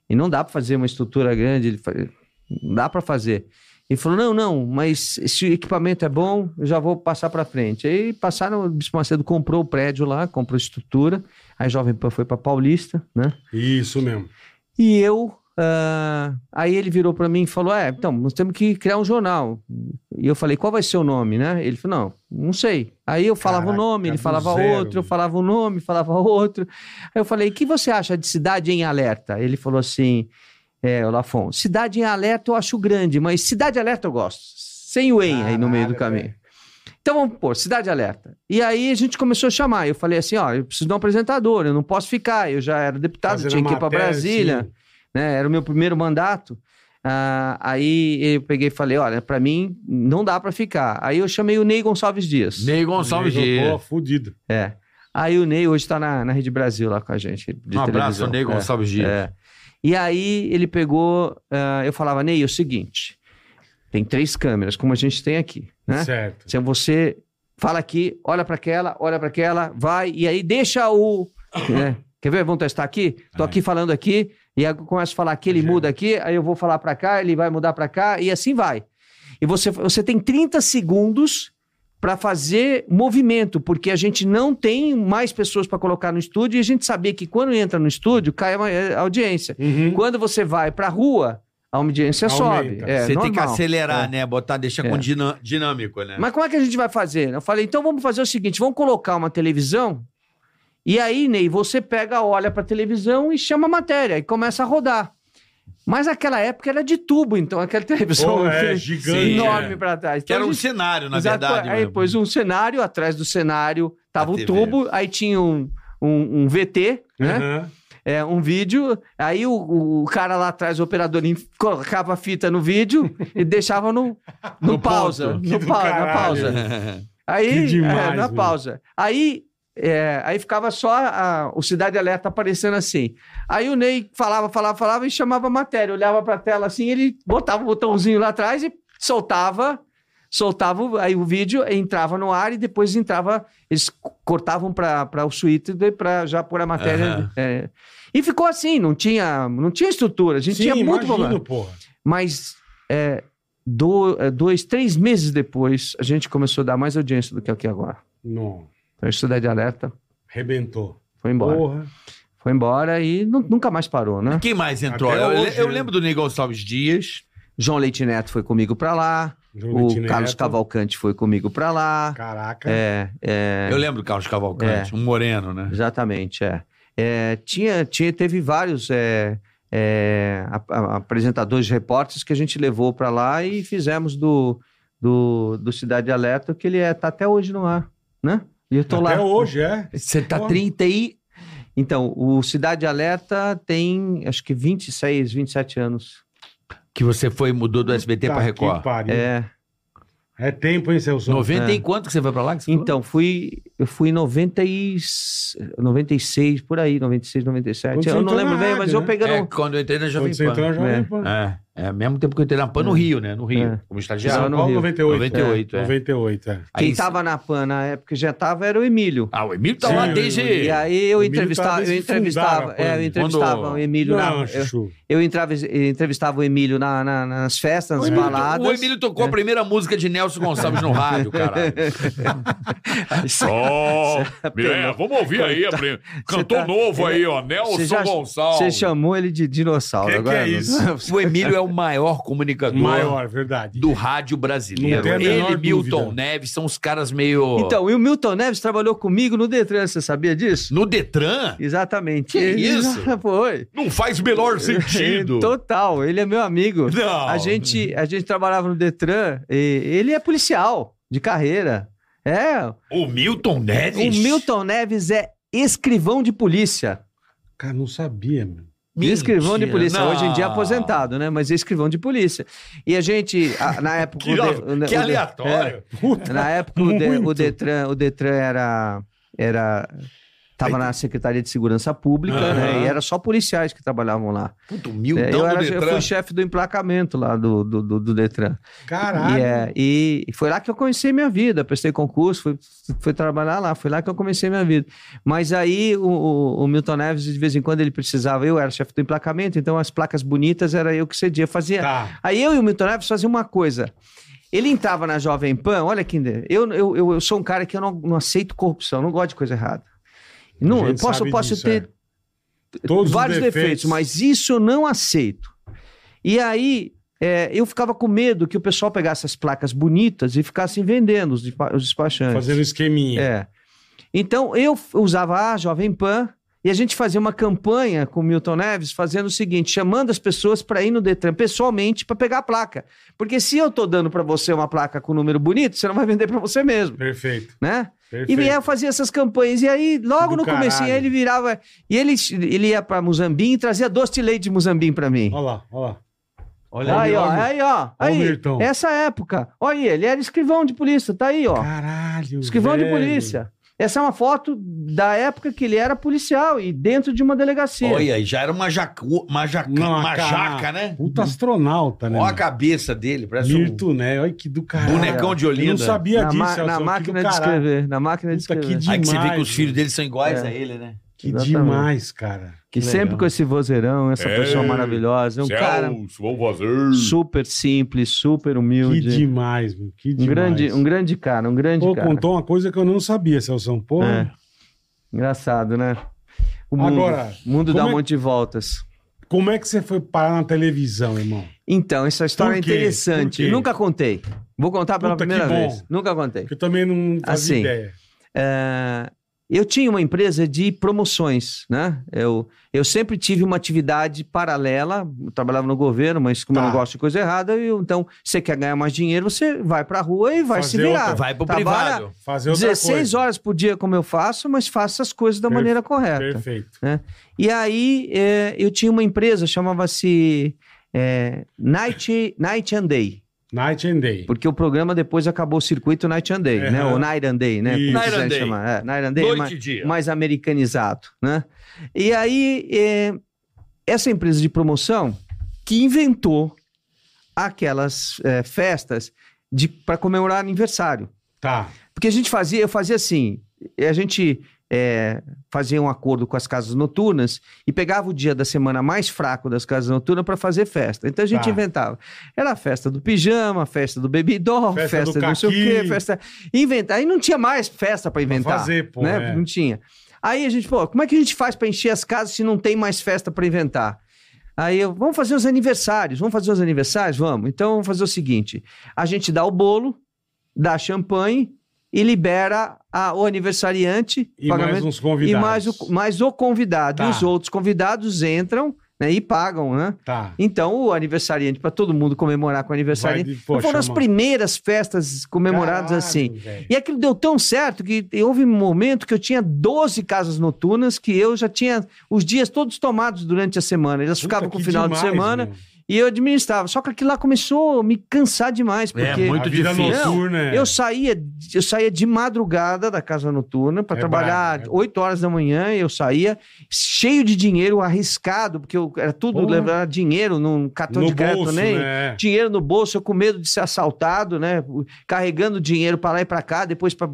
Speaker 3: E não dá para fazer uma estrutura grande, ele fa- não dá para fazer. Ele falou, não, não, mas se o equipamento é bom, eu já vou passar para frente. Aí passaram, o Bispo Macedo comprou o prédio lá, comprou a estrutura, aí a Jovem Pan foi para Paulista, né?
Speaker 2: Isso mesmo.
Speaker 3: E eu. ah, aí ele virou pra mim e falou: É, então, nós temos que criar um jornal. E eu falei: Qual vai ser o nome, né? Ele falou: Não, não sei. Aí eu falava
Speaker 2: Caraca,
Speaker 3: o nome, ele
Speaker 2: do
Speaker 3: falava
Speaker 2: zero,
Speaker 3: outro, eu
Speaker 2: velho.
Speaker 3: falava o nome, falava outro. Aí eu falei: O que você acha de Cidade em Alerta? Ele falou assim: É, Lafon, Cidade em Alerta eu acho grande, mas Cidade Alerta eu gosto. Sem o em aí no meio
Speaker 2: Caralho,
Speaker 3: do caminho.
Speaker 2: velho.
Speaker 3: Então vamos pôr, Cidade Alerta. E aí a gente começou a chamar. Eu falei assim: Ó, eu preciso de um apresentador, eu não posso ficar. Eu já era deputado,
Speaker 2: Fazendo
Speaker 3: Tá, tinha que ir pra
Speaker 2: matéria,
Speaker 3: Brasília
Speaker 2: assim.
Speaker 3: né? Era o meu primeiro mandato. Ah, aí eu peguei e falei, olha, pra mim não dá pra ficar. Aí eu chamei o Ney Gonçalves Dias.
Speaker 1: Ney Gonçalves
Speaker 2: Nego,
Speaker 1: Dias.
Speaker 2: Pô, fudido.
Speaker 3: É. Aí o Ney hoje tá na, na Rede Brasil lá com a gente. de
Speaker 1: Um abraço,
Speaker 3: televisão.
Speaker 1: Ney
Speaker 3: É.
Speaker 1: Gonçalves Dias.
Speaker 3: É. E aí ele pegou, ah, eu falava, Ney, é o seguinte, tem três câmeras, como a gente tem aqui, né?
Speaker 2: Certo.
Speaker 3: Então você fala aqui, olha pra aquela, olha pra aquela, vai, e aí
Speaker 1: [laughs]
Speaker 3: deixa o. né? Quer ver? Vamos testar aqui? Tô
Speaker 2: Vai.
Speaker 1: É.
Speaker 3: aqui falando aqui, e aí eu começo a falar aqui, ele
Speaker 2: Já.
Speaker 3: muda aqui, aí eu vou falar pra cá, ele vai mudar pra cá, e assim vai. E você, você tem 30 segundos pra fazer movimento, porque a gente não tem mais pessoas pra colocar no estúdio, e a gente sabia que quando entra no estúdio, cai a a audiência.
Speaker 2: Uhum.
Speaker 3: Quando você vai pra rua, a audiência
Speaker 2: Aumenta.
Speaker 3: sobe. É,
Speaker 1: Você tem que
Speaker 3: normal.
Speaker 1: acelerar,
Speaker 3: É.
Speaker 1: né? Botar, deixar
Speaker 3: É.
Speaker 1: com dinam- dinâmico, né?
Speaker 3: Mas como é que a gente vai fazer? Eu falei, então vamos fazer o seguinte: vamos colocar uma televisão. E aí, Ney, você pega, olha pra televisão e chama a matéria e começa a rodar. Mas naquela época era de tubo, então aquela televisão
Speaker 2: Pô, é,
Speaker 3: [laughs] aquele
Speaker 2: gigante,
Speaker 3: enorme
Speaker 1: é.
Speaker 3: pra trás.
Speaker 1: que
Speaker 3: Então,
Speaker 1: era
Speaker 3: a
Speaker 1: um
Speaker 3: gente-
Speaker 1: cenário, na
Speaker 3: Exato,
Speaker 1: verdade.
Speaker 3: Aí
Speaker 1: mesmo.
Speaker 3: pôs um cenário, atrás do cenário tava
Speaker 1: A
Speaker 3: o
Speaker 1: TV.
Speaker 3: tubo, aí tinha um, um, um VT, né?
Speaker 1: Uhum.
Speaker 2: Aham.
Speaker 3: é, um vídeo, aí o, o cara lá atrás, o operador, enf- colocava a fita no vídeo e deixava no,
Speaker 1: [laughs]
Speaker 3: no,
Speaker 1: No
Speaker 3: pausa,
Speaker 1: ponto.
Speaker 3: no
Speaker 2: Que do
Speaker 3: pau- na
Speaker 2: caralho.
Speaker 3: pausa.
Speaker 1: [laughs]
Speaker 3: Aí,
Speaker 2: Que demais,
Speaker 3: é, na
Speaker 2: mano.
Speaker 3: pausa. Aí, é, aí ficava só a- o Cidade Alerta aparecendo assim. Aí o Ney falava, falava, falava e chamava a matéria, olhava pra tela assim, ele botava o botãozinho lá atrás e soltava, soltava o- aí o vídeo, entrava no ar e depois entrava, eles c- cortavam para o suíte para já pôr a matéria.
Speaker 1: Aham.
Speaker 3: é. E ficou assim, não tinha, não tinha estrutura, a gente
Speaker 2: Sim,
Speaker 3: tinha muito problema.
Speaker 2: imagino, porra.
Speaker 3: Mas é, do- é, dois, três meses depois, a gente começou a dar mais audiência do que aqui agora.
Speaker 2: Não.
Speaker 3: Então, a Cidade Alerta
Speaker 2: Arrebentou.
Speaker 3: foi embora.
Speaker 2: Porra.
Speaker 3: Foi embora e nu- nunca mais parou, né?
Speaker 1: Quem mais entrou?
Speaker 2: Até
Speaker 1: Eu,
Speaker 2: hoje,
Speaker 1: eu
Speaker 2: né?
Speaker 1: lembro do Ney Gonçalves Dias.
Speaker 3: João Leite Neto foi comigo pra lá, o
Speaker 2: Juliette
Speaker 3: Carlos
Speaker 2: Neto.
Speaker 3: Cavalcante foi comigo pra lá.
Speaker 2: Caraca.
Speaker 3: É, é,
Speaker 1: Eu lembro do Carlos Cavalcante, um moreno, né?
Speaker 3: exatamente, é. É, tinha, tinha, teve vários é, é, a- a- apresentadores, repórteres que a gente levou pra lá e fizemos do, do, do Cidade Alerta, que ele é, tá até hoje no ar, né? E eu tô
Speaker 2: Até
Speaker 3: lá.
Speaker 2: hoje, é?
Speaker 1: Você
Speaker 3: Tá 30 e. Então, o Cidade Alerta tem acho que 26, 27 anos.
Speaker 1: Que você foi e mudou do SBT
Speaker 2: Tá
Speaker 1: pra
Speaker 2: que
Speaker 1: Record.
Speaker 2: pariu. É.
Speaker 3: É.
Speaker 2: tempo, hein, Celso?
Speaker 1: 90
Speaker 3: É.
Speaker 1: e quanto que você foi pra lá? que você
Speaker 3: Então, fui, eu fui em 90 e, 96, por aí, 96, 97.
Speaker 2: Quando você
Speaker 3: eu não
Speaker 2: entrou na
Speaker 3: lembro bem,
Speaker 2: rádio,
Speaker 3: mas eu
Speaker 2: né?
Speaker 3: pegando. um,
Speaker 1: falou? É, quando eu entrei na Jovem
Speaker 2: Quando você
Speaker 1: Pan.
Speaker 2: entrou na Jovem
Speaker 3: É.
Speaker 2: Pan.
Speaker 1: É, é ao mesmo tempo que eu entrei na Pan no Rio, né? No Rio,
Speaker 3: É.
Speaker 1: como
Speaker 3: Só
Speaker 2: São
Speaker 1: estagiário.
Speaker 3: no
Speaker 2: Paulo,
Speaker 3: Rio.
Speaker 2: 98.
Speaker 1: 98, é.
Speaker 2: 98, é.
Speaker 1: Aí-
Speaker 3: Quem estava na PAN na época já estava era o Emílio.
Speaker 1: Ah, o Emílio tá
Speaker 2: Sim,
Speaker 1: lá
Speaker 2: eu-
Speaker 1: desde...
Speaker 3: E aí eu
Speaker 2: O Emílio tá
Speaker 3: entrevistava,
Speaker 2: desde
Speaker 3: eu
Speaker 2: que fundaram
Speaker 3: entrevistava,
Speaker 2: a Pan,
Speaker 3: é, eu
Speaker 2: né?
Speaker 3: entrevistava
Speaker 1: Quando-
Speaker 3: o Emílio na-
Speaker 2: Não,
Speaker 3: eu,
Speaker 2: Chuchu.
Speaker 3: eu entrava- eu entrevistava o Emílio na- na- nas festas, nas
Speaker 1: O Emílio-
Speaker 3: baladas. É.
Speaker 1: O Emílio tocou a primeira música de Nelson Gonçalves no rádio,
Speaker 3: [laughs]
Speaker 1: caralho.
Speaker 4: Ó, é, vamos ouvir aí, a prim- cantor
Speaker 3: tá-
Speaker 4: novo aí, ó,
Speaker 1: é
Speaker 3: Você
Speaker 4: Nelson
Speaker 3: já- Você
Speaker 4: Gonçalves.
Speaker 3: chamou ele de dinossauro.
Speaker 2: Que que
Speaker 3: agora
Speaker 2: é
Speaker 3: não-
Speaker 2: isso?
Speaker 1: O Emílio é o maior comunicador
Speaker 2: Maior, verdade.
Speaker 1: do rádio brasileiro.
Speaker 2: Não tem a menor
Speaker 1: Ele, Milton
Speaker 2: dúvida.
Speaker 1: Neves, são os caras meio.
Speaker 3: Então, e o Milton Neves trabalhou comigo no Detran, você sabia disso?
Speaker 1: No Detran?
Speaker 3: Exatamente.
Speaker 1: Que
Speaker 3: Ele-
Speaker 1: isso?
Speaker 3: [laughs] Foi.
Speaker 4: Não faz o
Speaker 2: [laughs]
Speaker 4: menor sentido.
Speaker 3: [laughs] Total, ele é meu amigo.
Speaker 1: Não.
Speaker 3: A gente, a gente trabalhava no Detran, e ele é policial de carreira. É,
Speaker 4: O Milton Neves?
Speaker 3: o Milton Neves é escrivão de polícia.
Speaker 2: Cara, não sabia, meu.
Speaker 3: Escrivão de
Speaker 1: Mentira.
Speaker 3: polícia.
Speaker 1: Não.
Speaker 3: Hoje em dia é aposentado, né? Mas é escrivão de polícia. E a gente, a- na
Speaker 1: [laughs]
Speaker 3: época.
Speaker 4: Que,
Speaker 3: o de-
Speaker 4: ó,
Speaker 3: o de-
Speaker 4: que
Speaker 3: o de-
Speaker 4: aleatório.
Speaker 3: é, na época, o, de-
Speaker 2: Muito.
Speaker 3: o Detran, o Detran era. era Estava na Secretaria de Segurança Pública, né? E era só policiais que trabalhavam lá.
Speaker 1: Puta,
Speaker 3: É,
Speaker 1: humildão
Speaker 3: eu, era-
Speaker 1: do
Speaker 3: eu
Speaker 1: Detran.
Speaker 3: fui chefe do emplacamento lá do, do, do- do Detran.
Speaker 2: Caralho.
Speaker 3: E, é, e foi lá que eu comecei minha vida. Prestei concurso, fui, fui trabalhar lá. Foi lá que eu comecei minha vida. Mas aí o, o- o Milton Neves, de vez em quando, ele precisava. Eu era chefe do emplacamento, então as placas bonitas era eu que cedia. Fazia
Speaker 2: Tá.
Speaker 3: Aí eu e o Milton Neves fazíamos uma coisa. Ele entrava na Jovem Pan, olha que. Eu, eu, eu, eu sou um cara que eu não, não aceito corrupção, não gosto de coisa errada. Não,
Speaker 2: A
Speaker 3: eu
Speaker 2: gente
Speaker 3: posso, eu
Speaker 2: sabe
Speaker 3: posso
Speaker 2: disso,
Speaker 3: ter
Speaker 2: é. [laughs] Todos os
Speaker 3: vários defeitos. mas isso eu não aceito. E aí é, eu ficava com medo que o pessoal pegasse as placas bonitas e ficassem vendendo os, despa- os despachantes.
Speaker 2: Fazendo um esqueminha.
Speaker 3: É. Então eu f- usava a Jovem Pan e a gente fazia uma campanha com o Milton Neves fazendo o seguinte, chamando as pessoas para ir no Detran pessoalmente para pegar a placa. Porque se eu tô dando para você uma placa com um número bonito, você não vai vender para você mesmo,
Speaker 2: Perfeito.
Speaker 3: né? E
Speaker 2: Perfeito.
Speaker 3: aí eu fazia essas campanhas e aí logo
Speaker 2: Do
Speaker 3: no começo
Speaker 2: caralho.
Speaker 3: ele virava e ele ele ia para Muzambim e trazia doce de leite de Muzambim para mim.
Speaker 2: Olha lá, olha lá.
Speaker 1: Olha
Speaker 3: aí,
Speaker 1: aí,
Speaker 3: ó,
Speaker 1: olha.
Speaker 3: aí, ó,
Speaker 2: Olha o
Speaker 3: aí,
Speaker 2: Milton.
Speaker 3: essa época. Olha aí, ele era escrivão de polícia, tá aí, ó.
Speaker 2: Caralho.
Speaker 3: Escrivão de
Speaker 2: velho.
Speaker 3: polícia. Essa é uma foto da época que ele era policial e dentro de uma delegacia.
Speaker 1: Olha aí, já era uma, jacu, uma, jaca,
Speaker 2: Não,
Speaker 1: uma
Speaker 2: cara.
Speaker 1: jaca, né?
Speaker 2: Puta astronauta, né?
Speaker 1: Olha a
Speaker 2: meu?
Speaker 1: cabeça dele, parece um
Speaker 2: Mirto, né? Olha que do caralho.
Speaker 1: bonecão de
Speaker 2: Eu não
Speaker 1: Olinda.
Speaker 2: sabia
Speaker 3: na,
Speaker 2: disso, é
Speaker 3: ma-
Speaker 2: Elson,
Speaker 3: na
Speaker 2: que do
Speaker 3: máquina de
Speaker 2: caralho.
Speaker 3: escrever. Na máquina de
Speaker 2: Puta, que
Speaker 3: escrever.
Speaker 2: demais.
Speaker 1: Aí
Speaker 2: né?
Speaker 1: que você vê que os
Speaker 2: velho.
Speaker 1: filhos dele são iguais
Speaker 3: É.
Speaker 1: a ele, né?
Speaker 2: Que
Speaker 3: Exatamente.
Speaker 2: demais, cara.
Speaker 3: Que sempre com esse vozeirão, essa
Speaker 4: É.
Speaker 3: pessoa maravilhosa. Um cara
Speaker 4: Celso, vou fazer.
Speaker 3: super simples, super
Speaker 2: Que
Speaker 3: humilde.
Speaker 2: demais, meu. Que
Speaker 3: Um
Speaker 2: demais.
Speaker 3: grande, um grande cara, um grande
Speaker 2: Pô,
Speaker 3: cara.
Speaker 2: contou uma coisa que eu não sabia, Celso. Pô,
Speaker 3: É. Engraçado, né? O mundo,
Speaker 2: Agora,
Speaker 3: o mundo dá
Speaker 2: como
Speaker 3: um
Speaker 2: é-
Speaker 3: monte de voltas.
Speaker 2: como é que você foi parar na televisão, irmão?
Speaker 3: Então, essa história é
Speaker 2: Por quê? Por
Speaker 3: interessante.
Speaker 2: quê?
Speaker 3: Nunca contei. Vou contar pela
Speaker 2: Puta, que
Speaker 3: primeira
Speaker 2: bom.
Speaker 3: vez. Nunca contei.
Speaker 2: Porque eu também não fazia
Speaker 3: Assim,
Speaker 2: ideia.
Speaker 3: É, eu tinha uma empresa de promoções, né? Eu, eu sempre tive uma atividade paralela, eu trabalhava no governo, mas como eu não
Speaker 2: Tá.
Speaker 3: gosto de coisa errada, eu- então você quer ganhar mais dinheiro, você vai pra rua e vai
Speaker 2: Fazer
Speaker 3: se virar.
Speaker 2: outra-
Speaker 1: Vai pro
Speaker 3: Ah, Trabalha
Speaker 1: privado.
Speaker 2: Fazer outra
Speaker 3: 16
Speaker 2: coisa.
Speaker 3: horas por dia, como eu faço, mas faça as coisas da
Speaker 2: Perfe-
Speaker 3: maneira correta.
Speaker 2: Perfeito.
Speaker 3: E aí é, eu tinha uma empresa, chamava-se é, Night, Night and Day,
Speaker 2: Night and Day.
Speaker 3: porque o programa depois acabou o circuito Night and Day, né?
Speaker 2: Aham.
Speaker 3: Ou Night and Day, né?
Speaker 2: Isso.
Speaker 3: Como
Speaker 4: Night and
Speaker 3: quiserem
Speaker 4: Day.
Speaker 3: chamar. É, Night and Day, mas-
Speaker 4: Noite e dia.
Speaker 3: mais americanizado, né? E aí, é, essa empresa de promoção que inventou aquelas é, festas para comemorar aniversário.
Speaker 2: Tá.
Speaker 3: Porque a gente fazia, eu fazia assim, a gente é, fazia um acordo com as casas noturnas e pegava o dia da semana mais fraco das casas noturnas para fazer festa. Então a gente
Speaker 2: Tá.
Speaker 3: inventava. Era a festa do pijama, festa do baby doll,
Speaker 2: Festa do
Speaker 3: festa, do não sei o
Speaker 2: caqui.
Speaker 3: quê, festa... Inventar. Aí não tinha mais festa para inventar
Speaker 2: fazer, pô,
Speaker 3: né?
Speaker 2: é.
Speaker 3: Não tinha. Aí a gente, pô, como é que a gente faz para encher as casas se não tem mais festa para inventar? Aí eu, vamos fazer os aniversários, vamos fazer os aniversários? Vamos. Então vamos fazer o seguinte: a gente dá o bolo, dá champanhe e libera a- o aniversariante,
Speaker 2: E mais uns convidados.
Speaker 3: e mais o, mais o convidado.
Speaker 2: Tá.
Speaker 3: E os outros convidados entram né, e pagam, né?
Speaker 2: Tá.
Speaker 3: Então o aniversariante, para todo mundo comemorar com o
Speaker 2: Vai
Speaker 3: aniversariante.
Speaker 2: de- pô,
Speaker 3: Então, foram as
Speaker 2: chama-
Speaker 3: primeiras festas comemoradas
Speaker 2: Caralho,
Speaker 3: assim.
Speaker 2: velho.
Speaker 3: E aquilo deu tão certo que houve um momento que eu tinha 12 casas noturnas que eu já tinha os dias todos tomados durante a semana. Elas
Speaker 2: Puta,
Speaker 3: ficavam com o
Speaker 2: que
Speaker 3: final de
Speaker 2: demais,
Speaker 3: semana
Speaker 2: meu.
Speaker 3: e eu administrava. Só que aquilo lá começou a me cansar demais, porque
Speaker 1: É, muito
Speaker 2: a vida
Speaker 1: difícil.
Speaker 2: noturna. é-
Speaker 3: eu saía, eu saía de madrugada da casa noturna para
Speaker 2: É
Speaker 3: trabalhar
Speaker 2: brabo, é.
Speaker 3: 8 horas da manhã, e eu saía cheio de dinheiro arriscado, porque eu era tudo
Speaker 2: Porra.
Speaker 3: levar dinheiro num cartão de crédito nem
Speaker 2: né?
Speaker 3: dinheiro no bolso, eu com medo de ser assaltado, né? Carregando dinheiro para lá e para cá, depois para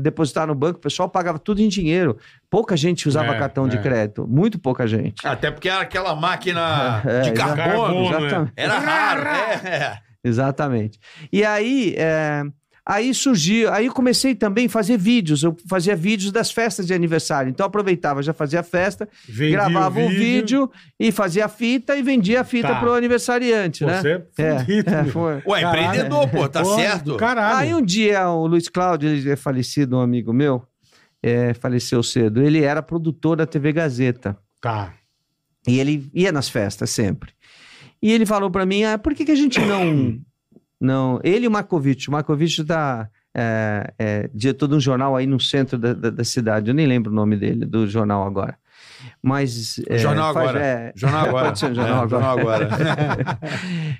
Speaker 3: depositar no banco, o pessoal pagava tudo em dinheiro. Pouca gente usava
Speaker 2: É,
Speaker 3: cartão de
Speaker 2: é.
Speaker 3: crédito, muito pouca gente.
Speaker 1: Até porque era aquela máquina
Speaker 3: [laughs] É,
Speaker 1: de
Speaker 3: exa-
Speaker 1: carbono.
Speaker 2: Ah, Carbono. né?
Speaker 3: Exatamente.
Speaker 1: Era raro, né?
Speaker 3: Exatamente. E aí, é, aí surgiu, aí eu comecei também a fazer vídeos, eu fazia vídeos das festas de aniversário. Então eu aproveitava, já fazia a festa,
Speaker 2: Vendia
Speaker 3: gravava o vídeo. e fazia a fita e vendia a fita
Speaker 2: Tá.
Speaker 3: pro aniversariante,
Speaker 2: Pô,
Speaker 3: né?
Speaker 2: Você é fudido,
Speaker 3: é,
Speaker 2: meu.
Speaker 3: foi.
Speaker 1: Ué,
Speaker 2: Caralho.
Speaker 1: empreendedor, pô, tá
Speaker 2: Porra,
Speaker 1: certo?
Speaker 2: do Caralho.
Speaker 3: Aí um dia o Luiz Cláudio, ele é falecido, um amigo meu, é, faleceu cedo. Ele era produtor da TV Gazeta
Speaker 2: Tá.
Speaker 3: e ele ia nas festas sempre. E ele falou pra mim, ah, por que, que a gente
Speaker 1: [coughs]
Speaker 3: não, não... Ele e o Markovic, o Markovic tá... É, é, diretor de um jornal aí no centro da, da- da cidade, eu nem lembro o nome dele, do jornal agora. Mas. é,
Speaker 1: Jornal
Speaker 3: faz-
Speaker 1: Agora.
Speaker 3: é,
Speaker 1: Jornal agora.
Speaker 3: Pode ser um jornal
Speaker 1: É,
Speaker 3: agora. [laughs]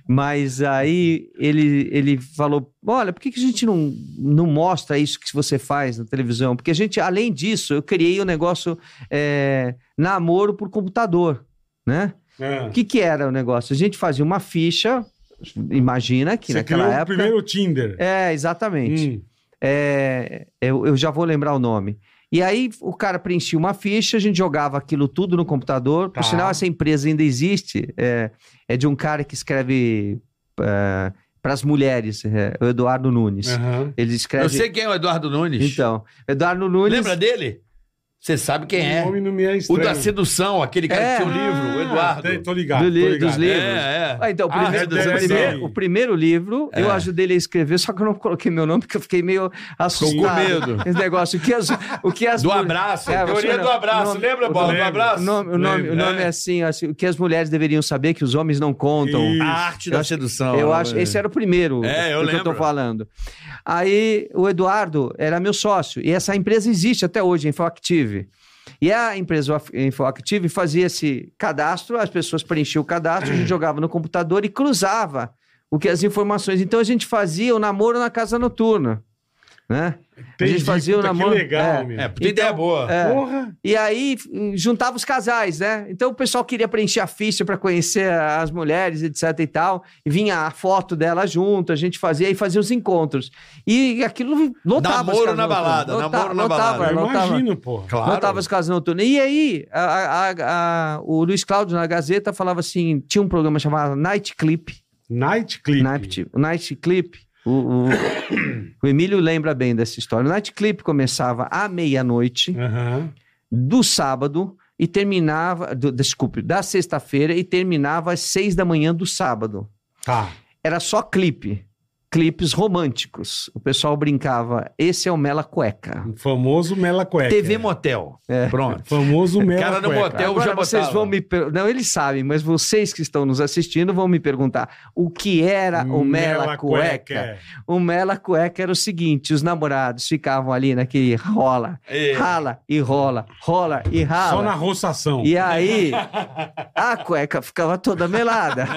Speaker 3: Mas aí ele, ele falou: olha, por que, que a gente não, não mostra isso que você faz na televisão? Porque a gente, além disso, eu criei o negócio é, namoro por computador, né?
Speaker 2: Ah.
Speaker 3: O que, que era o negócio? A gente fazia uma ficha, imagina que
Speaker 2: Você
Speaker 3: naquela
Speaker 2: criou o
Speaker 3: época.
Speaker 2: primeiro Tinder.
Speaker 3: É, exatamente.
Speaker 2: Hum.
Speaker 3: É, eu, eu já vou lembrar o nome. E aí o cara preenchia uma ficha, a gente jogava aquilo tudo no computador.
Speaker 2: Tá.
Speaker 3: Por sinal, essa empresa ainda existe. É, é de um cara que escreve para as mulheres, é, o Eduardo Nunes.
Speaker 2: Aham.
Speaker 3: Ele escreve.
Speaker 1: Eu sei quem é o Eduardo Nunes.
Speaker 3: Então, Eduardo Nunes.
Speaker 1: Lembra dele? Você sabe quem
Speaker 2: O
Speaker 1: é.
Speaker 2: nome não me é
Speaker 1: O
Speaker 2: estranho.
Speaker 1: da sedução, aquele cara
Speaker 3: É.
Speaker 1: que tinha o livro, o Eduardo.
Speaker 2: Ah, Tô ligado,
Speaker 3: Do
Speaker 2: tô
Speaker 3: li-
Speaker 2: ligado.
Speaker 3: dos livros.
Speaker 1: É,
Speaker 3: Ah, então, o
Speaker 1: Ah,
Speaker 3: primeiro,
Speaker 1: é
Speaker 3: o,
Speaker 1: desse
Speaker 3: primeiro,
Speaker 2: livro.
Speaker 3: o primeiro livro eu
Speaker 1: É.
Speaker 3: ajudei ele a escrever, só que eu não coloquei meu nome porque eu fiquei meio assustado.
Speaker 1: Ficou com medo.
Speaker 3: Esse negócio. O que as, o que as
Speaker 1: Do
Speaker 3: mul-
Speaker 1: abraço.
Speaker 3: É, você
Speaker 1: Teoria
Speaker 3: não-
Speaker 1: do abraço.
Speaker 3: não-
Speaker 1: Lembra, Bola? Do
Speaker 2: lembro.
Speaker 1: abraço?
Speaker 3: O nome, o nome, o
Speaker 1: Lembra,
Speaker 3: nome é
Speaker 1: é.
Speaker 3: assim, assim, o que as mulheres deveriam saber é que os homens não contam.
Speaker 2: Isso.
Speaker 1: A arte da sedução.
Speaker 3: Eu
Speaker 1: né,
Speaker 3: acho,
Speaker 1: mano?
Speaker 3: esse era o primeiro
Speaker 1: É, eu
Speaker 3: do que eu tô
Speaker 1: lembro.
Speaker 3: falando. Aí o Eduardo era meu sócio e essa empresa existe até hoje, a Infoactive. E a empresa Infoactive fazia esse cadastro, as pessoas preenchiam o
Speaker 2: [clears throat]
Speaker 3: cadastro, a gente jogava no computador e cruzava o que as informações. Então a gente fazia o namoro na casa noturna, né? a gente
Speaker 2: Entendi,
Speaker 3: fazia o
Speaker 2: puta,
Speaker 3: namoro.
Speaker 2: Que legal,
Speaker 3: é,
Speaker 2: meu.
Speaker 1: É, puta ideia boa.
Speaker 3: é.
Speaker 2: Porra.
Speaker 3: E aí f- juntava os casais, né? Então o pessoal queria preencher a ficha para conhecer a- as mulheres, etc e tal. E vinha a foto dela junto, a gente fazia e fazia os encontros. E aquilo lotava
Speaker 1: Namoro
Speaker 3: as casas
Speaker 1: na
Speaker 3: noturnas.
Speaker 1: balada,
Speaker 3: Lota-
Speaker 1: namoro na
Speaker 3: lotava,
Speaker 1: balada.
Speaker 2: Eu
Speaker 3: lotava.
Speaker 2: imagino, porra.
Speaker 1: Claro.
Speaker 3: Lotava as casas noturnas. E aí, a- a- a- a- o Luiz Cláudio na Gazeta falava assim: tinha um programa chamado Night Clip.
Speaker 2: Night Clip.
Speaker 3: Night, Night Clip. O, o- [coughs] o Emílio lembra bem dessa história. O Night Clip começava à meia-noite
Speaker 2: Aham.
Speaker 3: do sábado e terminava, do- desculpe, da sexta-feira e terminava às seis da manhã do sábado.
Speaker 2: Tá.
Speaker 3: Era só clipe, clipes românticos. O pessoal brincava, esse é o Mela Cueca.
Speaker 2: O famoso Mela Cueca.
Speaker 1: TV Motel. Pronto.
Speaker 2: Famoso Mela
Speaker 1: Cara no
Speaker 2: Cueca.
Speaker 1: motel. Eu
Speaker 3: Agora
Speaker 1: já
Speaker 3: vocês
Speaker 1: botava.
Speaker 3: vão me... per- Não, eles sabem, mas vocês que estão nos assistindo vão me perguntar o que era o Mela, cueca. O Mela Cueca era o seguinte, os namorados ficavam ali naquele rola,
Speaker 1: É.
Speaker 3: rala e rola, rola e rala.
Speaker 2: Só na roçação.
Speaker 3: Ah, E aí, a cueca ficava
Speaker 2: [laughs]
Speaker 3: toda melada.
Speaker 2: [laughs]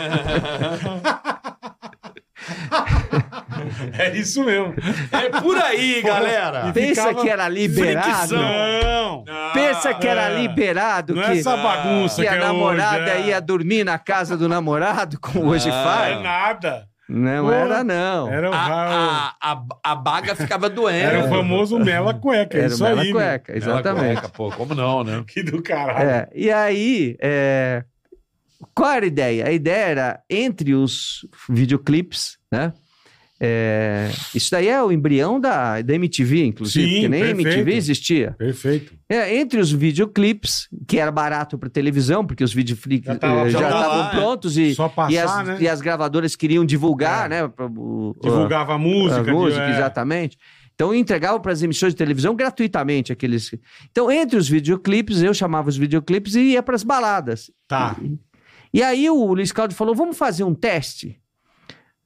Speaker 2: É isso mesmo.
Speaker 1: É por
Speaker 3: [laughs]
Speaker 1: aí, galera.
Speaker 3: Pensa
Speaker 2: ficava
Speaker 3: que era liberado.
Speaker 2: Não.
Speaker 3: Pensa que era
Speaker 2: é.
Speaker 3: liberado
Speaker 2: Não
Speaker 3: que,
Speaker 2: é essa bagunça que
Speaker 3: que a
Speaker 2: é
Speaker 3: namorada
Speaker 2: hoje, é.
Speaker 3: ia dormir na casa do namorado, como hoje
Speaker 2: Não é
Speaker 3: faz.
Speaker 2: nada.
Speaker 3: Não
Speaker 2: Porra.
Speaker 3: era, não. Ah, é.
Speaker 2: Era o,
Speaker 1: A, a, a, a baga ficava doendo.
Speaker 2: era o famoso Mela Cueca.
Speaker 3: Era
Speaker 2: isso
Speaker 3: uma
Speaker 2: aí. meu.
Speaker 3: cueca, exatamente.
Speaker 1: Ela cueca, pô, como não, né?
Speaker 2: Que do caralho.
Speaker 3: É, e aí, é, qual era a ideia? A ideia era, entre os videoclipes, né? é, isso daí é o embrião da, da MTV, inclusive,
Speaker 2: Sim,
Speaker 3: porque nem MTV
Speaker 2: perfeito.
Speaker 3: existia.
Speaker 2: Perfeito.
Speaker 3: É, entre os videoclipes, que era barato para televisão, porque os videoclipes eh,
Speaker 2: Já
Speaker 3: já
Speaker 2: tava- já tava
Speaker 3: estavam
Speaker 1: lá,
Speaker 3: prontos e,
Speaker 2: Só passar,
Speaker 3: e as,
Speaker 2: né?
Speaker 3: e as gravadoras queriam divulgar,
Speaker 2: É.
Speaker 3: né? pra- o-
Speaker 2: Divulgava a
Speaker 3: a- a
Speaker 2: música.
Speaker 3: música,
Speaker 2: de- é.
Speaker 3: exatamente. Então entregavam para as emissoras de televisão gratuitamente aqueles. Então, entre os videoclipes, eu chamava os videoclipes e ia para as baladas.
Speaker 2: Tá.
Speaker 3: E aí o Luiz Claudio falou: vamos fazer um teste?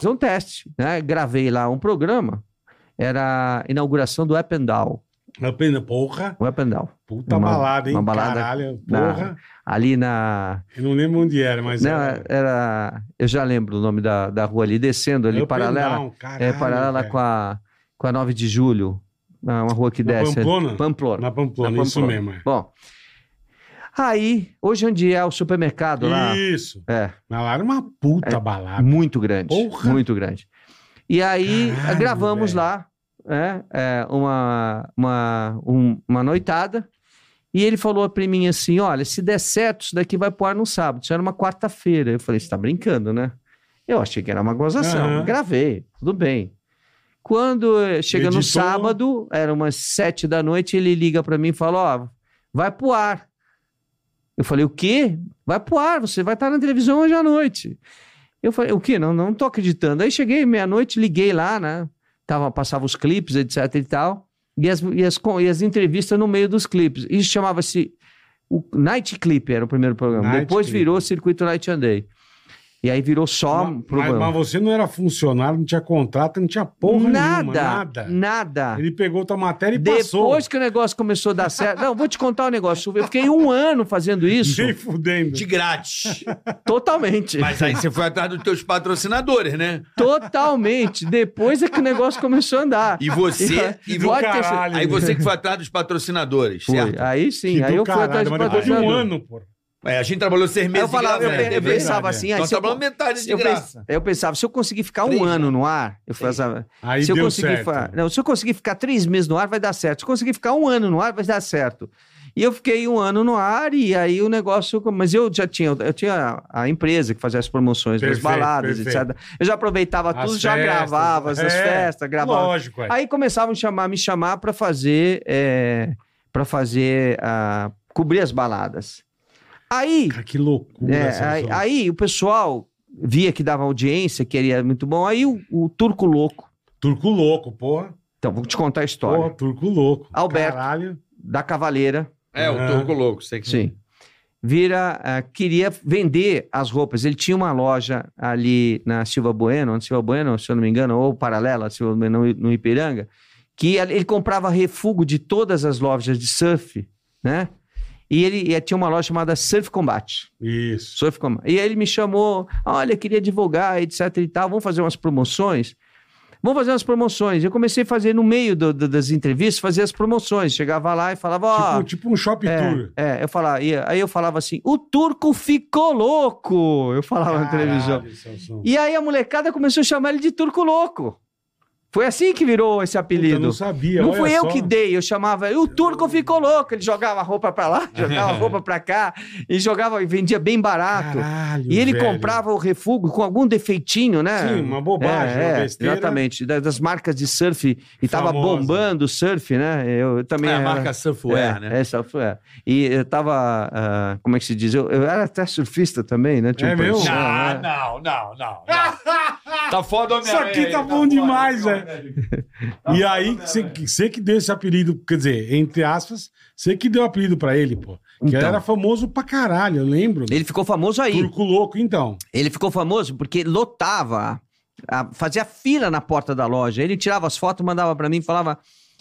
Speaker 3: fazer um teste, né? Gravei lá um programa, era a inauguração do Up and Down,
Speaker 2: Apenas, porra.
Speaker 3: o Um Up and Down,
Speaker 2: Puta
Speaker 3: Uma-
Speaker 2: balada, hein?
Speaker 3: uma balada
Speaker 2: Caralho.
Speaker 3: na-
Speaker 2: Porra. é.
Speaker 3: ali na...
Speaker 2: Eu não lembro onde era, mas
Speaker 3: não,
Speaker 2: era.
Speaker 3: era... Eu já lembro o nome da, da rua ali, descendo ali,
Speaker 2: Up and
Speaker 3: paralela,
Speaker 2: down, caralho,
Speaker 3: é, paralela
Speaker 2: velho.
Speaker 3: com, a, com a 9 de Julho, na- uma rua que
Speaker 2: Na
Speaker 3: desce.
Speaker 2: Pamplona?
Speaker 3: Pamplona.
Speaker 2: Na Pamplona,
Speaker 3: é- Na
Speaker 2: isso
Speaker 3: Pamplona.
Speaker 2: mesmo. é.
Speaker 3: Bom, aí, hoje onde é o supermercado lá,
Speaker 2: Isso.
Speaker 3: é,
Speaker 2: Mas lá era uma puta balada.
Speaker 3: muito grande,
Speaker 2: Porra.
Speaker 3: muito grande. E aí,
Speaker 2: Caralho,
Speaker 3: gravamos
Speaker 2: velho.
Speaker 3: lá né, é, uma, uma, um- uma noitada. E ele falou pra mim assim: olha, se der certo, isso daqui vai pro ar no sábado. Isso era uma quarta-feira. Eu falei: você tá brincando, né? Eu achei que era uma gozação.
Speaker 2: Aham.
Speaker 3: Gravei, tudo bem. Quando eh, chega no
Speaker 2: Editou.
Speaker 3: sábado, era umas sete da noite, ele liga pra mim e fala: ó, vai pro ar. Eu falei, o quê? Vai pro ar, você vai estar na televisão hoje à noite. Eu falei, o quê? Não, não tô acreditando. Aí cheguei meia-noite, liguei lá, né? Tava, passava os clipes, etc e tal. E as, e, as, con- e as entrevistas no meio dos clipes. Isso chamava-se... O Night Clip era o primeiro programa.
Speaker 2: Night
Speaker 3: Depois
Speaker 2: Clip.
Speaker 3: virou Circuito Night and Day. E aí virou só um
Speaker 2: mas,
Speaker 3: programa.
Speaker 2: mas você não era funcionário, não tinha contrato, não tinha porra
Speaker 3: nada,
Speaker 2: nenhuma, nada.
Speaker 3: Nada.
Speaker 2: Ele pegou tua matéria e
Speaker 3: Depois
Speaker 2: passou.
Speaker 3: que o negócio começou a dar certo. Não, vou te contar um negócio. Eu fiquei um ano fazendo isso
Speaker 2: Nem fudendo.
Speaker 1: De grátis.
Speaker 3: totalmente.
Speaker 1: Mas aí você foi atrás dos teus patrocinadores, né?
Speaker 3: Totalmente. Depois é que o negócio começou a andar.
Speaker 1: E você. e
Speaker 3: E
Speaker 1: vo-
Speaker 3: pode ter sido-
Speaker 2: caralho.
Speaker 1: Aí você que foi atrás dos patrocinadores,
Speaker 3: Foi.
Speaker 1: certo?
Speaker 3: Aí sim,
Speaker 2: Que
Speaker 3: aí
Speaker 2: do
Speaker 3: eu fui atrás
Speaker 2: caralho,
Speaker 3: do
Speaker 2: mas depois de um
Speaker 3: patrocinador.
Speaker 2: ano, pô.
Speaker 1: É, a gente trabalhou seis meses
Speaker 3: Aí eu falava, eu,
Speaker 1: de graça,
Speaker 3: pe-
Speaker 1: né?
Speaker 3: eu
Speaker 2: verdade,
Speaker 3: pensava
Speaker 2: é.
Speaker 3: assim, aí
Speaker 1: Então
Speaker 3: se eu,
Speaker 1: tá falando metade de
Speaker 3: eu
Speaker 1: graça.
Speaker 3: pens- eu pensava, se eu conseguir ficar um
Speaker 1: Três,
Speaker 2: né?
Speaker 3: ano no ar, eu fazia,
Speaker 2: Aí
Speaker 3: se eu
Speaker 2: deu
Speaker 3: conseguir
Speaker 2: certo.
Speaker 3: fa- não, se eu conseguir ficar três meses no ar, vai dar certo. Se eu conseguir ficar um ano no ar, vai dar certo. E eu fiquei um ano no ar e aí o negócio, mas eu já tinha, eu tinha a a empresa que fazia as promoções das
Speaker 2: Perfeito,
Speaker 3: baladas,
Speaker 2: perfeito.
Speaker 3: etc. Eu já aproveitava
Speaker 2: As
Speaker 3: tudo, já
Speaker 2: festas,
Speaker 3: gravava as
Speaker 2: é,
Speaker 3: festas, gravava
Speaker 2: Lógico, é.
Speaker 3: Aí começavam a chamar, me chamar para fazer para fazer ah, cobrir as baladas. Aí,
Speaker 2: Cara, que loucura
Speaker 3: é,
Speaker 2: essa
Speaker 3: aí,
Speaker 2: pessoa.
Speaker 3: aí o pessoal via que dava audiência, que era muito bom. Aí o, o turco louco.
Speaker 2: Turco louco, porra.
Speaker 3: Então, vou te contar a história.
Speaker 2: Porra, turco louco.
Speaker 3: Alberto.
Speaker 2: Caralho.
Speaker 3: Da Cavaleira,
Speaker 1: É,
Speaker 2: Ah.
Speaker 1: o Turco Louco, sei que.
Speaker 3: sim. Vira, ah, queria vender as roupas. Ele tinha uma loja ali na Silva Bueno, na Silva Bueno, se eu não me engano, ou paralela, Silva Bueno, no- no Ipiranga, que ele comprava refúgio de todas as lojas de surf, né? E ele e tinha uma loja chamada Surf Combat.
Speaker 2: Isso.
Speaker 3: Surf Com- E aí ele me chamou, olha, queria divulgar, etc e tal, vamos fazer umas promoções? Vamos fazer umas promoções. Eu comecei a fazer no meio do- do- das entrevistas, fazer as promoções. Chegava lá e falava, ó...
Speaker 2: Tipo, tipo um shopping tour.
Speaker 3: é, é, eu falava, e aí eu falava assim, o turco ficou louco! Eu falava na televisão.
Speaker 2: Caralho, Sansão.
Speaker 3: E aí a molecada começou a chamar ele de turco louco. Foi assim que virou esse
Speaker 2: Puta, eu
Speaker 3: apelido.
Speaker 2: não sabia.
Speaker 3: Não
Speaker 2: olha
Speaker 3: fui eu
Speaker 2: só.
Speaker 3: que dei, eu chamava. O turco ficou louco. Ele jogava roupa
Speaker 2: [laughs]
Speaker 3: pra lá, jogava roupa pra cá, e jogava, e vendia bem barato.
Speaker 2: Caralho,
Speaker 3: e ele
Speaker 2: velho.
Speaker 3: comprava o refúgio com algum defeitinho, né?
Speaker 2: Sim, uma bobagem,
Speaker 3: É,
Speaker 2: uma
Speaker 3: é,
Speaker 2: besteira.
Speaker 3: Exatamente, da- das marcas de surf. E tava
Speaker 2: Famosa.
Speaker 3: bombando o surf, né? Eu, eu também.
Speaker 1: É a
Speaker 3: era-
Speaker 1: marca Surfwear,
Speaker 3: é,
Speaker 1: né?
Speaker 3: É, surfwear. E eu tava. ah, como é que se diz? Eu, eu era até surfista também, né? Tinha
Speaker 2: É mesmo?
Speaker 3: profissão,
Speaker 4: Ah,
Speaker 3: né?
Speaker 4: não, não, não. não. tá foda, homem
Speaker 2: Isso aqui tá bom demais, é. velho. E aí, você que, você que deu esse apelido, quer dizer, entre aspas, você que deu o apelido pra ele, pô. Que ele
Speaker 3: Então.
Speaker 2: era famoso pra caralho, eu lembro. né?
Speaker 3: Ele ficou famoso aí.
Speaker 2: Turco louco, então.
Speaker 3: Ele ficou famoso porque lotava, a- fazia fila na porta da loja. Ele tirava as fotos, mandava pra mim, falava: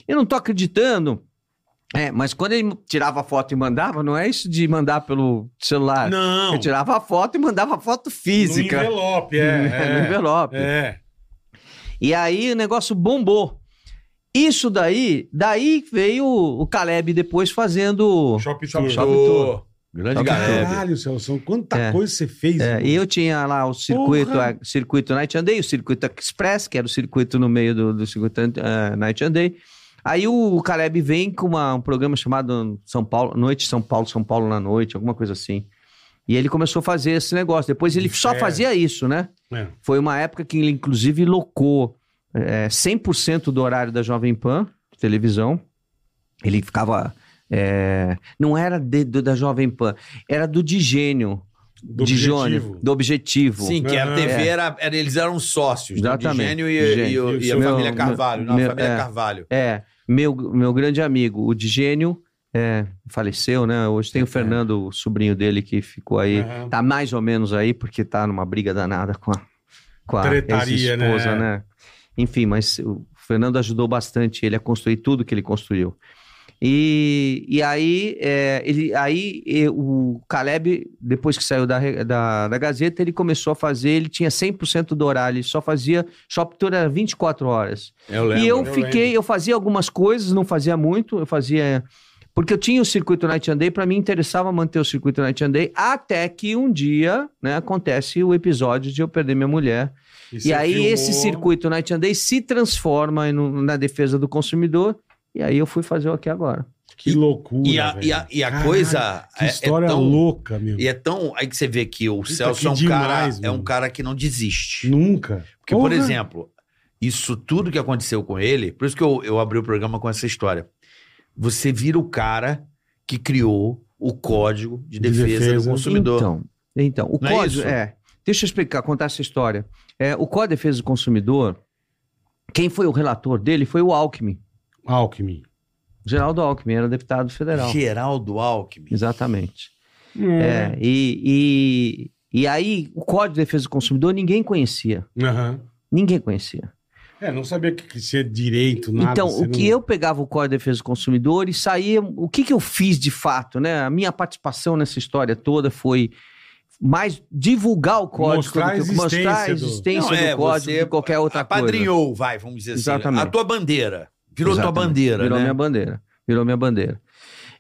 Speaker 3: Eu não tô acreditando. É, mas quando ele tirava a foto e mandava, não é isso de mandar pelo celular.
Speaker 2: Não.
Speaker 3: Ele tirava a foto e mandava a foto Ah,
Speaker 2: No
Speaker 3: física.
Speaker 2: envelope, é.
Speaker 3: [laughs] No
Speaker 2: é,
Speaker 3: envelope.
Speaker 2: É.
Speaker 3: E aí o negócio bombou. Isso daí, daí veio o Caleb depois fazendo.
Speaker 2: Shopping
Speaker 1: Shop
Speaker 2: tour.
Speaker 1: Show. Grande galera.
Speaker 2: Caralho, Celso, quanta
Speaker 3: É.
Speaker 2: coisa você fez.
Speaker 3: É,
Speaker 2: mano.
Speaker 3: e eu tinha lá o circuito,
Speaker 2: Porra!
Speaker 3: a- circuito Night and Day, o circuito Express, que era o circuito no meio do, do circuito eh, Night and Day. Aí o Caleb vem com uma- um programa chamado São Paulo, Noite São Paulo, São Paulo na Noite, alguma coisa assim. E ele começou a fazer esse negócio. Depois ele
Speaker 2: De
Speaker 3: só
Speaker 2: férias.
Speaker 3: fazia isso, né?
Speaker 2: É.
Speaker 3: Foi uma época que ele, inclusive, locou eh, 100% do horário da Jovem Pan, de televisão. Ele ficava. eh, não era de- do- da Jovem Pan, era do Digênio.
Speaker 2: Do
Speaker 3: de Jônio,
Speaker 2: Objetivo.
Speaker 3: do objetivo.
Speaker 1: Sim, que a
Speaker 2: Aham.
Speaker 1: TV era, era- Eles eram sócios. né? O
Speaker 3: Exatamente.
Speaker 1: Digênio e, e,
Speaker 3: Digênio.
Speaker 1: o- e a
Speaker 3: Meu-
Speaker 1: família Carvalho. Não, a
Speaker 3: meu-
Speaker 1: família
Speaker 3: é.
Speaker 1: Carvalho.
Speaker 3: É, meu, meu grande amigo, o Digênio, é, faleceu, né? Hoje tem o Fernando, o sobrinho dele, que ficou aí.
Speaker 2: É. Aham.
Speaker 3: Tá mais ou menos aí, porque tá numa briga danada com a, com a
Speaker 2: Tretaria,
Speaker 3: ex-esposa,
Speaker 2: né?
Speaker 3: né? Enfim, mas o Fernando ajudou bastante ele a construir tudo que ele construiu. E, e aí, é, ele, aí e, o Caleb, depois que saiu da, re- da, da Gazeta, ele começou a fazer, ele tinha 100% do horário, ele só fazia, Shop Tour era 24 horas.
Speaker 1: Eu
Speaker 3: E
Speaker 2: eu
Speaker 3: eu, fiquei,
Speaker 2: lembro.
Speaker 3: eu fazia algumas coisas, não fazia muito, eu fazia. Porque eu tinha o circuito Night and Day, pra mim interessava manter o circuito Night and Day, até que um dia, né, acontece o episódio de eu perder minha mulher. E,
Speaker 2: você
Speaker 3: aí
Speaker 2: filmou.
Speaker 3: esse circuito Night and Day se transforma em um- na defesa do consumidor, e aí eu fui fazer o aqui agora.
Speaker 2: Que loucura.
Speaker 1: E a, e a-
Speaker 2: velho.
Speaker 1: e a
Speaker 2: Caralho,
Speaker 1: coisa.
Speaker 2: Que
Speaker 1: é-
Speaker 2: história
Speaker 1: é tão,
Speaker 2: louca, meu.
Speaker 1: E é tão. Aí que você vê que o
Speaker 2: Puta,
Speaker 1: Celso
Speaker 2: que
Speaker 1: é, um
Speaker 2: demais,
Speaker 1: cara, é um
Speaker 2: mano.
Speaker 1: cara que não desiste.
Speaker 2: Nunca.
Speaker 1: Porque, por
Speaker 2: Porra.
Speaker 1: exemplo, isso tudo que aconteceu com ele, por isso que eu, eu abri o programa com essa história. Você vira o cara que criou o Código de
Speaker 2: De
Speaker 1: Defesa,
Speaker 2: Defesa.
Speaker 1: do Consumidor.
Speaker 3: Então, então o
Speaker 1: Não é
Speaker 3: código.
Speaker 1: isso?
Speaker 3: É, Deixa eu explicar, contar essa história. É, o Código de Defesa do Consumidor, quem foi o relator dele foi o Alckmin.
Speaker 2: Alckmin.
Speaker 3: Geraldo Alckmin, era deputado federal.
Speaker 1: Geraldo Alckmin.
Speaker 3: Exatamente. É, e, e, e aí, o Código de Defesa do Consumidor ninguém conhecia.
Speaker 2: Aham.
Speaker 3: Ninguém conhecia.
Speaker 2: É, não sabia que, que ser direito, nada. um
Speaker 3: então,
Speaker 2: você
Speaker 3: o que
Speaker 2: não-
Speaker 3: eu pegava o Código de Defesa do Consumidor e saía. O que, que eu fiz de fato, né? A minha participação nessa história toda foi mais divulgar o código,
Speaker 2: Mostrar
Speaker 3: do
Speaker 2: a
Speaker 3: que mostrar a
Speaker 2: existência do-
Speaker 3: existência
Speaker 1: Não, é,
Speaker 3: do código
Speaker 1: você
Speaker 3: de qualquer outra coisa.
Speaker 1: Apadrinhou, vai, vamos dizer
Speaker 3: Exatamente.
Speaker 1: assim. A tua bandeira. Virou tua
Speaker 3: Exatamente.
Speaker 1: bandeira,
Speaker 3: Virou
Speaker 1: né?
Speaker 3: minha bandeira. Virou minha bandeira.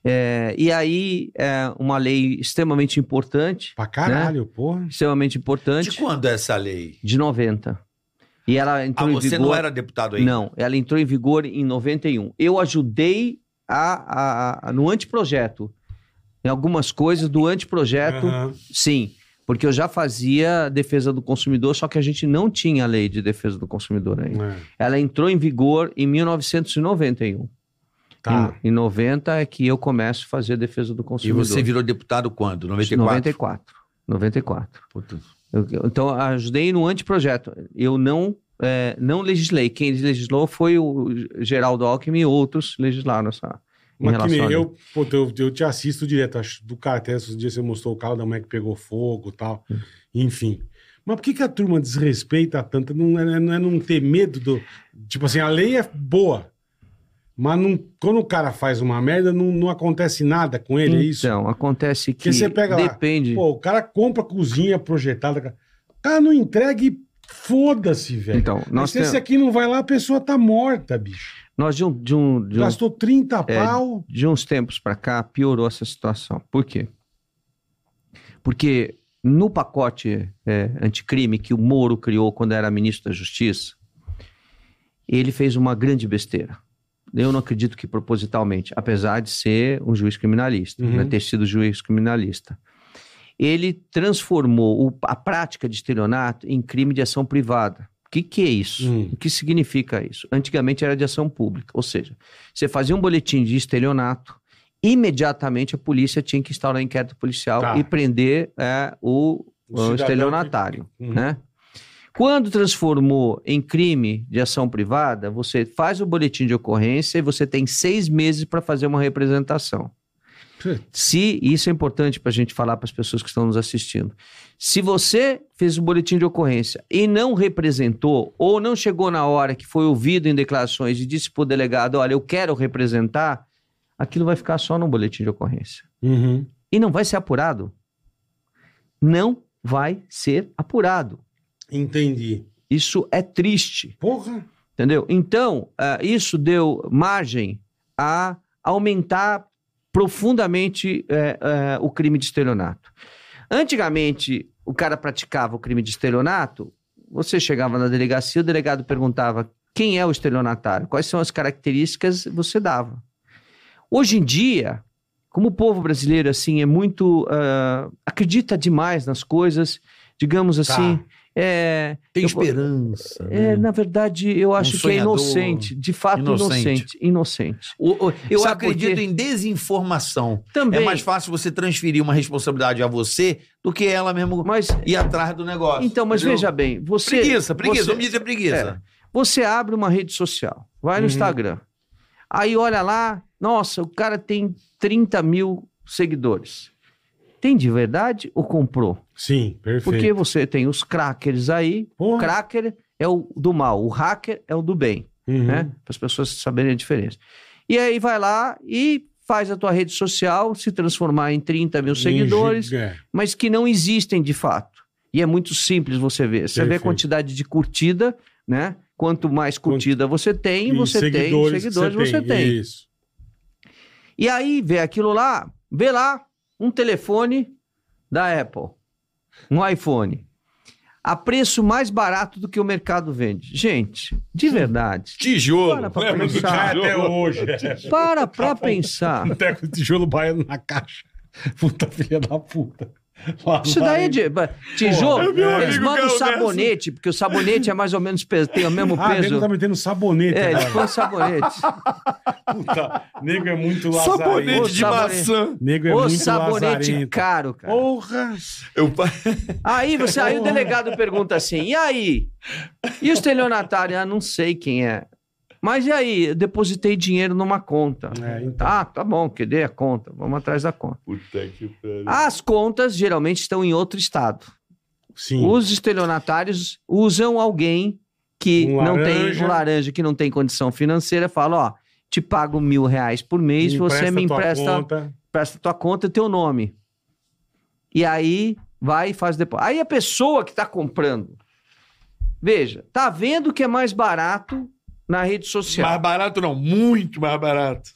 Speaker 3: É, e aí, é, uma lei extremamente importante,
Speaker 2: Pra caralho, porra.
Speaker 3: extremamente importante,
Speaker 1: De quando é essa lei?
Speaker 3: de 90. E ela entrou
Speaker 1: ah,
Speaker 3: em
Speaker 1: você
Speaker 3: vigor...
Speaker 1: não era deputado ainda?
Speaker 3: Não, ela entrou em vigor em 91. Eu ajudei a, a- a- no anteprojeto. Em algumas coisas do anteprojeto,
Speaker 2: Aham.
Speaker 3: sim. Porque eu já fazia defesa do consumidor, só que a gente não tinha a lei de defesa do consumidor ainda.
Speaker 2: É,
Speaker 3: Ela entrou em vigor em 1991.
Speaker 2: Tá.
Speaker 3: Em, em 90 é que eu começo a fazer defesa do
Speaker 1: E
Speaker 3: consumidor.
Speaker 1: você virou deputado quando? 94?
Speaker 3: 94. 94.
Speaker 1: Puta.
Speaker 3: Eu- eu- então, ajudei no anteprojeto. Eu não, é, não legislei. Quem legislou foi o Geraldo Alckmin e outros legislaram essa. em
Speaker 2: Mas que nem
Speaker 3: relação a-
Speaker 2: eu, pô, eu, eu te assisto direto acho, do cara. Até esses dias você mostrou o carro da mulher que pegou fogo e tal.
Speaker 3: Hum.
Speaker 2: Enfim. Mas por que, que a turma desrespeita tanto? Não é, não é não ter medo do. Tipo assim, a lei é boa. Mas não, quando o cara faz uma merda, não, não acontece nada com ele, é isso?
Speaker 3: Então, acontece que.
Speaker 2: Porque você pega lá,
Speaker 3: depende.
Speaker 2: Pô, o cara compra a cozinha projetada. cara. O cara não entrega e foda-se, velho.
Speaker 3: então, nós,
Speaker 2: Mas se esse
Speaker 3: tem-
Speaker 2: aqui não vai lá, a pessoa tá morta, bicho.
Speaker 3: nós de, um, de, um, de, um-
Speaker 2: Gastou 30 pau.
Speaker 3: de uns tempos para cá piorou essa situação. Por quê? Porque no pacote é, anticrime que o Moro criou quando era ministro da Justiça, ele fez uma grande besteira. Eu não acredito que propositalmente, apesar de ser um juiz criminalista,
Speaker 2: Uhum.
Speaker 3: né, ter sido juiz criminalista. Ele transformou o- a prática de estelionato em crime de ação privada. O que, que é isso?
Speaker 2: Hum.
Speaker 3: O que significa isso? Antigamente era de ação pública, ou seja, você fazia um boletim de estelionato, imediatamente a polícia tinha que instaurar inquérito policial
Speaker 2: Tá.
Speaker 3: e prender é, o,
Speaker 2: O
Speaker 3: o
Speaker 2: cidadão que-
Speaker 3: estelionatário,
Speaker 2: Uhum.
Speaker 3: né? Quando transformou em crime de ação privada, você faz o boletim de ocorrência e você tem seis meses para fazer uma representação.
Speaker 2: Putz.
Speaker 3: Se isso é importante para a gente falar para as pessoas que estão nos assistindo, se você fez o boletim de ocorrência e não representou ou não chegou na hora que foi ouvido em declarações e disse para o delegado, olha, eu quero representar, aquilo vai ficar só no boletim de ocorrência
Speaker 2: Uhum.
Speaker 3: e não vai ser apurado. Não vai ser apurado.
Speaker 2: Entendi.
Speaker 3: Isso é triste,
Speaker 2: Porra.
Speaker 3: entendeu? Então, ah, isso deu margem a aumentar profundamente eh, eh, o crime de estelionato. Antigamente, o cara praticava o crime de estelionato, você chegava na delegacia, o delegado perguntava quem é o estelionatário, quais são as características, você dava. Hoje em dia, como o povo brasileiro assim é muito ah, acredita demais nas coisas, digamos assim, é,
Speaker 1: Tem
Speaker 3: eu-
Speaker 1: esperança.
Speaker 3: é,
Speaker 1: né?
Speaker 3: na verdade, eu acho que é
Speaker 1: sonhador.
Speaker 3: inocente, de fato
Speaker 1: Inocente.
Speaker 3: inocente, inocente.
Speaker 1: O- o- eu
Speaker 3: Sabe por
Speaker 1: acredito
Speaker 3: quê?
Speaker 1: em desinformação.
Speaker 3: Também,
Speaker 1: É mais fácil você transferir uma responsabilidade a você do que ela mesmo
Speaker 3: mas
Speaker 1: ir atrás do negócio.
Speaker 3: então, mas
Speaker 1: entendeu?
Speaker 3: veja bem, você
Speaker 1: Preguiça, preguiça.
Speaker 3: você- é,
Speaker 1: Vamos dizer preguiça.
Speaker 3: Você abre uma rede social, vai no
Speaker 2: Uhum.
Speaker 3: Instagram. Aí olha lá, nossa, o cara tem 30 mil seguidores. Tem de verdade ou comprou?
Speaker 2: Sim, perfeito.
Speaker 3: Porque você tem os crackers aí. O
Speaker 2: Porra.
Speaker 3: cracker é o do mal, o hacker é o do bem,
Speaker 2: Uhum.
Speaker 3: né? Para as pessoas saberem a diferença. E aí vai lá e faz a tua rede social se transformar em 30 mil seguidores,
Speaker 2: É.
Speaker 3: mas que não existem de fato. E é muito simples você ver. Você vê a
Speaker 2: Perfeito.
Speaker 3: quantidade de curtida, né? Quanto mais curtida você tem,
Speaker 2: E
Speaker 3: você tem
Speaker 2: seguidores que
Speaker 3: seguidores, você tem.
Speaker 2: Isso.
Speaker 3: E aí vê aquilo lá, vê lá um telefone da Apple, um iPhone, a preço mais barato do que o mercado vende. Gente,
Speaker 2: [laughs]
Speaker 3: de verdade,
Speaker 4: Tijolo.
Speaker 3: Para pra
Speaker 4: Lembra do
Speaker 3: pensar.
Speaker 2: Cai
Speaker 4: tijolo?
Speaker 2: até hoje. [laughs]
Speaker 3: para pra pensar.
Speaker 2: Um teco de tijolo baiano na caixa. Puta filha da puta.
Speaker 3: Isso daí é de, ba-
Speaker 2: eu
Speaker 3: tijolo.
Speaker 2: vi um
Speaker 3: Eles
Speaker 2: amigo
Speaker 3: mandam
Speaker 2: caiu
Speaker 3: sabonete, porque o sabonete é mais ou menos peso, tem o mesmo
Speaker 2: Ah, nego
Speaker 3: peso.
Speaker 2: tá metendo sabonete.
Speaker 3: É,
Speaker 2: É,
Speaker 3: eles põem sabonete.
Speaker 2: Puta, nego é muito lazarento.
Speaker 4: Sabonete de
Speaker 3: Sabonete.
Speaker 4: maçã.
Speaker 2: Nego é
Speaker 3: O
Speaker 2: muito
Speaker 3: sabonete
Speaker 2: lazarento.
Speaker 3: caro, cara.
Speaker 2: Porra!
Speaker 4: Eu pa-
Speaker 3: Aí você, aí o delegado pergunta assim: e aí? E o estelionatário? Ah, não sei quem é. Mas e aí? Eu depositei dinheiro numa conta.
Speaker 2: É, então.
Speaker 3: Ah, tá bom, que dê a conta. Vamos atrás da conta.
Speaker 4: Puta que pariu.
Speaker 3: As contas geralmente estão em outro estado.
Speaker 2: Sim.
Speaker 3: Os estelionatários usam alguém que
Speaker 2: Um
Speaker 3: não tem
Speaker 2: laranja.
Speaker 3: um laranja, que não tem condição financeira, fala, ó, te pago mil reais por mês, você me
Speaker 2: tua
Speaker 3: empresta,
Speaker 2: conta.
Speaker 3: empresta tua conta e teu nome. E aí vai e faz depois. Aí a pessoa que está comprando, veja, tá vendo que é mais barato na rede social.
Speaker 4: Mais barato não, muito mais barato.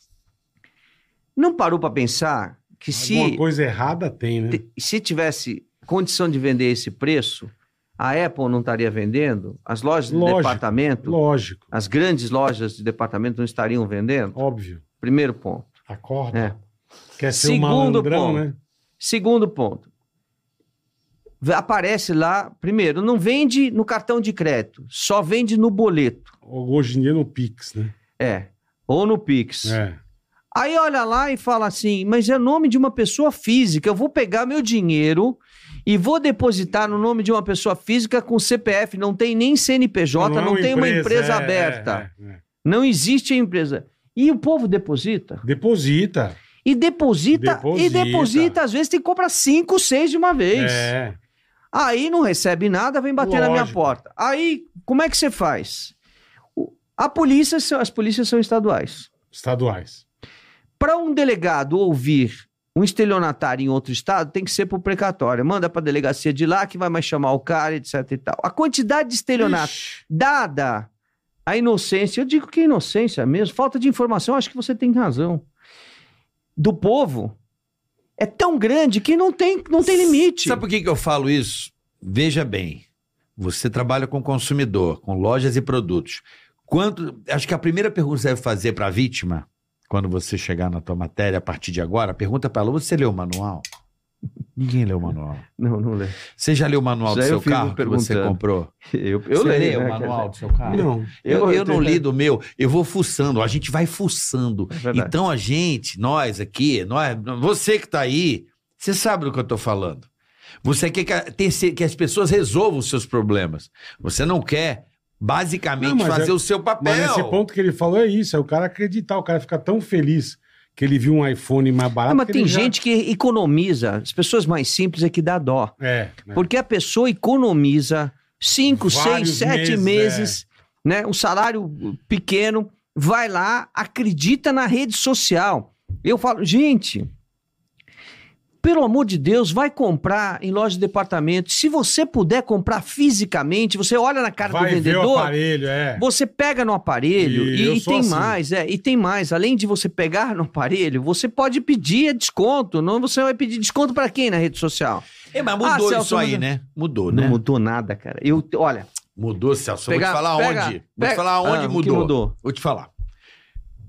Speaker 3: Não parou para pensar que
Speaker 2: Alguma
Speaker 3: se
Speaker 2: coisa errada tem, né?
Speaker 3: Te- se tivesse condição de vender esse preço, a Apple não estaria vendendo, as lojas de
Speaker 2: Lógico,
Speaker 3: departamento,
Speaker 2: Lógico,
Speaker 3: as grandes lojas de departamento não estariam vendendo? Um,
Speaker 2: óbvio.
Speaker 3: Primeiro ponto.
Speaker 2: Acorda.
Speaker 3: né?
Speaker 2: Quer ser
Speaker 3: Segundo
Speaker 2: um malandrão,
Speaker 3: ponto.
Speaker 2: né?
Speaker 3: Segundo ponto. V- Aparece lá, primeiro, não vende no cartão de crédito, só vende no boleto.
Speaker 2: Hoje em dia no Pix, né?
Speaker 3: É. Ou no Pix.
Speaker 2: É.
Speaker 3: Aí olha lá e fala assim: mas é nome de uma pessoa física. Eu vou pegar meu dinheiro e vou depositar no nome de uma pessoa física com CPF. Não tem nem CNPJ, não,
Speaker 2: é
Speaker 3: tem uma empresa
Speaker 2: é,
Speaker 3: aberta.
Speaker 2: é, é, é.
Speaker 3: Não existe empresa. E o povo deposita.
Speaker 2: Deposita.
Speaker 3: E deposita, e
Speaker 2: Deposita.
Speaker 3: deposita. Às vezes tem que comprar cinco, seis de uma vez.
Speaker 2: É.
Speaker 3: Aí não recebe nada, vem bater na minha
Speaker 2: Lógico.
Speaker 3: porta. Aí, como é que você faz? O- A polícia, são- as polícias são estaduais.
Speaker 2: Estaduais.
Speaker 3: Para um delegado ouvir um estelionatário em outro estado, tem que ser por precatório. Manda para a delegacia de lá que vai mais chamar o cara, etc e tal. A quantidade de estelionato
Speaker 2: Ixi,
Speaker 3: dada a inocência, eu digo que é inocência mesmo, falta de informação, acho que você tem razão. Do povo é tão grande que não tem, não tem limite.
Speaker 1: Sabe por que, que eu falo isso? Veja bem, você trabalha com consumidor, com lojas e produtos. Quanto, acho que a primeira pergunta que você deve fazer para a vítima, quando você chegar na tua matéria a partir de agora, pergunta para ela: você leu o manual? Ninguém leu o manual.
Speaker 3: [laughs] Não, não lê.
Speaker 1: Você já leu o manual do
Speaker 3: Já eu
Speaker 1: seu
Speaker 3: fico
Speaker 1: carro que você
Speaker 3: perguntando.
Speaker 1: comprou?
Speaker 3: Eu, eu
Speaker 1: você
Speaker 3: leio.
Speaker 1: leu
Speaker 3: né,
Speaker 1: o
Speaker 3: quer
Speaker 1: manual
Speaker 3: dizer.
Speaker 1: do seu carro?
Speaker 2: Não.
Speaker 1: Eu, eu não
Speaker 3: tenho-
Speaker 1: li do meu, eu vou fuçando, a gente vai fuçando.
Speaker 3: É verdade.
Speaker 1: Então a gente, nós aqui, nós, você que tá aí, você sabe do que eu tô falando. Você quer que, a- ter ce- que as pessoas resolvam os seus problemas. Você não quer, basicamente,
Speaker 2: Não, mas
Speaker 1: fazer
Speaker 2: é-
Speaker 1: o seu papel.
Speaker 2: Mas esse ponto que ele falou é isso, é o cara acreditar, o cara fica tão feliz que ele viu um iPhone mais barato.
Speaker 3: Ah, mas
Speaker 2: que
Speaker 3: tem
Speaker 2: ele já-
Speaker 3: gente que economiza. As pessoas mais simples é que dá dó.
Speaker 2: É, né?
Speaker 3: Porque a pessoa economiza 5,
Speaker 2: Vários
Speaker 3: 6, 7
Speaker 2: meses, é.
Speaker 3: meses, né? Um salário pequeno, vai lá, acredita na rede social. Eu falo, gente, pelo amor de Deus, vai comprar em loja de departamento. Se você puder comprar fisicamente, você olha na cara do
Speaker 2: vai ver o
Speaker 3: vendedor.
Speaker 2: aparelho, é.
Speaker 3: Você pega no aparelho
Speaker 2: E
Speaker 3: e,
Speaker 2: eu
Speaker 3: e
Speaker 2: sou
Speaker 3: tem
Speaker 2: assim.
Speaker 3: mais, é, e tem mais. Além de você pegar no aparelho, você pode pedir desconto. Não, você vai pedir desconto para quem na rede social?
Speaker 1: É, mas mudou
Speaker 3: Ah, Celso,
Speaker 1: isso aí,
Speaker 3: muda.
Speaker 1: né? Mudou,
Speaker 3: Não
Speaker 1: né?
Speaker 3: mudou nada, cara. Eu, olha,
Speaker 1: Mudou, Celso. Eu
Speaker 3: Pegar-
Speaker 1: vou te falar
Speaker 3: pega-
Speaker 1: onde. Vou
Speaker 3: pega-
Speaker 1: te falar
Speaker 3: Ah,
Speaker 1: onde
Speaker 3: o que
Speaker 1: mudou.
Speaker 3: mudou?
Speaker 1: Vou te falar.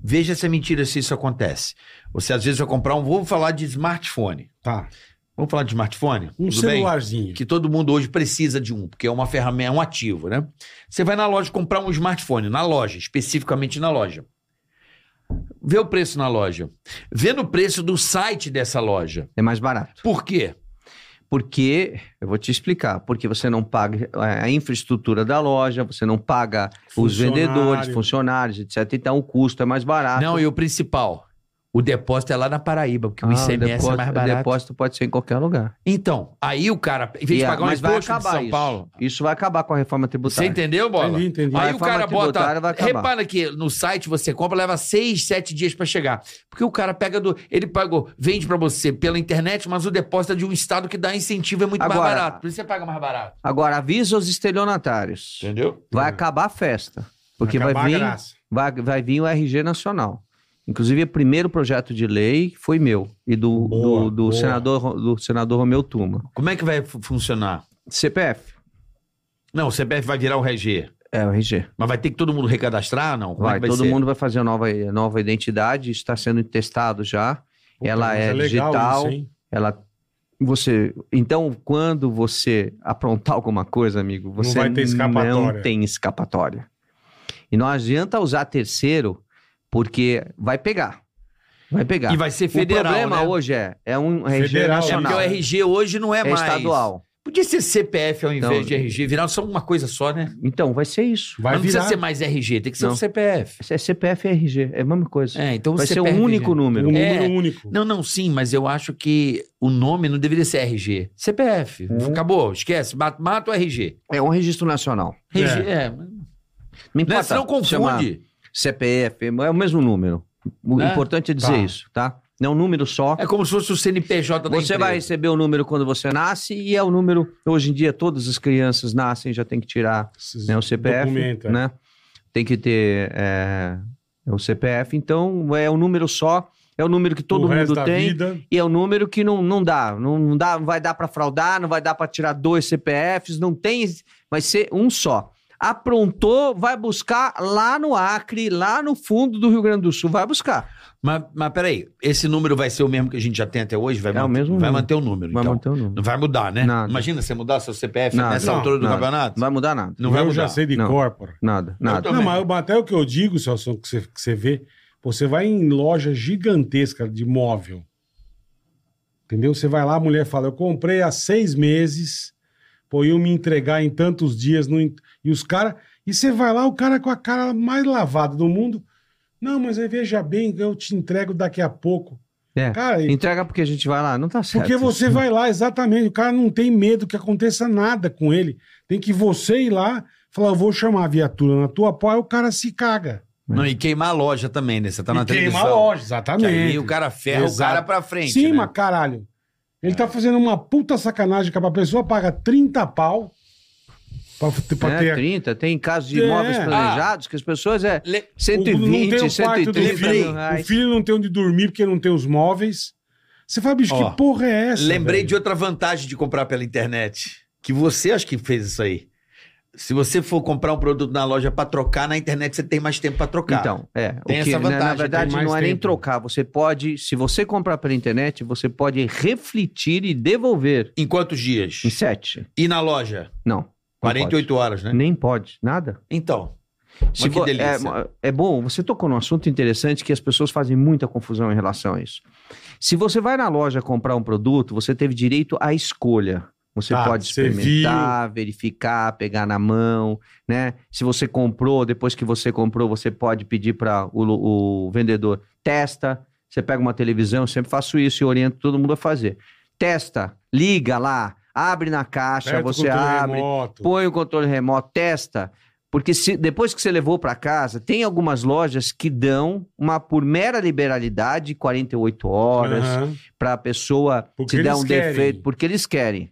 Speaker 1: Veja se é mentira se isso acontece. Você às vezes vai comprar um. Vou falar de smartphone.
Speaker 2: Tá.
Speaker 1: Vamos falar de smartphone?
Speaker 2: Um
Speaker 1: Tudo bem?
Speaker 2: celularzinho.
Speaker 1: Que todo mundo hoje precisa de um, porque é uma ferramenta, é um ativo, né? Você vai na loja comprar um smartphone, na loja, especificamente na loja. Vê o preço na loja. Vê no preço do site dessa loja.
Speaker 3: é mais barato.
Speaker 1: Por quê?
Speaker 3: Porque, eu vou te explicar, porque você não paga é, a infraestrutura da loja, você não paga os
Speaker 2: Funcionário.
Speaker 3: vendedores, funcionários, etc. Então o custo é mais barato.
Speaker 1: Não, e o principal, o depósito é lá na Paraíba, porque o ICMS é mais
Speaker 3: O
Speaker 1: barato.
Speaker 3: Ah, depósito pode ser em qualquer lugar.
Speaker 1: Então, aí o cara, em vez
Speaker 3: E
Speaker 1: de
Speaker 3: a-
Speaker 1: pagar um
Speaker 3: mas vai
Speaker 1: imposto de
Speaker 3: acabar
Speaker 1: São
Speaker 3: isso.
Speaker 1: Paulo,
Speaker 3: Isso vai acabar com a reforma
Speaker 1: você
Speaker 3: tributária.
Speaker 1: entendeu, Bola?
Speaker 2: Entendi, entendi.
Speaker 1: Aí
Speaker 3: A
Speaker 1: o cara
Speaker 3: reforma
Speaker 1: bota.
Speaker 3: tributária vai acabar.
Speaker 1: Repara que no site você compra, leva seis, sete dias pra chegar. Porque o cara pega do. Ele pagou, vende pra você pela internet, mas o depósito é de um estado que dá incentivo, é muito
Speaker 3: Agora-
Speaker 1: mais barato. Por isso você paga mais barato.
Speaker 3: Agora, avisa os estelionatários.
Speaker 1: Entendeu?
Speaker 3: Vai acabar a festa. Porque vai
Speaker 2: Acabar a
Speaker 3: vir,
Speaker 2: graça.
Speaker 3: vai, vai vir o RG Nacional. Inclusive, o primeiro projeto de lei foi meu e do,
Speaker 2: Boa,
Speaker 3: do, do
Speaker 2: boa.
Speaker 3: senador, Ro- do senador Romeu Tuma.
Speaker 1: Como é que vai fu- funcionar?
Speaker 3: CPF.
Speaker 1: Não, o CPF vai virar o RG.
Speaker 3: É, o RG.
Speaker 1: Mas vai ter que todo mundo recadastrar, não? Como é
Speaker 3: Vai,
Speaker 1: que vai
Speaker 3: todo
Speaker 1: ser?
Speaker 3: mundo vai fazer a nova, a nova identidade, está sendo testado já.
Speaker 2: Puta,
Speaker 3: ela
Speaker 2: mas
Speaker 3: é,
Speaker 2: legal
Speaker 3: digital,
Speaker 2: isso, hein?
Speaker 3: ela Você, então, quando você aprontar alguma coisa, amigo, você
Speaker 2: vai ter escapatória.
Speaker 3: não tem escapatória. E não adianta usar terceiro, porque vai pegar. Vai pegar.
Speaker 1: E vai ser federal,
Speaker 3: o problema
Speaker 1: né?
Speaker 3: hoje é, é um RG
Speaker 2: Federal,
Speaker 1: É porque
Speaker 3: nacional.
Speaker 1: o
Speaker 3: É,
Speaker 1: RG hoje não é, mais...
Speaker 3: estadual.
Speaker 1: Podia ser CPF ao invés
Speaker 3: Não.
Speaker 1: de RG. Virar só uma coisa só, né?
Speaker 3: Então, vai ser isso.
Speaker 2: Vai
Speaker 1: Mas não
Speaker 2: virar
Speaker 1: precisa ser mais RG, tem que ser
Speaker 3: Não.
Speaker 1: um CPF.
Speaker 3: É CPF e RG, é a mesma coisa.
Speaker 1: É, então
Speaker 3: vai ser
Speaker 1: CPF,
Speaker 3: um único
Speaker 2: um
Speaker 3: número.
Speaker 2: número
Speaker 1: É.
Speaker 2: único.
Speaker 1: Não, não, sim, mas eu acho que o nome não deveria ser RG. CPF.
Speaker 2: Uhum.
Speaker 1: Acabou, esquece. Mata, mata o RG.
Speaker 3: É um registro nacional.
Speaker 1: RG, é.
Speaker 3: Não
Speaker 1: Né?
Speaker 3: importa.
Speaker 1: Senão
Speaker 3: chamar
Speaker 1: confunde.
Speaker 3: CPF, é o mesmo número. O
Speaker 1: Né?
Speaker 3: importante é dizer
Speaker 2: Tá.
Speaker 3: isso, tá? Não é um número só.
Speaker 1: É como se fosse o CNPJ da
Speaker 3: Você
Speaker 1: empresa.
Speaker 3: vai receber o número quando você nasce e é o número. Hoje em dia, todas as crianças nascem, já tem que tirar
Speaker 2: Esses
Speaker 3: né, o CPF.
Speaker 2: documentos, é.
Speaker 3: né? Tem que ter é, o CPF. Então, é um número só, é o número que todo
Speaker 2: o resto
Speaker 3: mundo
Speaker 2: da
Speaker 3: tem.
Speaker 2: vida,
Speaker 3: E é um número que não, não dá. Não, não dá, não vai dar para fraudar, não vai dar para tirar dois CPFs, não tem. Vai ser um só. Aprontou, vai buscar lá no Acre, lá no fundo do Rio Grande do Sul, vai buscar.
Speaker 1: Mas, mas peraí, esse número vai ser o mesmo que a gente já tem até hoje? Vai
Speaker 3: É
Speaker 1: manter,
Speaker 3: o mesmo
Speaker 1: Vai
Speaker 3: número.
Speaker 1: manter o número,
Speaker 3: Vai
Speaker 1: então.
Speaker 3: manter o número.
Speaker 1: Não vai mudar, né?
Speaker 3: Nada.
Speaker 1: Imagina você mudar seu CPF
Speaker 3: Nada.
Speaker 1: nessa
Speaker 2: Não,
Speaker 1: altura do
Speaker 3: nada.
Speaker 1: campeonato?
Speaker 3: Não vai mudar nada.
Speaker 1: Não vai
Speaker 2: eu
Speaker 1: mudar.
Speaker 2: já sei de
Speaker 3: Não.
Speaker 2: corpora.
Speaker 3: Nada, nada.
Speaker 1: também.
Speaker 2: Não, mas eu- até o que eu digo, Celso, que você, que você vê, você vai em loja gigantesca de móvel. Entendeu? Você vai lá, a mulher fala, eu comprei há seis meses, pô, iam me entregar em tantos dias. não en- E os caras. E você vai lá, o cara com a cara mais lavada do mundo. Não, mas aí veja bem, eu te entrego daqui a pouco.
Speaker 3: É.
Speaker 2: Cara, e-
Speaker 3: Entrega porque a gente vai lá, não tá certo.
Speaker 2: porque você vai lá, exatamente. O cara não tem medo que aconteça nada com ele. Tem que você ir lá, falar, eu vou chamar a viatura na tua pó, aí o cara se caga.
Speaker 1: Não, e queimar a loja também, né? Você tá na
Speaker 2: E
Speaker 1: televisão.
Speaker 2: queima a loja,
Speaker 1: Que
Speaker 2: exatamente.
Speaker 1: aí o cara ferra o
Speaker 2: Exato.
Speaker 1: cara pra frente,
Speaker 2: Sim,
Speaker 1: né? É.
Speaker 2: mas caralho. Ele tá fazendo uma puta sacanagem que a pessoa paga 30 pau pra, pra
Speaker 3: É,
Speaker 2: ter...
Speaker 3: 30, tem casos de
Speaker 2: É.
Speaker 3: imóveis planejados que as pessoas é
Speaker 1: Le-
Speaker 3: 120,
Speaker 2: o quarto
Speaker 3: 130
Speaker 2: do
Speaker 3: mil
Speaker 2: filho, o
Speaker 3: reais.
Speaker 2: filho não tem onde dormir porque não tem os móveis. Você fala, bicho,
Speaker 1: Ó,
Speaker 2: que porra é essa?
Speaker 1: Lembrei
Speaker 2: velho?
Speaker 1: de outra vantagem de comprar pela internet. Que você acho que fez isso aí. Se você for comprar um produto na loja pra trocar, na internet você tem mais tempo pra trocar.
Speaker 3: Então, é.
Speaker 1: Tem
Speaker 3: o que,
Speaker 1: essa
Speaker 3: né,
Speaker 1: vantagem,
Speaker 3: na
Speaker 1: tem
Speaker 3: verdade,
Speaker 2: mais
Speaker 3: não é nem
Speaker 2: tempo.
Speaker 3: trocar. Você pode, se você comprar pela internet, você pode refletir e devolver
Speaker 1: Em quantos dias?
Speaker 3: em sete.
Speaker 1: E na loja?
Speaker 3: Não. não
Speaker 1: 48 horas, né?
Speaker 3: pode. Nem pode, nada.
Speaker 1: Então.
Speaker 3: Se
Speaker 1: que
Speaker 3: vo-
Speaker 1: delícia.
Speaker 3: é, mo- É, bom, você tocou num assunto interessante que as pessoas fazem muita confusão em relação a isso. Se você vai na loja comprar um produto, você teve direito à escolha. Você
Speaker 2: Tá,
Speaker 3: pode
Speaker 2: você viu.
Speaker 3: experimentar, verificar, pegar na mão, né? Se você comprou, depois que você comprou, você pode pedir para o, lu- o vendedor testa. Você pega uma televisão, eu sempre faço isso e oriento todo mundo a fazer. Testa, liga lá, abre na caixa,
Speaker 2: Aperta o
Speaker 3: você
Speaker 2: controle
Speaker 3: abre,
Speaker 2: remoto.
Speaker 3: põe o controle remoto, testa. Porque se, depois que você levou para casa, tem algumas lojas que dão uma por mera liberalidade, 48 horas, pra
Speaker 2: Aham.
Speaker 3: para a pessoa
Speaker 2: Porque
Speaker 3: se der
Speaker 2: eles
Speaker 3: um
Speaker 2: querem.
Speaker 3: defeito, porque eles querem.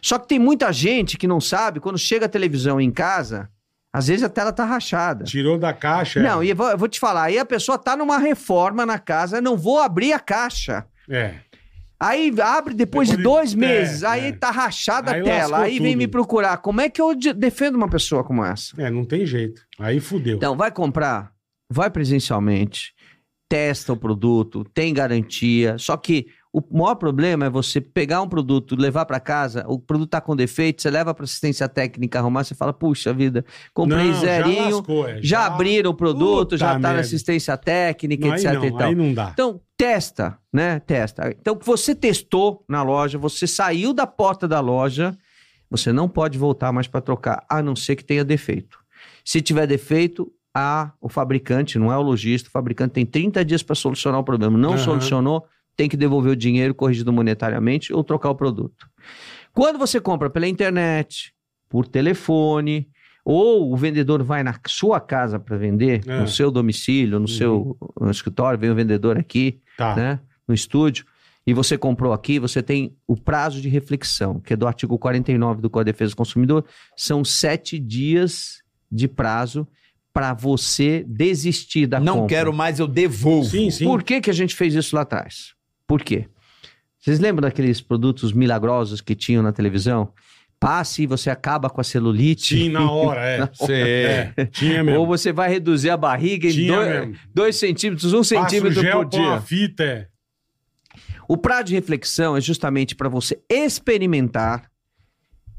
Speaker 3: Só que tem muita gente que não sabe, quando chega a televisão em casa, às vezes a tela tá rachada.
Speaker 2: Tirou da caixa. é.
Speaker 3: Não, e eu vou, eu vou te falar, aí a pessoa tá numa reforma na casa, não vou abrir a caixa.
Speaker 2: É.
Speaker 3: Aí abre depois,
Speaker 2: Depois de-
Speaker 3: de dois
Speaker 2: é,
Speaker 3: meses, aí
Speaker 2: é.
Speaker 3: tá rachada
Speaker 2: Aí
Speaker 3: a
Speaker 2: lascou
Speaker 3: tela, aí vem
Speaker 2: tudo.
Speaker 3: me procurar. Como é que eu de- defendo uma pessoa como essa?
Speaker 2: É, não tem jeito. Aí fudeu.
Speaker 3: Então, vai comprar, vai presencialmente, testa o produto, tem garantia. Só que o maior problema é você pegar um produto, levar para casa, o produto tá com defeito, você leva para assistência técnica arrumar, você fala, puxa vida, comprei
Speaker 2: Não, Já,
Speaker 3: zerinho,
Speaker 2: lascou, é.
Speaker 3: já, abriram o produto,
Speaker 2: Puta
Speaker 3: já tá
Speaker 2: merda.
Speaker 3: na assistência técnica,
Speaker 2: Não, aí
Speaker 3: etc e
Speaker 2: não,
Speaker 3: tal.
Speaker 2: aí não dá.
Speaker 3: Então, testa, né? Testa. Então, você testou na loja, você saiu da porta da loja, você não pode voltar mais para trocar, a não ser que tenha defeito. Se tiver defeito, a, o fabricante, não é o lojista, o fabricante tem 30 dias para solucionar o problema. Não
Speaker 2: Aham.
Speaker 3: solucionou, tem que devolver o dinheiro corrigido monetariamente ou trocar o produto. Quando você compra pela internet, por telefone, ou o vendedor vai na sua casa para vender,
Speaker 2: É.
Speaker 3: no seu domicílio, no seu
Speaker 2: Uhum.
Speaker 3: uh, escritório, vem o vendedor aqui,
Speaker 2: Tá.
Speaker 3: né, no estúdio, e você comprou aqui, você tem o prazo de reflexão, que é do artigo 49 do Código de Defesa do Consumidor, são sete dias de prazo para você desistir da
Speaker 1: não
Speaker 3: compra.
Speaker 1: quero mais, eu devolvo.
Speaker 2: Sim, sim.
Speaker 3: Por que, que a gente fez isso lá atrás? Por quê? Vocês lembram daqueles produtos milagrosos que tinham na televisão? Passe e você acaba com a celulite.
Speaker 2: Sim, na hora,
Speaker 3: [laughs]
Speaker 2: é.
Speaker 1: Você-
Speaker 2: É, Tinha mesmo.
Speaker 3: Ou você vai reduzir a barriga em
Speaker 2: Tinha
Speaker 3: dois,
Speaker 2: mesmo.
Speaker 3: dois centímetros, um
Speaker 2: Passa o
Speaker 3: centímetro
Speaker 2: gel,
Speaker 3: por
Speaker 2: põe uma
Speaker 3: dia.
Speaker 2: fita, é.
Speaker 3: O prazo de reflexão é justamente para você experimentar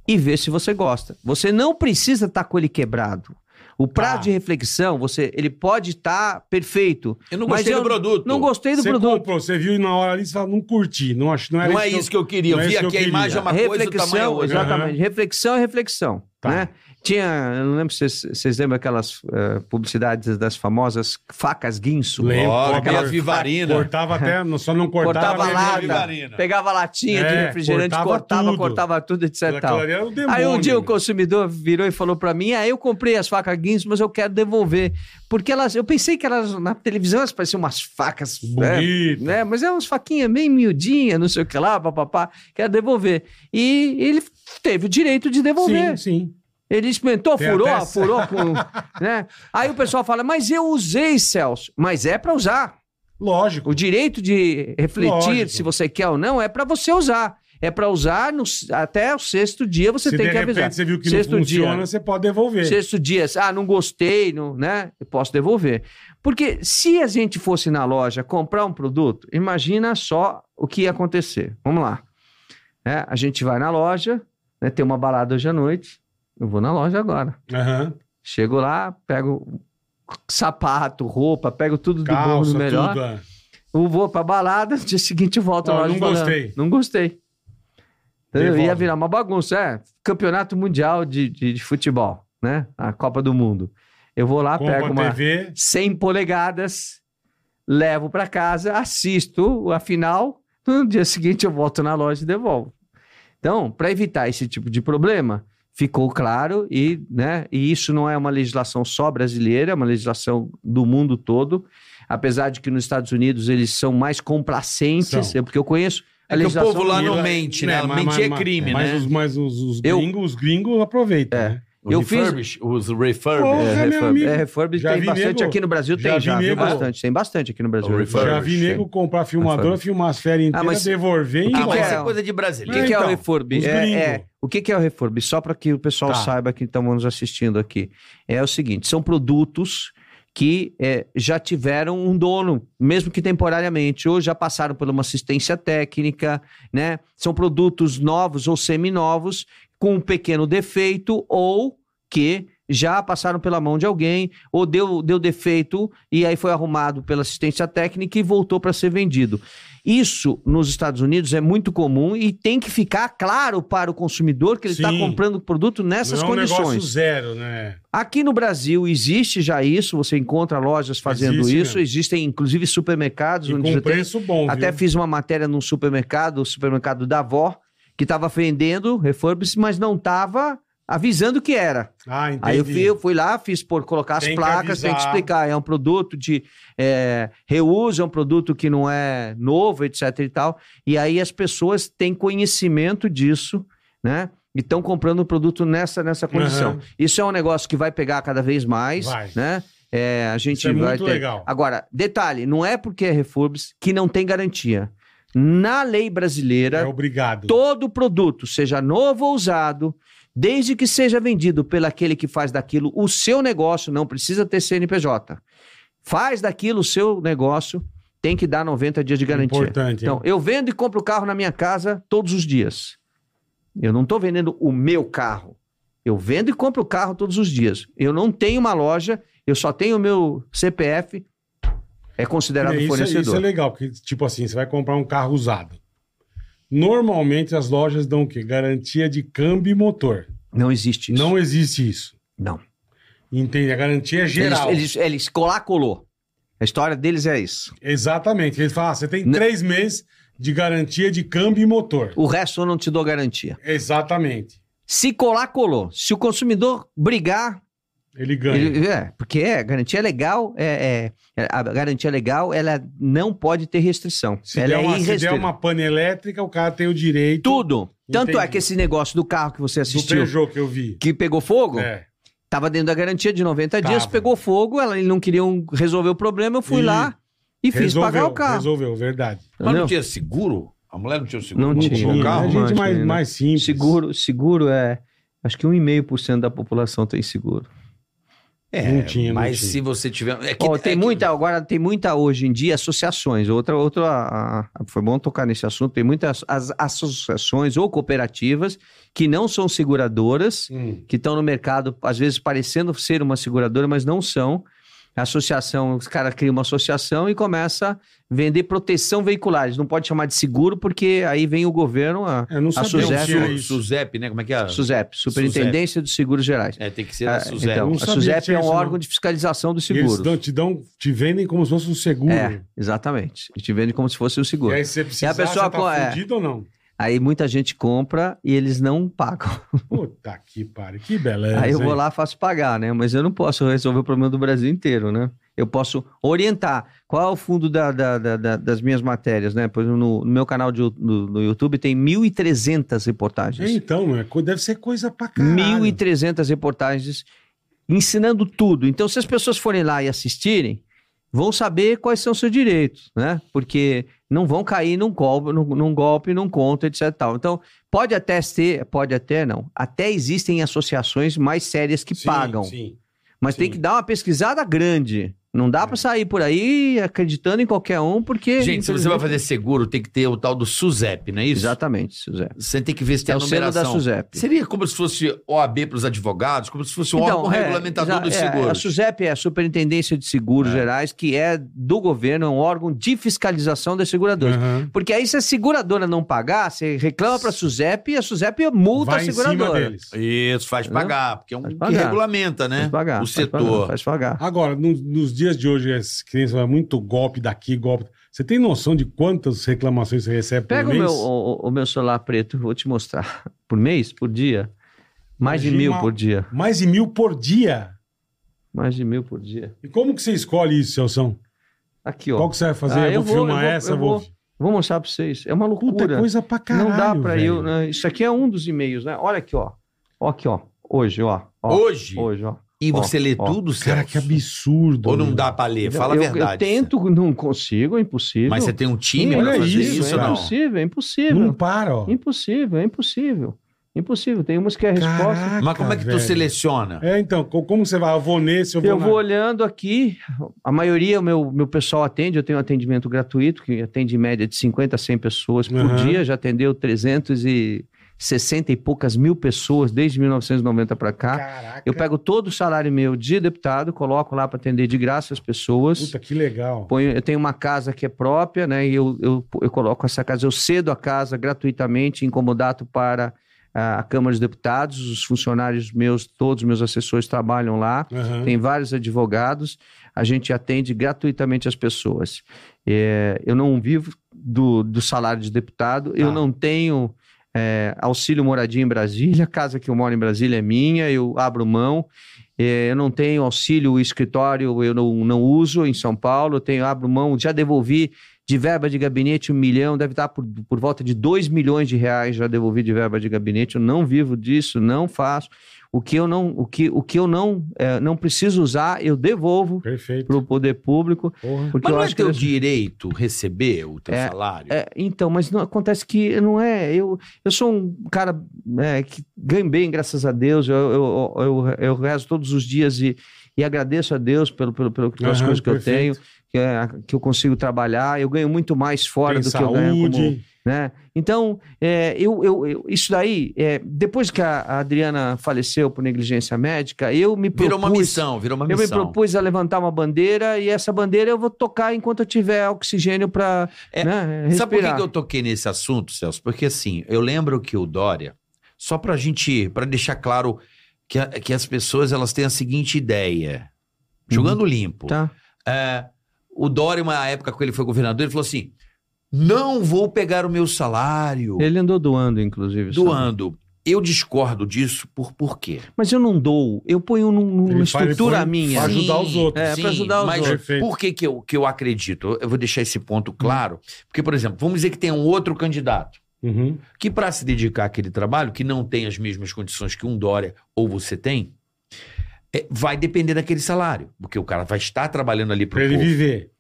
Speaker 3: e ver se você gosta. Você não precisa estar com ele quebrado. O prazo
Speaker 2: Ah.
Speaker 3: de reflexão, você, ele pode estar perfeito.
Speaker 1: Eu não
Speaker 3: mas
Speaker 1: gostei
Speaker 3: eu
Speaker 1: do produto.
Speaker 3: Não gostei do
Speaker 2: Você
Speaker 3: produto.
Speaker 2: comprou, você viu e na hora ali você fala, não curti, não, acho, não era
Speaker 1: Não é isso que eu queria. Eu
Speaker 2: não é
Speaker 1: vi
Speaker 2: isso que eu
Speaker 1: aqui a
Speaker 2: queria.
Speaker 1: imagem é uma coisa, o tamanho é
Speaker 3: reflexão,
Speaker 1: outra.
Speaker 3: exatamente. Reflexão é reflexão.
Speaker 2: Tá.
Speaker 3: Né? Tinha, eu não lembro se vocês, vocês lembram aquelas eh, publicidades das famosas facas guinso.
Speaker 2: Lembro,
Speaker 1: Ó,
Speaker 2: cobra-
Speaker 1: aquela vivarina.
Speaker 2: Cortava até, não- só não cortava,
Speaker 3: Cortava
Speaker 2: a
Speaker 3: lata,
Speaker 1: vivarina.
Speaker 3: pegava latinha de
Speaker 2: É,
Speaker 3: refrigerante, cortava,
Speaker 2: cortava
Speaker 3: cortava tudo,
Speaker 2: tudo.
Speaker 3: etc.
Speaker 2: Aquela
Speaker 3: tal.
Speaker 2: ali era o demônio.
Speaker 3: Aí um dia o consumidor virou e falou pra mim: ah, eu comprei as facas Guinness, mas eu quero devolver. Porque elas, eu pensei que elas, na televisão, elas pareciam umas facas. né,
Speaker 2: Bonito.
Speaker 3: né, mas é umas faquinhas bem miudinhas, não sei o que lá, papapá. Quero devolver. E ele teve o direito de devolver.
Speaker 2: Sim, sim.
Speaker 3: Ele experimentou,
Speaker 2: Tem
Speaker 3: furou,
Speaker 2: até essa. [laughs]
Speaker 3: furou com. né? Aí o pessoal fala: mas eu usei, Celso. Mas é pra usar.
Speaker 2: Lógico.
Speaker 3: O direito de refletir
Speaker 2: Lógico.
Speaker 3: se você quer ou não é para você usar. É para usar no- até o sexto dia você
Speaker 2: Se
Speaker 3: tem
Speaker 2: de
Speaker 3: que
Speaker 2: repente
Speaker 3: avisar.
Speaker 2: você viu que
Speaker 3: sexto
Speaker 2: não funciona,
Speaker 3: dia.
Speaker 2: você pode devolver.
Speaker 3: Sexto dia, ah, não gostei, não, né? Eu posso devolver. Porque se a gente fosse na loja comprar um produto, imagina só o que ia acontecer. Vamos lá. É, a gente vai na loja, né, tem uma balada hoje à noite. Eu vou na loja agora.
Speaker 2: Aham.
Speaker 3: Chego lá, pego sapato, roupa, pego tudo do bom,
Speaker 2: Calça,
Speaker 3: do melhor.
Speaker 2: tudo. é.
Speaker 3: Eu vou pra balada, [laughs] no dia seguinte eu volto
Speaker 2: Ó,
Speaker 3: lá.
Speaker 2: não
Speaker 3: e falo,
Speaker 2: gostei.
Speaker 3: Não gostei. Entendeu?
Speaker 2: Devolve.
Speaker 3: Ia virar uma bagunça. É, campeonato mundial de, de, de futebol, né? A Copa do Mundo. Eu vou lá,
Speaker 2: Compra
Speaker 3: pego uma
Speaker 2: TV.
Speaker 3: 100 polegadas, levo pra casa, assisto a final. No dia seguinte eu volto na loja e devolvo. Então, para evitar esse tipo de problema, ficou claro e, né, e isso não é uma legislação só brasileira, é uma legislação do mundo todo. Apesar de que nos Estados Unidos eles são mais complacentes,
Speaker 2: São.
Speaker 3: é porque eu conheço a
Speaker 1: É que o
Speaker 3: legislação.
Speaker 1: povo lá
Speaker 2: E
Speaker 1: não
Speaker 2: lá-
Speaker 1: mente, né?
Speaker 2: mas-
Speaker 1: Mentir é
Speaker 2: mas-
Speaker 1: crime,
Speaker 2: mas
Speaker 1: né?
Speaker 2: Os, mas os, os
Speaker 3: Eu-
Speaker 2: gringos, os gringos aproveitam. né?
Speaker 1: Os
Speaker 3: eu fiz-
Speaker 1: refurbish, Os refurbish.
Speaker 2: Porra,
Speaker 3: É,
Speaker 2: meu
Speaker 3: refurb,
Speaker 2: amigo.
Speaker 3: é, refurb
Speaker 2: Já
Speaker 3: tem
Speaker 2: vi
Speaker 3: bastante
Speaker 2: nego-
Speaker 3: aqui no Brasil,
Speaker 2: já
Speaker 3: tem
Speaker 2: vi
Speaker 3: já, viu
Speaker 2: nego-
Speaker 3: bastante, tem bastante aqui no Brasil.
Speaker 1: O refurb.
Speaker 2: Já vi
Speaker 1: Sim.
Speaker 2: nego comprar filmadora,
Speaker 3: Refurb.
Speaker 2: filmar as férias inteiras,
Speaker 3: Ah, mas-
Speaker 2: devolver e ir
Speaker 3: Ah,
Speaker 1: Ah,
Speaker 3: que
Speaker 1: mas
Speaker 3: é?
Speaker 2: embora.
Speaker 1: isso é coisa de
Speaker 3: O
Speaker 1: brasileiro.
Speaker 3: que,
Speaker 2: É,
Speaker 3: que é o
Speaker 2: então,
Speaker 3: refurb?
Speaker 2: os
Speaker 3: É,
Speaker 2: gringos.
Speaker 3: é, o que, que é o refurb? Só para que o pessoal
Speaker 2: Tá.
Speaker 3: saiba que estamos nos assistindo aqui. É o seguinte: são produtos que é, já tiveram um dono, mesmo que temporariamente, ou já passaram por uma assistência técnica, né? São produtos novos ou seminovos, com um pequeno defeito, ou que já passaram pela mão de alguém, ou deu, deu defeito, e aí foi arrumado pela assistência técnica e voltou para ser vendido. Isso nos Estados Unidos é muito comum e tem que ficar claro para o consumidor que ele está
Speaker 2: Sim.
Speaker 3: comprando o produto nessas
Speaker 2: Não É um
Speaker 3: condições.
Speaker 2: negócio zero, né?
Speaker 3: Aqui no Brasil existe já isso, você encontra lojas fazendo
Speaker 2: Existe
Speaker 3: isso,
Speaker 2: mesmo.
Speaker 3: existem inclusive supermercados
Speaker 2: E
Speaker 3: onde você
Speaker 2: com
Speaker 3: um tem.
Speaker 2: preço bom,
Speaker 3: Até
Speaker 2: viu?
Speaker 3: fiz uma matéria num supermercado, o supermercado da avó, que estava vendendo refurbs, mas não estava avisando que era.
Speaker 2: Ah, entendi.
Speaker 3: Aí eu fui, eu fui lá, fiz por colocar as
Speaker 2: Tem que
Speaker 3: placas, tem que
Speaker 2: avisar.
Speaker 3: explicar. É um produto de é, reuso, é um produto que não é novo, etc e tal. E aí as pessoas têm conhecimento disso, né? E estão comprando o produto nessa, nessa condição.
Speaker 2: Aham.
Speaker 3: Isso é um negócio que vai pegar cada vez mais,
Speaker 2: Vai.
Speaker 3: né? É, a gente
Speaker 2: Isso é
Speaker 3: vai
Speaker 2: muito
Speaker 3: ter-
Speaker 2: legal.
Speaker 3: Agora, detalhe, não é porque é Refurbs que não tem garantia. Na lei brasileira,
Speaker 2: É obrigado.
Speaker 3: todo produto, seja novo ou usado, desde que seja vendido pelo aquele que faz daquilo o seu negócio, não precisa ter CNPJ. Faz daquilo o seu negócio, tem que dar 90 dias de garantia.
Speaker 2: é Importante.
Speaker 3: Então, eu vendo e compro o carro na minha casa todos os dias. Eu não estou vendendo o meu carro. Eu vendo e compro o carro todos os dias. Eu não tenho uma loja, eu só tenho o meu CPF, é considerado
Speaker 2: É, isso, é-
Speaker 3: fornecedor.
Speaker 2: isso é legal, porque, tipo assim, você vai comprar um carro usado. Normalmente as lojas dão o quê? Garantia de câmbio e motor.
Speaker 3: Não existe isso.
Speaker 2: Não existe isso.
Speaker 3: não.
Speaker 2: Entende? A garantia é geral.
Speaker 3: Eles, eles, eles colar, colou. A história deles é isso.
Speaker 2: Exatamente. Eles falam, ah, você tem
Speaker 3: N-
Speaker 2: três meses de garantia de câmbio e motor.
Speaker 3: O resto eu não te dou garantia.
Speaker 2: Exatamente.
Speaker 3: Se colar, colou. Se o consumidor brigar,
Speaker 2: Ele ganha.
Speaker 3: ele- é, porque é, garantia legal, é, é, a garantia legal, ela não pode ter restrição.
Speaker 2: Se,
Speaker 3: ela
Speaker 2: der
Speaker 3: é
Speaker 2: uma, se der
Speaker 3: irrestrita.
Speaker 2: uma pane elétrica, o cara tem o direito
Speaker 3: Tudo. Tanto é
Speaker 2: Entendi.
Speaker 3: que esse negócio do carro que
Speaker 2: do
Speaker 3: você assistiu,
Speaker 2: Peugeot que eu vi.
Speaker 3: que pegou fogo,
Speaker 2: É.
Speaker 3: tava dentro da garantia de 90 dias,
Speaker 2: Tava.
Speaker 3: pegou fogo, ela, eles não queriam resolver o problema, eu fui
Speaker 2: E
Speaker 3: lá e fiz
Speaker 2: Resolveu,
Speaker 3: pagar o carro.
Speaker 2: Resolveu, verdade.
Speaker 1: Mas não
Speaker 3: entendeu?
Speaker 1: tinha seguro? A mulher não tinha seguro?
Speaker 3: Não
Speaker 1: Quando
Speaker 3: tinha.
Speaker 1: comprou o
Speaker 2: Tinha,
Speaker 1: carro?
Speaker 2: né, gente
Speaker 3: é Romântico,
Speaker 2: mais,
Speaker 3: né?
Speaker 2: mais simples.
Speaker 3: Seguro, seguro é. Acho que 1,5% da população tem seguro.
Speaker 1: É,
Speaker 2: Não tinha, não
Speaker 1: mas
Speaker 2: tinha.
Speaker 1: se você tiver. é que-
Speaker 3: Ó,
Speaker 1: é
Speaker 3: tem
Speaker 1: que-
Speaker 3: muita, agora tem muita hoje em dia associações. Outra, outra, a- a- foi bom tocar nesse assunto. Tem muitas as associações ou cooperativas que não são seguradoras,
Speaker 2: Hum.
Speaker 3: que estão no mercado, às vezes parecendo ser uma seguradora, mas não são. A associação, os caras criam uma associação e começa a vender proteção veicular. Eles não pode chamar de seguro, porque aí vem o governo, a
Speaker 2: É, Eu não sabia
Speaker 1: Tem um
Speaker 3: Suzep.
Speaker 2: que tinha
Speaker 1: Su-
Speaker 2: isso.
Speaker 1: Suzep, né? Como é que é?
Speaker 3: SUSEP, Superintendência dos Seguros Gerais.
Speaker 1: É, tem que ser
Speaker 3: Ah,
Speaker 1: a Suzep.
Speaker 3: então,
Speaker 2: Não
Speaker 3: a
Speaker 2: sabia que
Speaker 3: SUSEP
Speaker 2: tinha
Speaker 3: é um
Speaker 2: isso, não.
Speaker 3: órgão de fiscalização dos
Speaker 2: E Eles
Speaker 3: seguros.
Speaker 2: dão- te, dão, te vendem como se fosse um seguro.
Speaker 3: É, exatamente. E te vende como se fosse um
Speaker 2: E
Speaker 3: seguro.
Speaker 2: aí, se você precisar,
Speaker 3: E a pessoa
Speaker 2: você
Speaker 3: co-
Speaker 2: tá
Speaker 3: é.
Speaker 2: fudido ou não?
Speaker 3: Aí muita gente compra e eles não pagam.
Speaker 2: Puta que pariu, que beleza.
Speaker 3: Aí eu vou
Speaker 2: hein?
Speaker 3: lá faço pagar, né? Mas eu não posso resolver o problema do Brasil inteiro, né? Eu posso orientar. Qual é o fundo da- da- da- da- das minhas matérias, né? Por exemplo, no, no meu canal de, you- no, no YouTube tem 1.300 reportagens.
Speaker 2: Então, é, co- deve ser coisa pra caralho.
Speaker 3: 1.300 reportagens ensinando tudo. Então, se as pessoas forem lá e assistirem, vão saber quais são seus direitos, né? Porque não vão cair num golpe, num, num golpe, num conto, etc. tal. Então, pode até ser, pode até não. Até existem associações mais sérias que
Speaker 2: Sim,
Speaker 3: pagam,
Speaker 2: Sim.
Speaker 3: mas tem
Speaker 2: sim.
Speaker 3: que dar uma pesquisada grande. Não dá pra sair por aí acreditando em qualquer um, porque
Speaker 1: É. Gente, se você vai fazer seguro, tem que ter o tal do Suzep, não é isso?
Speaker 3: Exatamente, Suzé.
Speaker 1: Você tem que ver se tem
Speaker 3: É
Speaker 1: a
Speaker 3: o selo da
Speaker 1: numeração.
Speaker 3: Suzep.
Speaker 1: Seria como se fosse OAB para os advogados, como se fosse
Speaker 2: Então,
Speaker 1: um órgão
Speaker 3: é,
Speaker 1: regulamentador
Speaker 3: exa-
Speaker 1: dos
Speaker 3: é, A
Speaker 1: seguros.
Speaker 3: SUSEP é a Superintendência de Seguros Gerais, que é do governo, é um órgão de fiscalização das seguradoras.
Speaker 2: Aham.
Speaker 3: Porque aí, se a seguradora não pagar, você reclama para a SUSEP e a SUSEP multa
Speaker 2: Vai
Speaker 3: a
Speaker 2: em cima
Speaker 3: seguradora.
Speaker 2: deles.
Speaker 1: Isso, faz
Speaker 3: Entendeu?
Speaker 1: pagar, porque é um
Speaker 3: Faz
Speaker 1: que
Speaker 3: pagar.
Speaker 1: regulamenta, né?
Speaker 3: Faz pagar.
Speaker 1: o
Speaker 3: faz pagar,
Speaker 1: setor.
Speaker 3: Faz pagar.
Speaker 2: Agora, no- nos dias de hoje, as crianças é muito golpe daqui, golpe. Você tem noção de quantas reclamações você recebe
Speaker 3: Pega
Speaker 2: por
Speaker 3: o
Speaker 2: mês?
Speaker 3: meu, o, o- o meu celular preto, vou te mostrar. [laughs] Por mês? Por dia? Mais de
Speaker 2: Imagina-
Speaker 3: mil por dia.
Speaker 2: Mais de mil por dia.
Speaker 3: Mais de mil por dia.
Speaker 2: E como que você escolhe isso, Celção?
Speaker 3: Aqui, ó.
Speaker 2: Qual que você vai fazer?
Speaker 3: Ah,
Speaker 2: eu
Speaker 3: eu
Speaker 2: vou
Speaker 3: vou,
Speaker 2: filmar
Speaker 3: eu vou,
Speaker 2: essa,
Speaker 3: eu
Speaker 2: vou...
Speaker 3: vou. Vou mostrar para vocês. É uma loucura.
Speaker 2: Puta, é coisa pra caralho,
Speaker 3: não dá pra
Speaker 2: velho.
Speaker 3: eu. né? Isso aqui é um dos e-mails, né? Olha aqui, ó. Ó aqui, ó. Hoje, ó. ó.
Speaker 1: Hoje,
Speaker 3: Hoje, ó.
Speaker 1: e
Speaker 3: Ó,
Speaker 1: você lê
Speaker 3: ó.
Speaker 1: tudo,
Speaker 2: Cara,
Speaker 1: Celso?
Speaker 2: que absurdo.
Speaker 1: Ou não
Speaker 2: meu.
Speaker 1: dá pra ler? Fala a
Speaker 3: eu,
Speaker 1: verdade.
Speaker 3: Eu tento, não consigo, é impossível.
Speaker 1: Mas você tem um time
Speaker 2: Olha
Speaker 1: pra fazer
Speaker 2: isso,
Speaker 1: isso, ou
Speaker 3: é
Speaker 1: não?
Speaker 3: impossível, é impossível.
Speaker 2: Não para, ó.
Speaker 3: Impossível, é impossível. Impossível. Tem umas que é a resposta.
Speaker 2: Caraca,
Speaker 1: Mas como é que tu
Speaker 2: velho.
Speaker 1: seleciona?
Speaker 2: É, então, co- como você vai? Eu vou nesse, eu vou
Speaker 3: Eu vou
Speaker 2: na-
Speaker 3: olhando aqui, a maioria, o meu, meu pessoal atende, eu tenho um atendimento gratuito, que atende em média de 50 a 100 pessoas por
Speaker 2: Aham.
Speaker 3: dia, já atendeu 360 e poucas mil pessoas desde 1990 para cá.
Speaker 2: Caraca.
Speaker 3: Eu pego todo o salário meu de deputado, coloco lá para atender de graça as pessoas.
Speaker 2: Puta, que legal.
Speaker 3: Ponho- eu tenho uma casa que é própria, né? E eu, eu, eu coloco essa casa, eu cedo a casa gratuitamente, em comodato para ah, a Câmara dos Deputados. Os funcionários meus, todos os meus assessores trabalham lá.
Speaker 2: Aham.
Speaker 3: Tem vários advogados, a gente atende gratuitamente as pessoas. É, eu não vivo do, do salário de deputado, eu
Speaker 1: Tá.
Speaker 3: não tenho é, auxílio moradia em Brasília, a casa que eu moro em Brasília é minha, eu abro mão. É, eu não tenho auxílio escritório, eu não, não uso em São Paulo, eu tenho, abro mão, já devolvi de verba de gabinete um milhão, deve estar por, por volta de dois milhões de reais já devolvi de verba de gabinete, eu não vivo disso, não faço. O que eu não, o que, o que eu não, eh, não preciso usar, eu devolvo
Speaker 2: Perfeito.
Speaker 3: para o poder público,
Speaker 2: Porra.
Speaker 3: porque
Speaker 1: Mas
Speaker 3: eu
Speaker 1: não é
Speaker 3: acho que...
Speaker 1: teu
Speaker 3: eles-
Speaker 1: direito receber o teu
Speaker 3: É,
Speaker 1: salário?
Speaker 3: É, então, mas não, acontece que não é. Eu, eu sou um cara é, que ganho bem, graças a Deus. Eu, eu, eu, eu rezo todos os dias e, e agradeço a Deus pelo, pelo, pelo- pelas
Speaker 2: Aham,
Speaker 3: coisas que eu tenho,
Speaker 2: perfeito.
Speaker 3: que, é- que eu consigo trabalhar. Eu ganho muito mais fora
Speaker 2: Tem
Speaker 3: do que eu ganho como,
Speaker 2: saúde.
Speaker 3: né? Então, é, eu, eu- eu- isso daí, é, depois que a, a Adriana faleceu por negligência médica, eu me propus,
Speaker 1: Virou uma missão, virou uma
Speaker 3: eu me
Speaker 1: missão.
Speaker 3: propus a levantar uma bandeira e essa bandeira eu vou tocar enquanto eu tiver oxigênio para
Speaker 1: É,
Speaker 3: né,
Speaker 1: Sabe por que,
Speaker 3: respirar.
Speaker 1: que eu toquei nesse assunto, Celso? Porque assim, eu lembro que o Dória, só pra gente, pra deixar claro que, a- que as pessoas elas têm a seguinte ideia, jogando limpo.
Speaker 3: Tá.
Speaker 1: É, o Dória, uma época que ele foi governador, ele falou assim, não vou pegar o meu salário
Speaker 3: Ele andou doando, inclusive. sabe?
Speaker 1: doando. Eu discordo disso por por quê?
Speaker 3: Mas eu não dou, eu ponho num- numa
Speaker 2: Ele faz- ele
Speaker 3: estrutura
Speaker 2: põe-
Speaker 3: minha.
Speaker 2: Pra faz- ajudar os outros.
Speaker 3: É, pra ajudar os
Speaker 1: mas
Speaker 2: outros. Perfeito.
Speaker 1: Por que, que, eu, que eu acredito? Eu vou deixar esse
Speaker 3: Hum.
Speaker 1: ponto claro. Porque, por exemplo, vamos dizer que tem um outro candidato
Speaker 2: Uhum.
Speaker 1: que, para se dedicar àquele trabalho, que não tem as mesmas condições que um Dória ou você tem, é, vai depender daquele salário. Porque o cara vai estar trabalhando ali
Speaker 2: Pra
Speaker 1: para o
Speaker 2: ele
Speaker 1: povo.
Speaker 2: viver.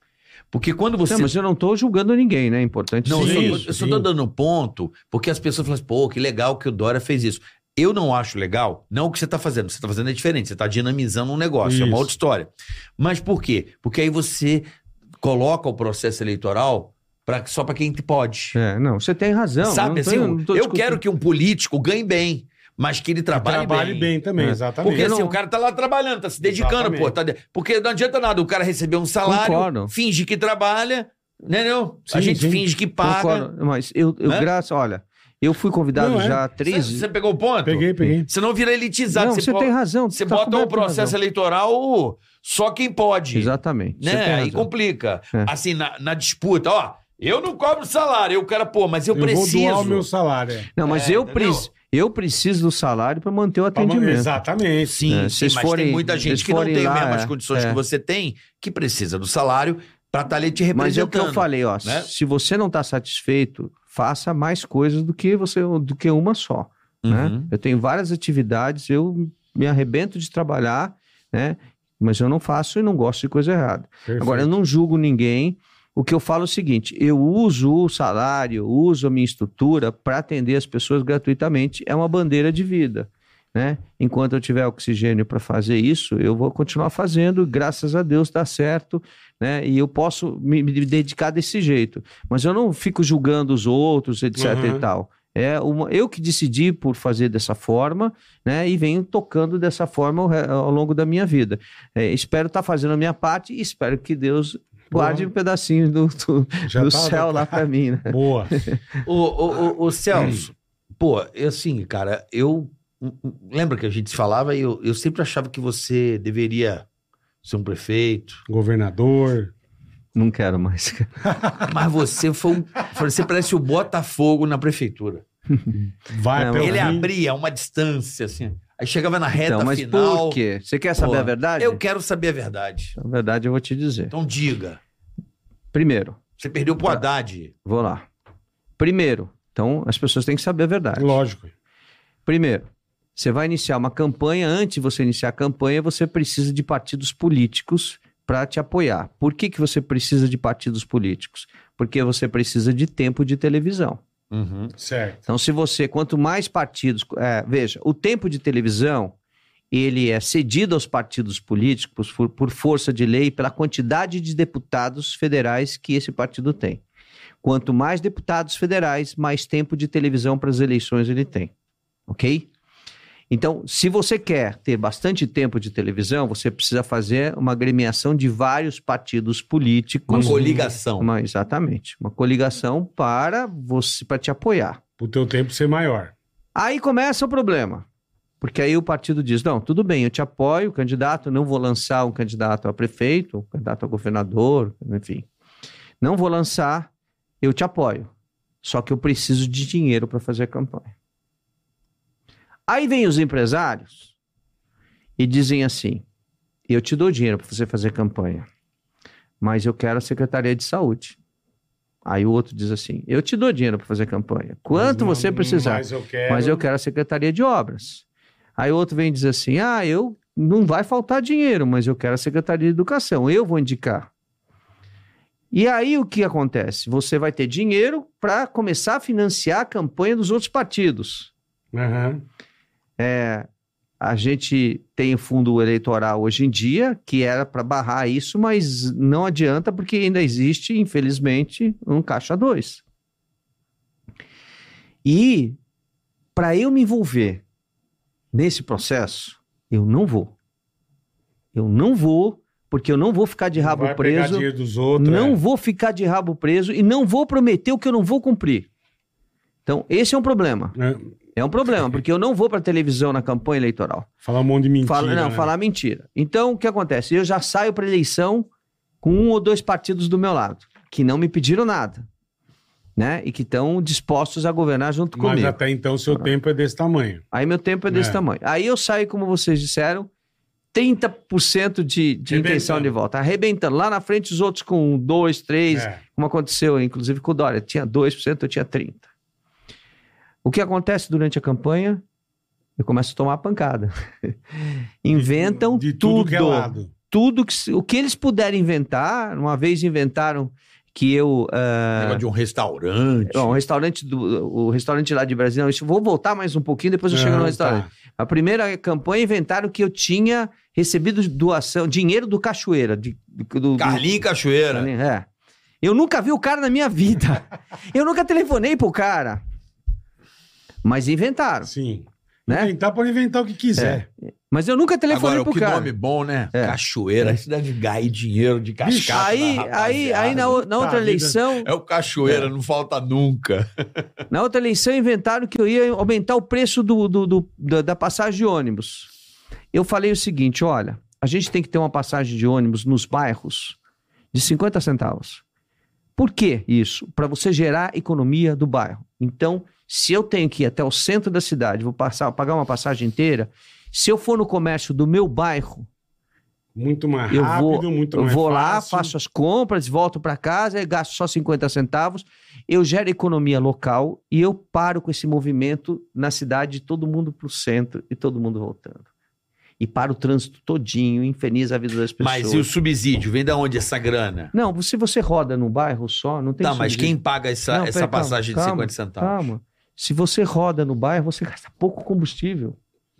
Speaker 1: Porque quando você.
Speaker 3: Não, mas eu não tô julgando ninguém, né? É importante.
Speaker 1: Não,
Speaker 3: dizer
Speaker 1: eu
Speaker 2: Sim,
Speaker 1: só-
Speaker 3: isso.
Speaker 1: eu só
Speaker 2: sim.
Speaker 1: tô dando um ponto, porque as pessoas falam assim, pô, que legal que o Dória fez isso. Eu não acho legal, não o que você está fazendo. O que você está fazendo é diferente, você está dinamizando um negócio, é
Speaker 2: Isso.
Speaker 1: uma outra história. Mas por quê? Porque aí você coloca o processo eleitoral pra, só para quem pode.
Speaker 3: É, não, você tem razão.
Speaker 1: Sabe
Speaker 3: não tô-
Speaker 1: assim,
Speaker 3: não tô
Speaker 1: eu
Speaker 3: discutindo.
Speaker 1: quero que um político ganhe bem, mas que ele trabalhe,
Speaker 2: Trabalhe
Speaker 1: bem.
Speaker 2: bem, também,
Speaker 3: É.
Speaker 2: exatamente.
Speaker 1: Porque assim,
Speaker 3: não-
Speaker 1: o cara tá lá trabalhando, tá se dedicando,
Speaker 2: Exatamente.
Speaker 1: pô. tá de- Porque não adianta nada o cara receber um salário,
Speaker 3: Concordo.
Speaker 1: finge que trabalha, né, não? a
Speaker 2: Sim,
Speaker 1: gente
Speaker 2: sim.
Speaker 1: finge que paga.
Speaker 3: Concordo, mas eu, eu
Speaker 1: Né?
Speaker 3: graças, olha, eu fui convidado
Speaker 2: Não, é.
Speaker 3: já
Speaker 1: Você,
Speaker 3: três
Speaker 1: você pegou o ponto?
Speaker 2: Peguei, peguei.
Speaker 1: Você não vira elitizado.
Speaker 3: Não,
Speaker 1: você
Speaker 3: você
Speaker 1: po-
Speaker 3: tem razão.
Speaker 1: você
Speaker 3: tá
Speaker 1: bota o
Speaker 3: coberto de
Speaker 1: processo
Speaker 3: razão.
Speaker 1: eleitoral só quem pode.
Speaker 3: Exatamente.
Speaker 1: Né?
Speaker 3: você tem
Speaker 1: Aí
Speaker 3: razão.
Speaker 1: complica.
Speaker 3: É.
Speaker 1: Assim, na, na disputa, ó, eu não cobro salário. Aí o cara, pô, mas eu,
Speaker 2: Eu
Speaker 1: preciso.
Speaker 2: vou doar o meu salário. é.
Speaker 3: Não, mas
Speaker 1: É,
Speaker 3: eu,
Speaker 1: entendeu?
Speaker 3: preciso, eu preciso do salário para manter o
Speaker 2: Pra man-
Speaker 3: atendimento.
Speaker 2: Exatamente.
Speaker 1: Sim,
Speaker 3: É,
Speaker 1: sim,
Speaker 3: vocês
Speaker 1: mas
Speaker 3: forem-
Speaker 1: tem muita gente
Speaker 3: vocês
Speaker 1: que não
Speaker 3: forem
Speaker 1: tem
Speaker 3: lá,
Speaker 1: as mesmas
Speaker 3: é,
Speaker 1: condições
Speaker 3: é.
Speaker 1: que você tem, que precisa do salário pra estar ali te
Speaker 3: Mas é o
Speaker 1: representando.
Speaker 3: que eu falei, ó.
Speaker 1: né?
Speaker 3: Se você não está satisfeito, faça mais coisas do que você do que uma só. Né?
Speaker 1: Uhum.
Speaker 3: Eu tenho várias atividades, eu me arrebento de trabalhar, né? Mas eu não faço e não gosto de coisa errada.
Speaker 2: Perfeito.
Speaker 3: Agora, eu não julgo ninguém. O que eu falo é o seguinte: eu uso o salário, uso a minha estrutura para atender as pessoas gratuitamente. É uma bandeira de vida. Né? Enquanto eu tiver oxigênio para fazer isso, eu vou continuar fazendo, graças a Deus dá certo, né? E eu posso me, me dedicar desse jeito. Mas eu não fico julgando os outros, etc.
Speaker 2: Uhum.
Speaker 3: e tal. É uma, eu que decidi por fazer dessa forma, né? E venho tocando dessa forma ao, re- ao longo da minha vida. É, espero estar fazendo a minha parte e espero que Deus guarde
Speaker 2: Boa.
Speaker 3: um pedacinho do, do,
Speaker 2: Já
Speaker 3: do
Speaker 2: tá-
Speaker 3: céu lá para mim, né? [laughs]
Speaker 2: Boa.
Speaker 1: O, o, o,
Speaker 3: Hum.
Speaker 1: o Celso, pô, eu, assim, cara, eu. hum, Lembra que a gente se falava e eu, eu sempre achava que você deveria ser um prefeito.
Speaker 2: Governador.
Speaker 3: Não quero mais. cara.
Speaker 1: Mas você foi um. Você parece o Botafogo na prefeitura.
Speaker 2: Vai
Speaker 3: Não,
Speaker 2: pelo
Speaker 1: Ele
Speaker 2: fim.
Speaker 1: abria uma distância, assim. Aí chegava na reta
Speaker 3: Então, mas
Speaker 1: final.
Speaker 3: por quê? Você quer saber
Speaker 1: Pô,
Speaker 3: a verdade?
Speaker 1: Eu quero saber a verdade.
Speaker 3: Na verdade, eu vou te dizer.
Speaker 1: Então diga.
Speaker 3: Primeiro,
Speaker 1: Você perdeu
Speaker 3: Tá.
Speaker 1: pro Haddad.
Speaker 3: vou lá. Primeiro, então as pessoas têm que saber a verdade.
Speaker 2: Lógico.
Speaker 3: Primeiro, você vai iniciar uma campanha. Antes de você iniciar a campanha, você precisa de partidos políticos para te apoiar. Por que, que você precisa de partidos políticos? Porque você precisa de tempo de televisão.
Speaker 2: Certo.
Speaker 3: Então, se você, quanto mais partidos. é, veja, o tempo de televisão ele é cedido aos partidos políticos por, por força de lei pela quantidade de deputados federais que esse partido tem. Quanto mais deputados federais, mais tempo de televisão para as eleições ele tem. Ok? Então, se você quer ter bastante tempo de televisão, você precisa fazer uma agremiação de vários partidos
Speaker 1: Uma
Speaker 3: políticos.
Speaker 1: coligação.
Speaker 3: Uma- exatamente. Uma coligação para você para te apoiar.
Speaker 2: Pro teu tempo ser maior.
Speaker 3: Aí começa o problema. Porque aí o partido diz: não, tudo bem, eu te apoio, candidato, não vou lançar um candidato a prefeito, um candidato a governador, enfim. Não vou lançar, eu te apoio. Só que eu preciso de dinheiro para fazer a campanha. Aí vem os empresários e dizem assim: eu te dou dinheiro para você fazer campanha, mas eu quero a Secretaria de Saúde. Aí o outro diz assim: eu te dou dinheiro para fazer campanha.
Speaker 2: Mas não-
Speaker 3: Quanto você precisar?
Speaker 2: Mas eu quero.
Speaker 3: mas eu quero a Secretaria de Obras. Aí outro vem dizer assim: ah, eu não vai faltar dinheiro, mas eu quero a Secretaria de Educação, eu vou indicar. E aí o que acontece? Você vai ter dinheiro para começar a financiar a campanha dos outros partidos.
Speaker 2: Aham.
Speaker 3: A gente tem o fundo eleitoral hoje em dia, que era para barrar isso, mas não adianta, porque ainda existe, infelizmente, um caixa dois. E para eu me envolver nesse processo, eu não vou. Eu não vou, porque eu não vou ficar de rabo
Speaker 2: Vai pegar
Speaker 3: preso.
Speaker 2: dinheiro dos outros.
Speaker 3: Não
Speaker 2: é.
Speaker 3: vou ficar de rabo preso e não vou prometer o que eu não vou cumprir. Então, esse é um problema.
Speaker 2: É.
Speaker 3: É um problema, porque eu não vou para televisão na campanha eleitoral.
Speaker 2: Falar um monte de mentira.
Speaker 3: Fala- não,
Speaker 2: né?
Speaker 3: falar mentira. Então, o que acontece? Eu já saio para eleição com um ou dois partidos do meu lado, que não me pediram nada, né? E que estão dispostos a governar junto
Speaker 2: Mas
Speaker 3: comigo.
Speaker 2: até então seu tempo é desse tamanho.
Speaker 3: Aí meu tempo é desse
Speaker 2: É.
Speaker 3: tamanho. Aí eu saio, como vocês disseram, 30% de, de intenção
Speaker 2: Arrebentando.
Speaker 3: de volta. Arrebentando. Lá na frente, os outros com um, 2, 3,
Speaker 2: É.
Speaker 3: como aconteceu, inclusive com o Dória. Tinha 2%, eu tinha 30%. O que acontece durante a campanha? Eu começo a tomar pancada. [laughs] Inventam
Speaker 2: de
Speaker 3: tudo.
Speaker 2: tudo que é lado.
Speaker 3: tudo que se- o que eles puderem inventar. Uma vez inventaram que eu. ah,
Speaker 1: Negócio de um restaurante.
Speaker 3: Bom, o restaurante do o restaurante lá de Brasília, não, isso, vou voltar mais um pouquinho, depois eu chego
Speaker 2: Ah,
Speaker 3: no restaurante.
Speaker 2: tá.
Speaker 3: A primeira campanha inventaram que eu tinha recebido doação, dinheiro do Cachoeira, de, do, do-
Speaker 1: Carlinho Cachoeira.
Speaker 3: Carlinho, é. Eu nunca vi o cara na minha vida. eu nunca telefonei pro cara. Mas inventaram,
Speaker 2: tá. Sim.
Speaker 3: né? É.
Speaker 2: Inventar pode inventar o que quiser.
Speaker 3: Mas eu nunca telefonei
Speaker 1: Agora,
Speaker 3: pro
Speaker 1: que
Speaker 3: cara.
Speaker 1: nome bom, né?
Speaker 3: É.
Speaker 1: Cachoeira. Aí você deve ganhar dinheiro de cascata.
Speaker 2: Bicho,
Speaker 3: Aí,
Speaker 1: na
Speaker 3: aí,
Speaker 1: rapaziada.
Speaker 3: aí na, o- na
Speaker 2: Tá,
Speaker 3: outra
Speaker 2: vida-
Speaker 3: eleição,
Speaker 1: É o Cachoeira, não falta nunca.
Speaker 3: na outra eleição inventaram que eu ia aumentar o preço do, do- do- da, da passagem de ônibus. Eu falei o seguinte, olha, a gente tem que ter uma passagem de ônibus nos bairros de 50 centavos. Por que isso? Para você gerar economia do bairro. Então, se eu tenho que ir até o centro da cidade, vou passar, pagar uma passagem inteira, se eu for no comércio do meu bairro,
Speaker 2: Muito mais
Speaker 3: eu
Speaker 2: rápido,
Speaker 3: vou,
Speaker 2: muito
Speaker 3: eu
Speaker 1: é
Speaker 2: mais
Speaker 3: vou lá,
Speaker 2: fácil.
Speaker 3: faço as compras, volto para casa, e gasto só 50 centavos. Eu gero economia local e eu paro com esse movimento na cidade, todo mundo pro centro e todo mundo voltando. E para o trânsito todinho, infeliz a vida das pessoas.
Speaker 1: Mas e o subsídio? Vem da onde essa grana?
Speaker 3: Não, se você roda num bairro só, não tem
Speaker 1: tá, mas quem tá?
Speaker 3: subsídio.
Speaker 1: paga essa,
Speaker 3: Não,
Speaker 1: essa
Speaker 3: peraí, calma,
Speaker 1: passagem
Speaker 3: calma,
Speaker 1: de 50 centavos?
Speaker 3: Calma. Se você roda no bairro, você gasta pouco combustível.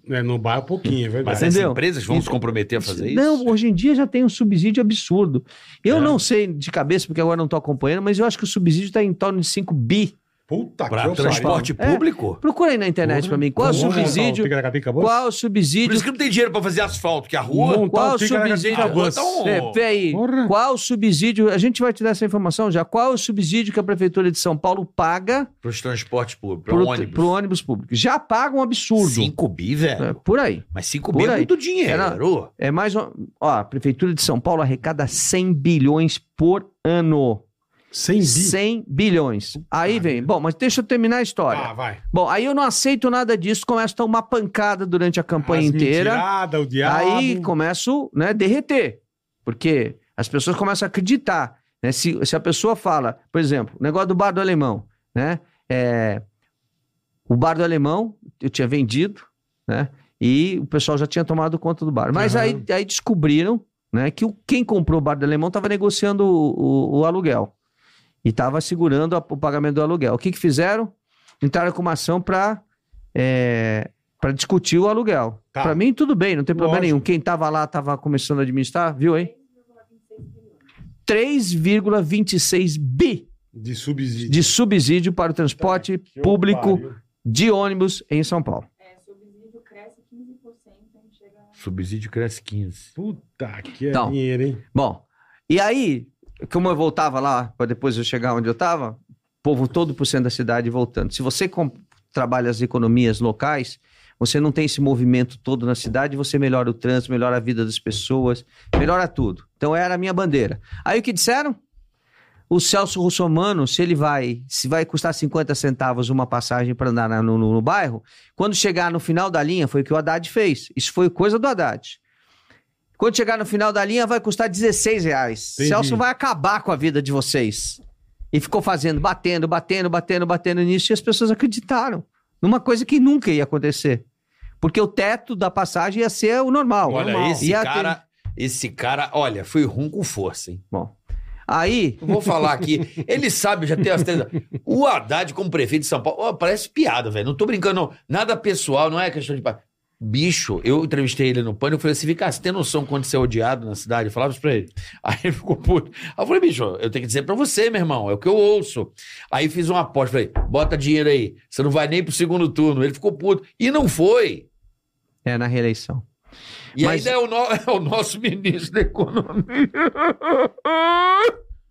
Speaker 2: É, no bairro, pouquinho, é
Speaker 1: Mas
Speaker 2: verdade.
Speaker 1: as
Speaker 3: Entendeu?
Speaker 1: empresas vão se
Speaker 3: Isso-
Speaker 1: comprometer a fazer isso?
Speaker 3: Não, hoje em dia já tem um subsídio absurdo. Eu
Speaker 1: É.
Speaker 3: não sei de cabeça, porque agora não estou acompanhando, mas eu acho que o subsídio está em torno de 5 bi.
Speaker 2: Puta
Speaker 1: Para
Speaker 2: eu
Speaker 1: transporte
Speaker 3: falo.
Speaker 1: público?
Speaker 3: Procura aí na internet
Speaker 2: Porra.
Speaker 3: para mim. Qual é o
Speaker 2: Vamos montar o
Speaker 3: subsídio?
Speaker 2: Ticaracatica Bus?
Speaker 3: Qual é o
Speaker 1: Por isso
Speaker 3: subsídio?
Speaker 1: que não tem dinheiro pra fazer asfalto, que é a rua...
Speaker 2: Monta
Speaker 3: Qual o
Speaker 2: Ticaracatica
Speaker 1: subsídio?
Speaker 2: Bus.
Speaker 1: Ah, então-
Speaker 3: É, vê aí.
Speaker 2: Porra.
Speaker 3: Qual o subsídio? A gente vai te dar essa informação já. Qual é o subsídio que a Prefeitura de São Paulo paga
Speaker 1: Para os transportes públicos, para
Speaker 3: pro,
Speaker 1: ônibus.
Speaker 3: pro ônibus público? Já paga um absurdo.
Speaker 1: 5 bi, velho?
Speaker 3: É, por aí.
Speaker 1: Mas 5
Speaker 3: Por
Speaker 1: bi é
Speaker 3: aí.
Speaker 1: muito dinheiro.
Speaker 3: Era- É mais uma. Ó, a Prefeitura de São Paulo arrecada 100 bilhões por ano.
Speaker 2: Sem bi.
Speaker 3: 100 bilhões. Aí vem. Bom, mas deixa eu terminar a história.
Speaker 1: Tá.
Speaker 2: Ah, vai.
Speaker 3: Bom, aí eu não aceito nada disso, começa a tomar pancada durante a campanha inteira.
Speaker 2: Mentirada, o diabo.
Speaker 3: Aí começo né, derreter. Porque as pessoas começam a acreditar. né? Se, se a pessoa fala, por exemplo, o negócio do bar do alemão, né? É, o bar do alemão eu tinha vendido, né? E o pessoal já tinha tomado conta do bar. Mas
Speaker 2: Aham.
Speaker 3: aí, aí descobriram né, que o, quem comprou o bar do alemão estava negociando o, o- o aluguel. E estava segurando a- o pagamento do aluguel. O que, que fizeram? Entraram com uma ação para para discutir o aluguel.
Speaker 2: Tá.
Speaker 3: Para mim, tudo bem, não tem problema
Speaker 2: Lógico.
Speaker 3: nenhum. Quem estava lá estava começando a administrar, viu, hein? 3,26 bi
Speaker 2: De subsídio.
Speaker 3: de subsídio para o transporte
Speaker 2: Que
Speaker 3: público
Speaker 2: pariu.
Speaker 3: de ônibus em São Paulo.
Speaker 1: Subsídio cresce 15.
Speaker 2: Puta que é
Speaker 3: Então.
Speaker 2: dinheiro, hein?
Speaker 3: Bom, e aí, como eu voltava lá, para depois eu chegar onde eu estava, povo todo por cento da cidade voltando. Se você com- trabalha as economias locais, você não tem esse movimento todo na cidade, você melhora o trânsito, melhora a vida das pessoas, melhora tudo. Então era a minha bandeira. Aí o que disseram? O Celso Russomano, se ele vai, se vai custar 50 centavos uma passagem para andar na- no, no- no bairro, quando chegar no final da linha, foi o que o Haddad fez. Isso foi coisa do Haddad. Quando chegar no final da linha, vai custar 16 reais.
Speaker 2: Entendi.
Speaker 3: Celso vai acabar com a vida de vocês. E ficou fazendo, batendo, batendo, batendo, batendo nisso, e as pessoas acreditaram. Numa coisa que nunca ia acontecer. Porque o teto da passagem ia ser o normal.
Speaker 1: Olha,
Speaker 3: Ah, Normal.
Speaker 1: esse
Speaker 3: Ia ter-
Speaker 1: cara... Esse cara, olha, foi rum com força, hein?
Speaker 3: Bom. Aí,
Speaker 1: Não Vou falar
Speaker 3: [laughs]
Speaker 1: aqui. Ele sabe, já tem as três. O Haddad, como prefeito de São Paulo, ó, parece piada, velho. Não tô brincando, não. Nada pessoal, não é questão de. pa- Bicho, eu entrevistei ele no pânico, eu falei assim, Vicá, você tem noção quando você é odiado na cidade? Eu falava isso pra ele. [laughs] Aí ele ficou puto. Aí eu falei, bicho, eu tenho que dizer pra você, meu irmão, é o que eu ouço. Aí fiz uma aposta, falei, bota dinheiro aí, você não vai nem pro segundo turno. Ele ficou puto. E não foi.
Speaker 3: é na reeleição.
Speaker 1: E
Speaker 3: Mas-
Speaker 1: ainda é o, no- [laughs] é o nosso ministro da Economia.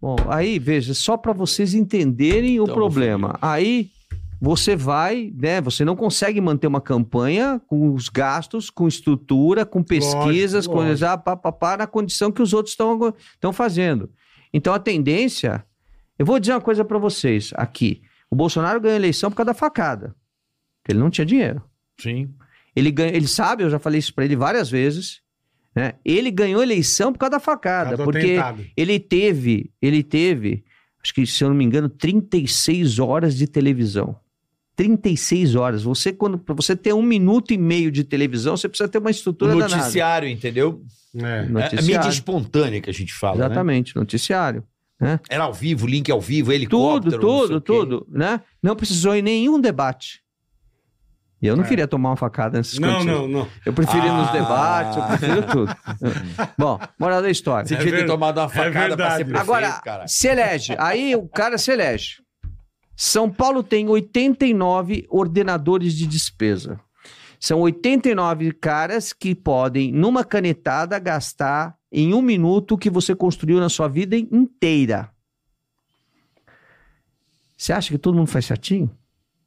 Speaker 3: Bom, aí veja, só para vocês entenderem o
Speaker 1: Tamo
Speaker 3: problema.
Speaker 1: fudido.
Speaker 3: Aí você vai, né? Você não consegue manter uma campanha com os gastos, com estrutura, com pesquisas, com
Speaker 2: lógico.
Speaker 3: já pá, pá, pá, na condição que os outros estão estão fazendo. Então a tendência, eu vou dizer uma coisa para vocês aqui. O Bolsonaro ganhou a eleição por causa da facada. Porque ele não tinha dinheiro.
Speaker 1: Sim.
Speaker 3: Ele ganha, ele sabe, eu já falei isso para ele várias vezes, né? Ele ganhou a eleição por causa da facada,
Speaker 2: Cada
Speaker 3: porque
Speaker 2: atentado.
Speaker 3: ele teve, ele teve, acho que se eu não me engano, 36 horas de televisão. 36 horas. Você quando para você ter um minuto e meio de televisão, você precisa ter uma
Speaker 1: O
Speaker 3: estrutura danada.
Speaker 1: noticiário, entendeu?
Speaker 2: É.
Speaker 1: É,
Speaker 3: Noticiário.
Speaker 1: mídia espontânea que a gente fala, né?
Speaker 3: Exatamente, noticiário.
Speaker 1: Era ao vivo, link ao vivo,
Speaker 3: Tudo,
Speaker 1: helicóptero. não sei
Speaker 3: tudo,
Speaker 1: o quê.
Speaker 3: tudo, né? Não precisou em nenhum debate. E
Speaker 1: É.
Speaker 3: eu não queria tomar uma facada nessas
Speaker 2: Não,
Speaker 3: condições.
Speaker 2: não, não.
Speaker 3: Eu preferi nos
Speaker 1: Ah.
Speaker 3: debates, eu prefiro tudo. Bom, moral da história.
Speaker 1: Você devia ter
Speaker 2: verdade.
Speaker 1: tomado uma facada pra
Speaker 2: verdade.
Speaker 1: ser prefeito,
Speaker 3: Agora,
Speaker 1: cara.
Speaker 3: se elege. Aí o cara se elege. São Paulo tem 89 ordenadores de despesa. São 89 caras que podem, numa canetada, gastar em um minuto o que você construiu na sua vida inteira. Você acha que todo mundo faz certinho?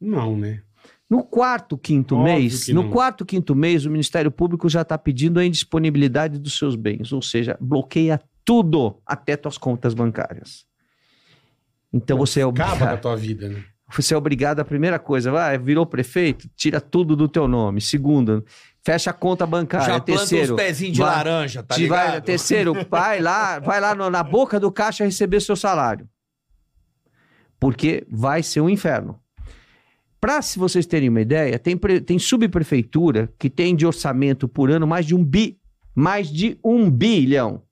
Speaker 2: Não, né?
Speaker 3: No quarto, quinto
Speaker 2: Óbvio
Speaker 3: mês,
Speaker 2: que
Speaker 3: no
Speaker 2: não.
Speaker 3: quarto, quinto mês, o Ministério Público já está pedindo a indisponibilidade dos seus bens, ou seja, bloqueia tudo até suas contas bancárias. Então você é
Speaker 2: Acaba com a
Speaker 3: obrigado.
Speaker 2: tua vida, né?
Speaker 3: Você é obrigado a primeira coisa, vai, virou prefeito, tira tudo do teu nome. Segunda, fecha a conta bancária.
Speaker 1: Já planta
Speaker 3: é terceiro,
Speaker 1: uns pezinhos de
Speaker 3: vai-
Speaker 1: laranja, tá
Speaker 3: te vai-
Speaker 1: ligado? [laughs]
Speaker 3: terceiro, vai lá, vai lá no- na boca do caixa receber seu salário. Porque vai ser um inferno. Para se vocês terem uma ideia, tem, pre- tem subprefeitura que tem de orçamento por ano mais de um bi. Mais de um bilhão.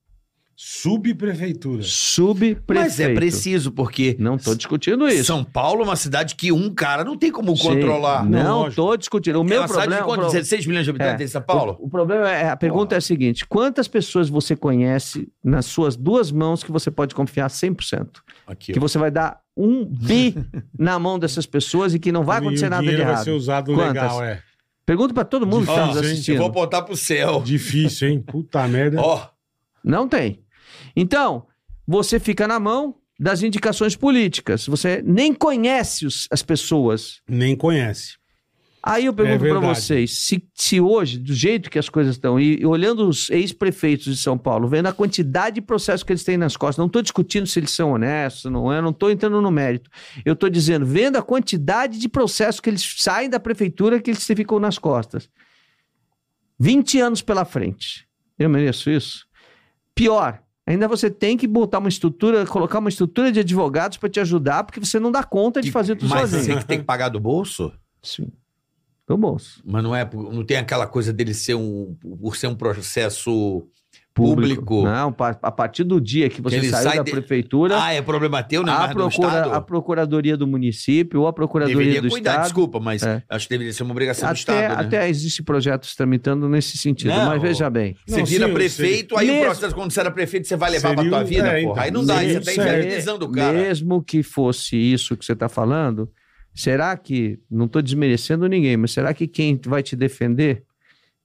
Speaker 2: Subprefeitura.
Speaker 3: Subprefeito.
Speaker 1: Mas é preciso, porque
Speaker 3: Não estou discutindo isso.
Speaker 1: São Paulo é uma cidade que um cara não tem como
Speaker 3: Sim,
Speaker 1: controlar.
Speaker 2: Não,
Speaker 3: Não
Speaker 2: lógico.
Speaker 3: estou discutindo. O meu
Speaker 1: Ela sabe
Speaker 3: problema.
Speaker 1: de quanto?
Speaker 3: o pro-
Speaker 1: 16 milhões de habitantes
Speaker 3: É.
Speaker 1: tem em São Paulo?
Speaker 3: O, o problema é, a pergunta é a seguinte: quantas pessoas você conhece nas suas duas mãos que você pode confiar 100%?
Speaker 1: Aqui,
Speaker 3: Que você vai dar um
Speaker 2: [laughs]
Speaker 3: bi na mão dessas pessoas e que não vai acontecer
Speaker 2: E o Ah,
Speaker 3: nada de
Speaker 2: dinheiro
Speaker 3: errado.
Speaker 2: vai ser usado
Speaker 3: Quantas?
Speaker 2: legal, é.
Speaker 3: Pergunta pra todo mundo que
Speaker 2: Difícil,
Speaker 3: está nos
Speaker 2: hein?
Speaker 3: assistindo.
Speaker 1: Eu vou apontar pro céu.
Speaker 2: Difícil, hein? Puta merda.
Speaker 1: Ó,
Speaker 3: Não tem. Então, você fica na mão das indicações políticas. Você nem conhece os- as pessoas.
Speaker 2: Nem conhece.
Speaker 3: Aí eu pergunto pra
Speaker 2: verdade.
Speaker 3: vocês, se, se hoje, do jeito que as coisas estão, e, e olhando os ex-prefeitos de São Paulo, vendo a quantidade de processos que eles têm nas costas, não estou discutindo se eles são honestos, não é, não estou entrando no mérito. Eu estou dizendo, vendo a quantidade de processos que eles saem da prefeitura que eles ficam nas costas. 20 anos pela frente. Eu mereço isso? Pior, ainda você tem que botar uma estrutura, colocar uma estrutura de advogados para te ajudar, porque você não dá conta de
Speaker 1: Que-
Speaker 3: fazer tudo
Speaker 1: mas
Speaker 3: sozinho.
Speaker 1: você que
Speaker 3: [laughs]
Speaker 1: tem que pagar do bolso?
Speaker 3: Sim. Do bolso.
Speaker 1: Mas não é, não tem aquela coisa dele ser um, por ser um processo público.
Speaker 3: Não, pa- a partir do dia que você
Speaker 1: Ele
Speaker 3: saiu
Speaker 1: sai
Speaker 3: da
Speaker 1: de-
Speaker 3: prefeitura,
Speaker 1: Ah, é problema teu, né?
Speaker 3: a,
Speaker 1: Mas do
Speaker 3: procura-
Speaker 1: Estado?
Speaker 3: a procuradoria do município ou a procuradoria
Speaker 1: Deveria
Speaker 3: do
Speaker 1: cuidar,
Speaker 3: estado.
Speaker 1: desculpa, mas
Speaker 3: É.
Speaker 1: acho que deveria ser uma obrigação
Speaker 3: até,
Speaker 1: do Estado, né?
Speaker 3: até existe projetos tramitando nesse sentido,
Speaker 1: Não.
Speaker 3: mas veja bem.
Speaker 1: Você
Speaker 2: Não,
Speaker 1: vira
Speaker 2: sim,
Speaker 1: prefeito, aí o
Speaker 3: Mesmo-
Speaker 1: processo, quando você era prefeito, você vai levar
Speaker 2: Seria
Speaker 1: pra tua
Speaker 2: um-
Speaker 1: vida, porra.
Speaker 2: é, então,
Speaker 1: aí não dá, aí você tá
Speaker 2: seria-
Speaker 1: invernizando o cara.
Speaker 3: Mesmo que fosse isso que você está falando, será que, não estou desmerecendo ninguém, mas será que quem vai te defender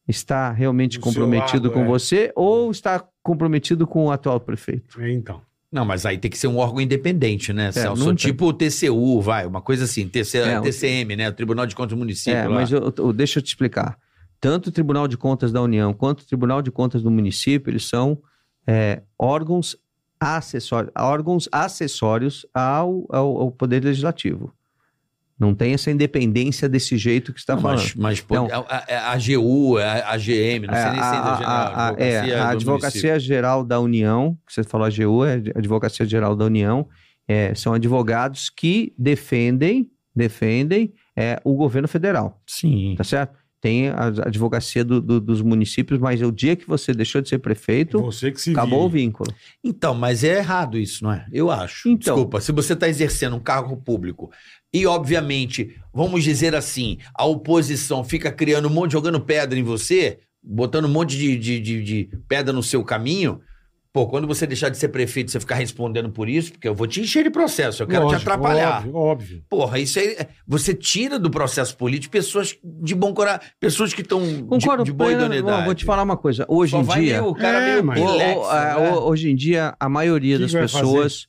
Speaker 3: está realmente
Speaker 2: Do seu
Speaker 3: comprometido
Speaker 2: lado,
Speaker 3: com
Speaker 2: é.
Speaker 3: você ou está comprometido com o atual prefeito?
Speaker 2: É, então.
Speaker 1: Não, mas aí tem que ser um órgão independente, né, Celso?
Speaker 3: É, não tem.
Speaker 1: Tipo o TCU, vai, uma coisa assim, TC,
Speaker 3: É, o-
Speaker 1: TCM, né? O Tribunal de Contas do Município.
Speaker 3: É,
Speaker 1: lá.
Speaker 3: mas eu, eu- deixa eu te explicar. Tanto o Tribunal de Contas da União quanto o Tribunal de Contas do município, eles são é, órgãos, acessórios, órgãos acessórios ao, ao, ao Poder Legislativo. Não tem essa independência desse jeito que você está
Speaker 1: Não,
Speaker 3: falando.
Speaker 1: mas, mas pô,
Speaker 3: Não.
Speaker 1: a, a- a AGU, a, a GM, não
Speaker 3: É,
Speaker 1: sei nem se ainda
Speaker 3: a- a- a- é, a
Speaker 1: do município.
Speaker 3: Advocacia Geral da União, que você falou AGU, é a Advocacia Geral da União, é, são advogados que defendem, defendem é, o governo federal.
Speaker 1: Sim.
Speaker 3: tá certo? Tem a a advocacia do- do- dos municípios, mas o dia que você deixou de ser prefeito,
Speaker 2: Você que se
Speaker 3: acabou o
Speaker 2: vire.
Speaker 3: vínculo.
Speaker 1: Então, mas é errado isso, não é? Eu acho.
Speaker 3: Então.
Speaker 1: Desculpa, se você está exercendo um cargo público e, obviamente, vamos dizer assim, a oposição fica criando um monte, jogando pedra em você, botando um monte de, de, de- de pedra no seu caminho. Pô, quando você deixar de ser prefeito, você ficar respondendo por isso, porque eu vou te encher de processo, eu quero
Speaker 2: Lógico,
Speaker 1: te atrapalhar.
Speaker 2: Óbvio, óbvio.
Speaker 1: Porra, isso aí. é- Você tira do processo político pessoas de bom coração, pessoas que estão de,
Speaker 3: Concordo
Speaker 1: de boa
Speaker 3: plena-
Speaker 1: idoneidade.
Speaker 3: Bom, Vou te falar uma coisa. Hoje
Speaker 1: Só
Speaker 3: em
Speaker 1: vai
Speaker 3: dia,
Speaker 1: meio- o cara
Speaker 2: É,
Speaker 1: meio
Speaker 2: mas-
Speaker 3: o- o-
Speaker 1: relax,
Speaker 3: a-
Speaker 1: né?
Speaker 3: o- hoje em dia, a maioria
Speaker 2: Que
Speaker 3: das
Speaker 2: que vai
Speaker 3: pessoas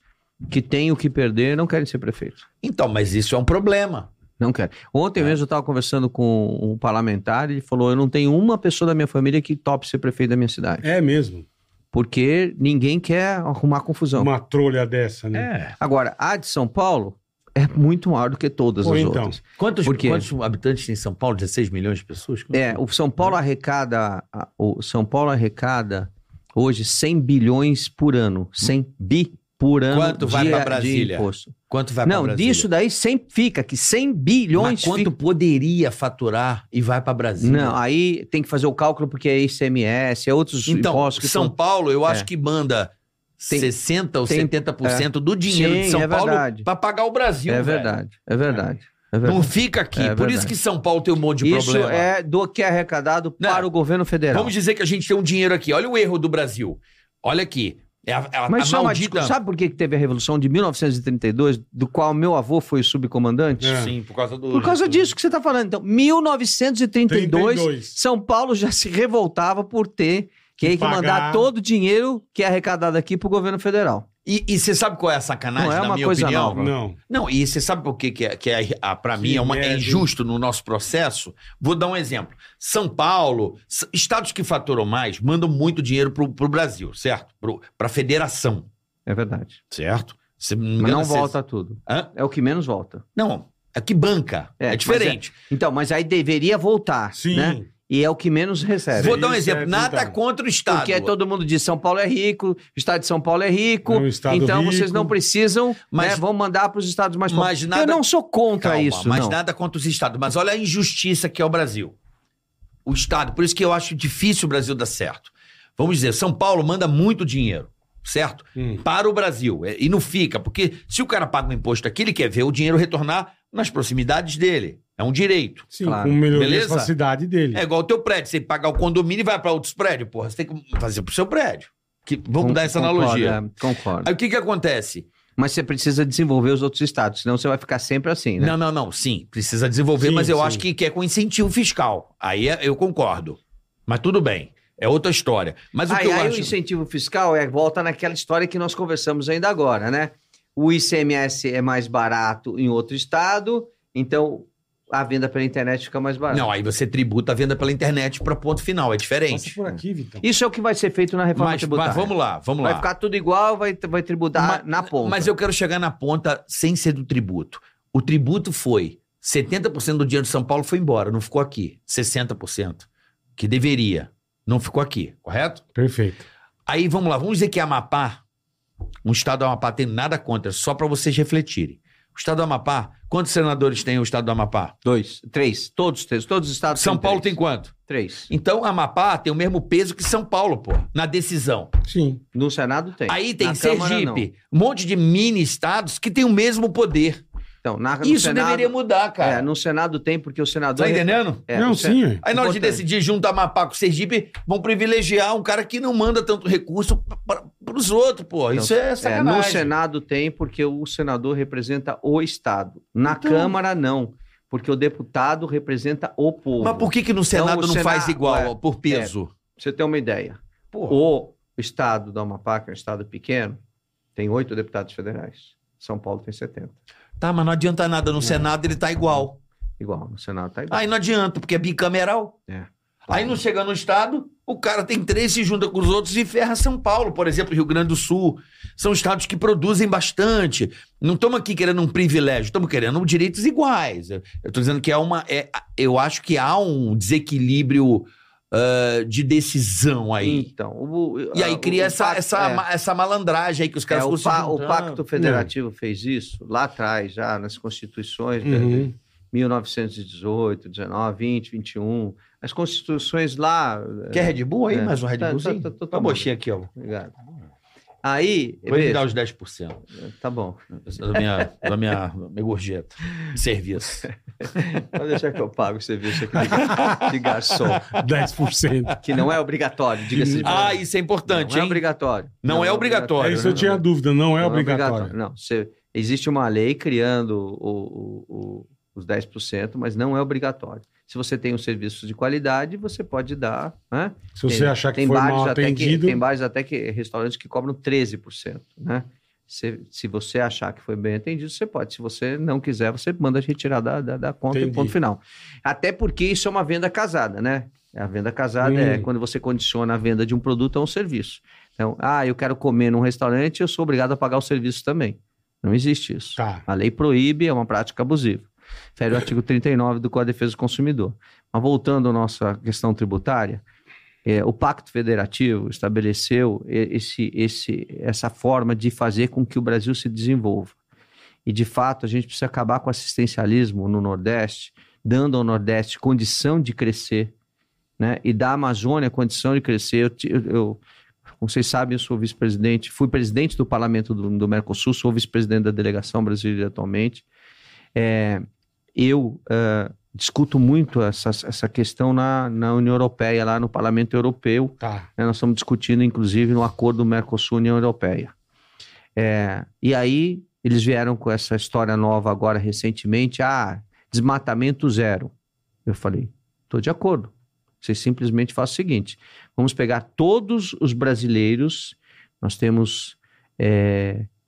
Speaker 3: que têm o que perder não querem ser prefeito.
Speaker 1: Então, mas isso é um problema.
Speaker 3: Não quero. Ontem
Speaker 2: É.
Speaker 3: mesmo eu estava conversando com um parlamentar e ele falou: Eu não tenho uma pessoa da minha família que tope ser prefeito da minha cidade.
Speaker 2: É mesmo.
Speaker 3: Porque ninguém quer arrumar confusão.
Speaker 2: Uma trolha dessa, né?
Speaker 1: É.
Speaker 3: Agora, a de São Paulo é muito maior do que todas
Speaker 2: Ou
Speaker 3: as
Speaker 2: então,
Speaker 3: outras.
Speaker 1: Quantos,
Speaker 3: Por quê?
Speaker 1: quantos habitantes tem em São Paulo? 16 milhões de pessoas?
Speaker 3: É, o São
Speaker 1: Uhum.
Speaker 3: Paulo arrecada, a- o São Paulo arrecada hoje 100 bilhões por ano, 100 bi por ano
Speaker 1: Quanto vai
Speaker 3: de-
Speaker 1: pra
Speaker 3: de
Speaker 1: Brasília?
Speaker 3: imposto.
Speaker 1: Quanto vai para
Speaker 3: Não,
Speaker 1: Brasília?
Speaker 3: disso daí sempre fica que 100
Speaker 1: Mas
Speaker 3: bilhões
Speaker 1: quanto
Speaker 3: fica-
Speaker 1: poderia faturar e vai para Brasília?
Speaker 3: Não, aí tem que fazer o cálculo porque é ICMS, é outros
Speaker 1: Então,
Speaker 3: impostos que
Speaker 1: São
Speaker 3: são
Speaker 1: Paulo, eu acho
Speaker 3: É.
Speaker 1: que manda
Speaker 3: Tem-
Speaker 1: 60% ou
Speaker 3: tem-
Speaker 1: 70% do dinheiro de
Speaker 3: Sim,
Speaker 1: São
Speaker 3: é
Speaker 1: Paulo
Speaker 3: verdade.
Speaker 1: pra pagar o Brasil.
Speaker 3: É
Speaker 1: velho.
Speaker 3: verdade, é verdade. É
Speaker 1: Não
Speaker 3: verdade.
Speaker 1: fica aqui.
Speaker 3: É
Speaker 1: Por isso
Speaker 3: verdade.
Speaker 1: que São Paulo tem um monte de
Speaker 3: Isso
Speaker 1: problema.
Speaker 3: é do que é arrecadado
Speaker 1: Não.
Speaker 3: para o governo federal.
Speaker 1: Vamos dizer que a gente tem um dinheiro aqui. Olha o erro do Brasil. Olha aqui. É a, é a- a
Speaker 3: Mas isso é uma
Speaker 1: maldita.
Speaker 3: discu- Sabe por que que teve a Revolução de 1932, do qual meu avô foi subcomandante?
Speaker 2: É.
Speaker 1: Sim, por causa do.
Speaker 3: Por causa disso que você está falando. Então, 1932,
Speaker 2: 32.
Speaker 3: São Paulo já se revoltava por ter que,
Speaker 2: Que
Speaker 3: que mandar
Speaker 2: pagar.
Speaker 3: todo o dinheiro que é arrecadado aqui para o governo federal.
Speaker 1: E, e você sabe qual é a sacanagem,
Speaker 3: Não é
Speaker 1: na
Speaker 3: uma
Speaker 1: minha
Speaker 3: coisa
Speaker 1: opinião?
Speaker 3: nova.
Speaker 2: Não.
Speaker 1: Não, e você sabe por que, que, é, que é, a- pra mim
Speaker 2: Que
Speaker 1: é, uma- é
Speaker 2: merda, hein?
Speaker 1: injusto no nosso processo? Vou dar um exemplo. São Paulo, s- estados que faturam mais, mandam muito dinheiro pro, pro Brasil, certo? Pro, pra federação,
Speaker 3: É verdade.
Speaker 1: certo? Você me
Speaker 3: Mas
Speaker 1: engana,
Speaker 3: não
Speaker 1: você-
Speaker 3: volta tudo.
Speaker 1: Hã?
Speaker 3: É o que menos volta.
Speaker 1: Não, é que banca.
Speaker 3: É,
Speaker 1: É,
Speaker 3: mas
Speaker 1: diferente.
Speaker 3: Então, mas aí deveria voltar,
Speaker 2: Sim.
Speaker 3: né? E é o que menos recebe.
Speaker 1: Vou dar um
Speaker 2: Isso,
Speaker 1: exemplo.
Speaker 2: é,
Speaker 1: Nada
Speaker 2: então.
Speaker 1: contra o Estado.
Speaker 3: Porque é todo mundo diz São Paulo é rico, o estado de São Paulo é rico,
Speaker 2: É um estado
Speaker 3: então
Speaker 2: rico.
Speaker 3: vocês não precisam,
Speaker 1: Mas-
Speaker 3: né, vão mandar para os estados mais
Speaker 1: Mas
Speaker 3: pobres.
Speaker 1: nada-
Speaker 3: Eu não sou contra
Speaker 1: Calma,
Speaker 3: isso,
Speaker 1: mas
Speaker 3: não.
Speaker 1: nada contra os estados. Mas olha a injustiça que é o Brasil. O Estado. Por isso que eu acho difícil o Brasil dar certo. Vamos dizer, São Paulo manda muito dinheiro, certo?
Speaker 2: Hum.
Speaker 1: Para o Brasil. É, E não fica, porque se o cara paga um imposto aqui, ele quer ver o dinheiro retornar nas proximidades dele. É um direito.
Speaker 2: Sim,
Speaker 3: Claro.
Speaker 2: com melhorias
Speaker 1: Beleza?
Speaker 2: pra cidade dele.
Speaker 1: É igual o teu prédio. Você pagar o condomínio e vai para outros prédios, porra. Você tem que fazer pro seu prédio. Que, vamos
Speaker 3: Con-
Speaker 1: dar essa
Speaker 3: concordo,
Speaker 1: analogia.
Speaker 3: é, Concordo.
Speaker 1: Aí o que que acontece?
Speaker 3: Mas você precisa desenvolver os outros estados, senão você vai ficar sempre assim, né?
Speaker 1: Não, não, não. Sim, precisa desenvolver,
Speaker 2: Sim,
Speaker 1: mas eu
Speaker 2: sim.
Speaker 1: acho que, que é com incentivo fiscal. Aí é- eu concordo. Mas tudo bem. É outra história. Mas o
Speaker 3: aí
Speaker 1: que eu
Speaker 3: aí
Speaker 1: acho.
Speaker 3: o incentivo fiscal é volta naquela história que nós conversamos ainda agora, né? O ICMS é mais barato em outro estado, então a venda pela internet fica mais barata.
Speaker 1: Não, aí você tributa a venda pela internet para ponto final. É
Speaker 2: Passa
Speaker 1: diferente.
Speaker 2: por aqui, Vitão.
Speaker 3: Isso é o que vai ser feito na reforma
Speaker 1: Mas,
Speaker 3: tributária.
Speaker 1: mas vamos lá, vamos lá.
Speaker 3: Vai ficar tudo igual, vai, vai tributar
Speaker 1: Ma-
Speaker 3: na ponta.
Speaker 1: Mas eu quero chegar na ponta sem ser do tributo. O tributo foi 70% do dinheiro de São Paulo foi embora, não ficou aqui. 60% que deveria, não ficou aqui, correto?
Speaker 2: Perfeito.
Speaker 1: Aí vamos lá, vamos dizer que Amapá, um estado do Amapá tem nada contra, só para vocês refletirem. O estado do Amapá, quantos senadores tem o estado do Amapá?
Speaker 3: Dois. Três. Todos, três. Todos os estados
Speaker 1: São Paulo tem
Speaker 3: três.
Speaker 1: quanto?
Speaker 3: Três.
Speaker 1: Então Amapá tem o mesmo peso que São Paulo, pô, na decisão.
Speaker 2: Sim.
Speaker 3: No Senado tem.
Speaker 1: Aí tem
Speaker 3: Na Câmara, não.
Speaker 1: Sergipe, um monte de mini estados que tem o mesmo poder.
Speaker 3: Então, na, no
Speaker 1: Isso
Speaker 3: Senado,
Speaker 1: deveria mudar,
Speaker 3: É,
Speaker 1: cara.
Speaker 3: no Senado tem, porque o senador...
Speaker 1: tá entendendo?
Speaker 3: É,
Speaker 2: não,
Speaker 3: o sen-
Speaker 2: sim. é.
Speaker 1: Aí na hora de
Speaker 3: Importante.
Speaker 1: decidir junto Amapá com Sergipe, vão privilegiar um cara que não manda tanto recurso para os outros, pô. Isso é
Speaker 3: É, no
Speaker 1: sacanagem.
Speaker 3: Senado tem, porque o senador representa o Estado. Na
Speaker 1: Então-
Speaker 3: Câmara, não. Porque o deputado representa o povo.
Speaker 1: Mas por que, que no Então, Senado
Speaker 3: o
Speaker 1: não faz
Speaker 3: Senado,
Speaker 1: igual,
Speaker 3: é,
Speaker 1: ó, por peso?
Speaker 3: Pra você ter uma ideia.
Speaker 1: Porra.
Speaker 3: O Estado da Amapá, que é um Estado pequeno, tem oito deputados federais. São Paulo tem 70.
Speaker 1: Tá, mas não adianta nada. No Senado ele tá igual.
Speaker 3: Igual, no Senado tá igual.
Speaker 1: Aí não adianta, porque é bicameral.
Speaker 3: É.
Speaker 1: Aí não chega no Estado, o cara tem três, se junta com os outros e ferra São Paulo, por exemplo, Rio Grande do Sul. São estados que produzem bastante. Não estamos aqui querendo um privilégio, estamos querendo direitos iguais. Eu estou dizendo que é uma. é- eu acho que há um desequilíbrio ah, de decisão aí.
Speaker 3: Então, o-
Speaker 1: E aí
Speaker 3: o-
Speaker 1: cria
Speaker 3: o
Speaker 1: essa,
Speaker 3: pacto-
Speaker 1: essa,
Speaker 3: é,
Speaker 1: ma- essa malandragem aí que os
Speaker 3: é,
Speaker 1: caras
Speaker 3: o,
Speaker 1: ficam se
Speaker 3: pa- o
Speaker 1: juntando. É.
Speaker 3: Pacto Federativo fez isso lá atrás, já nas constituições né, de
Speaker 2: Uhum.
Speaker 3: 1918, 19, 20, 21. As constituições lá.
Speaker 1: Quer Red Bull aí?
Speaker 3: É.
Speaker 1: Mais um Red
Speaker 3: Tá,
Speaker 1: Bull?
Speaker 3: tá, tá, tá, tá
Speaker 1: Uma mochinha aqui, ó.
Speaker 3: Obrigado. Aí,
Speaker 1: Vou me
Speaker 3: veja,
Speaker 1: dar os 10%
Speaker 3: tá bom.
Speaker 1: é da minha, da minha, da minha gorjeta. [laughs] Serviço.
Speaker 3: Pode deixar que eu pago o serviço aqui de garçom,
Speaker 2: 10%.
Speaker 3: que não é obrigatório, diga-se de
Speaker 1: Ah,
Speaker 3: passagem.
Speaker 1: isso é
Speaker 3: Não
Speaker 1: importante,
Speaker 3: é
Speaker 1: hein?
Speaker 3: obrigatório.
Speaker 1: Não é obrigatório.
Speaker 2: É
Speaker 1: Olha,
Speaker 2: isso eu tinha dúvida, não é
Speaker 3: Não
Speaker 2: obrigatório.
Speaker 3: Não, você- existe uma lei criando o- o- o- os 10%, mas não é obrigatório. Se você tem um serviço de qualidade, você pode dar. né?
Speaker 2: Se você achar que
Speaker 3: tem
Speaker 2: foi
Speaker 3: bares
Speaker 2: mal
Speaker 3: até
Speaker 2: atendido,
Speaker 3: Que, tem bares até que restaurantes que cobram 13%. Né? Se, se você achar que foi bem atendido, você pode. Se você não quiser, você manda retirar da, da, da conta e
Speaker 2: Entendi.
Speaker 3: ponto final. Até porque isso é uma venda casada, né? A venda casada
Speaker 2: Hum.
Speaker 3: é quando você condiciona a venda de um produto a um serviço. Então, ah, eu quero comer num restaurante, eu sou obrigado a pagar o serviço também. Não existe isso.
Speaker 2: tá.
Speaker 3: A lei proíbe, é uma prática abusiva. Fere o artigo 39 do Código de Defesa do Consumidor. Mas voltando à nossa questão tributária, é, o Pacto Federativo estabeleceu e- esse, esse, essa forma de fazer com que o Brasil se desenvolva. E, de fato, a gente precisa acabar com o assistencialismo no Nordeste, dando ao Nordeste condição de crescer, né? e dar à Amazônia condição de crescer. Eu, ti- eu- eu Como vocês sabem, eu sou vice-presidente, fui presidente do parlamento do, do Mercosul, sou vice-presidente da delegação brasileira atualmente. É, eu ah, discuto muito essa, essa questão na, na União Europeia, lá no parlamento europeu,
Speaker 2: Tá.
Speaker 3: né, Nós estamos discutindo, inclusive, no acordo Mercosul-União Europeia. É, e aí, eles vieram com essa história nova agora, recentemente, ah, desmatamento zero. Eu falei, estou de acordo. Vocês simplesmente fazem o seguinte, vamos pegar todos os brasileiros, nós temos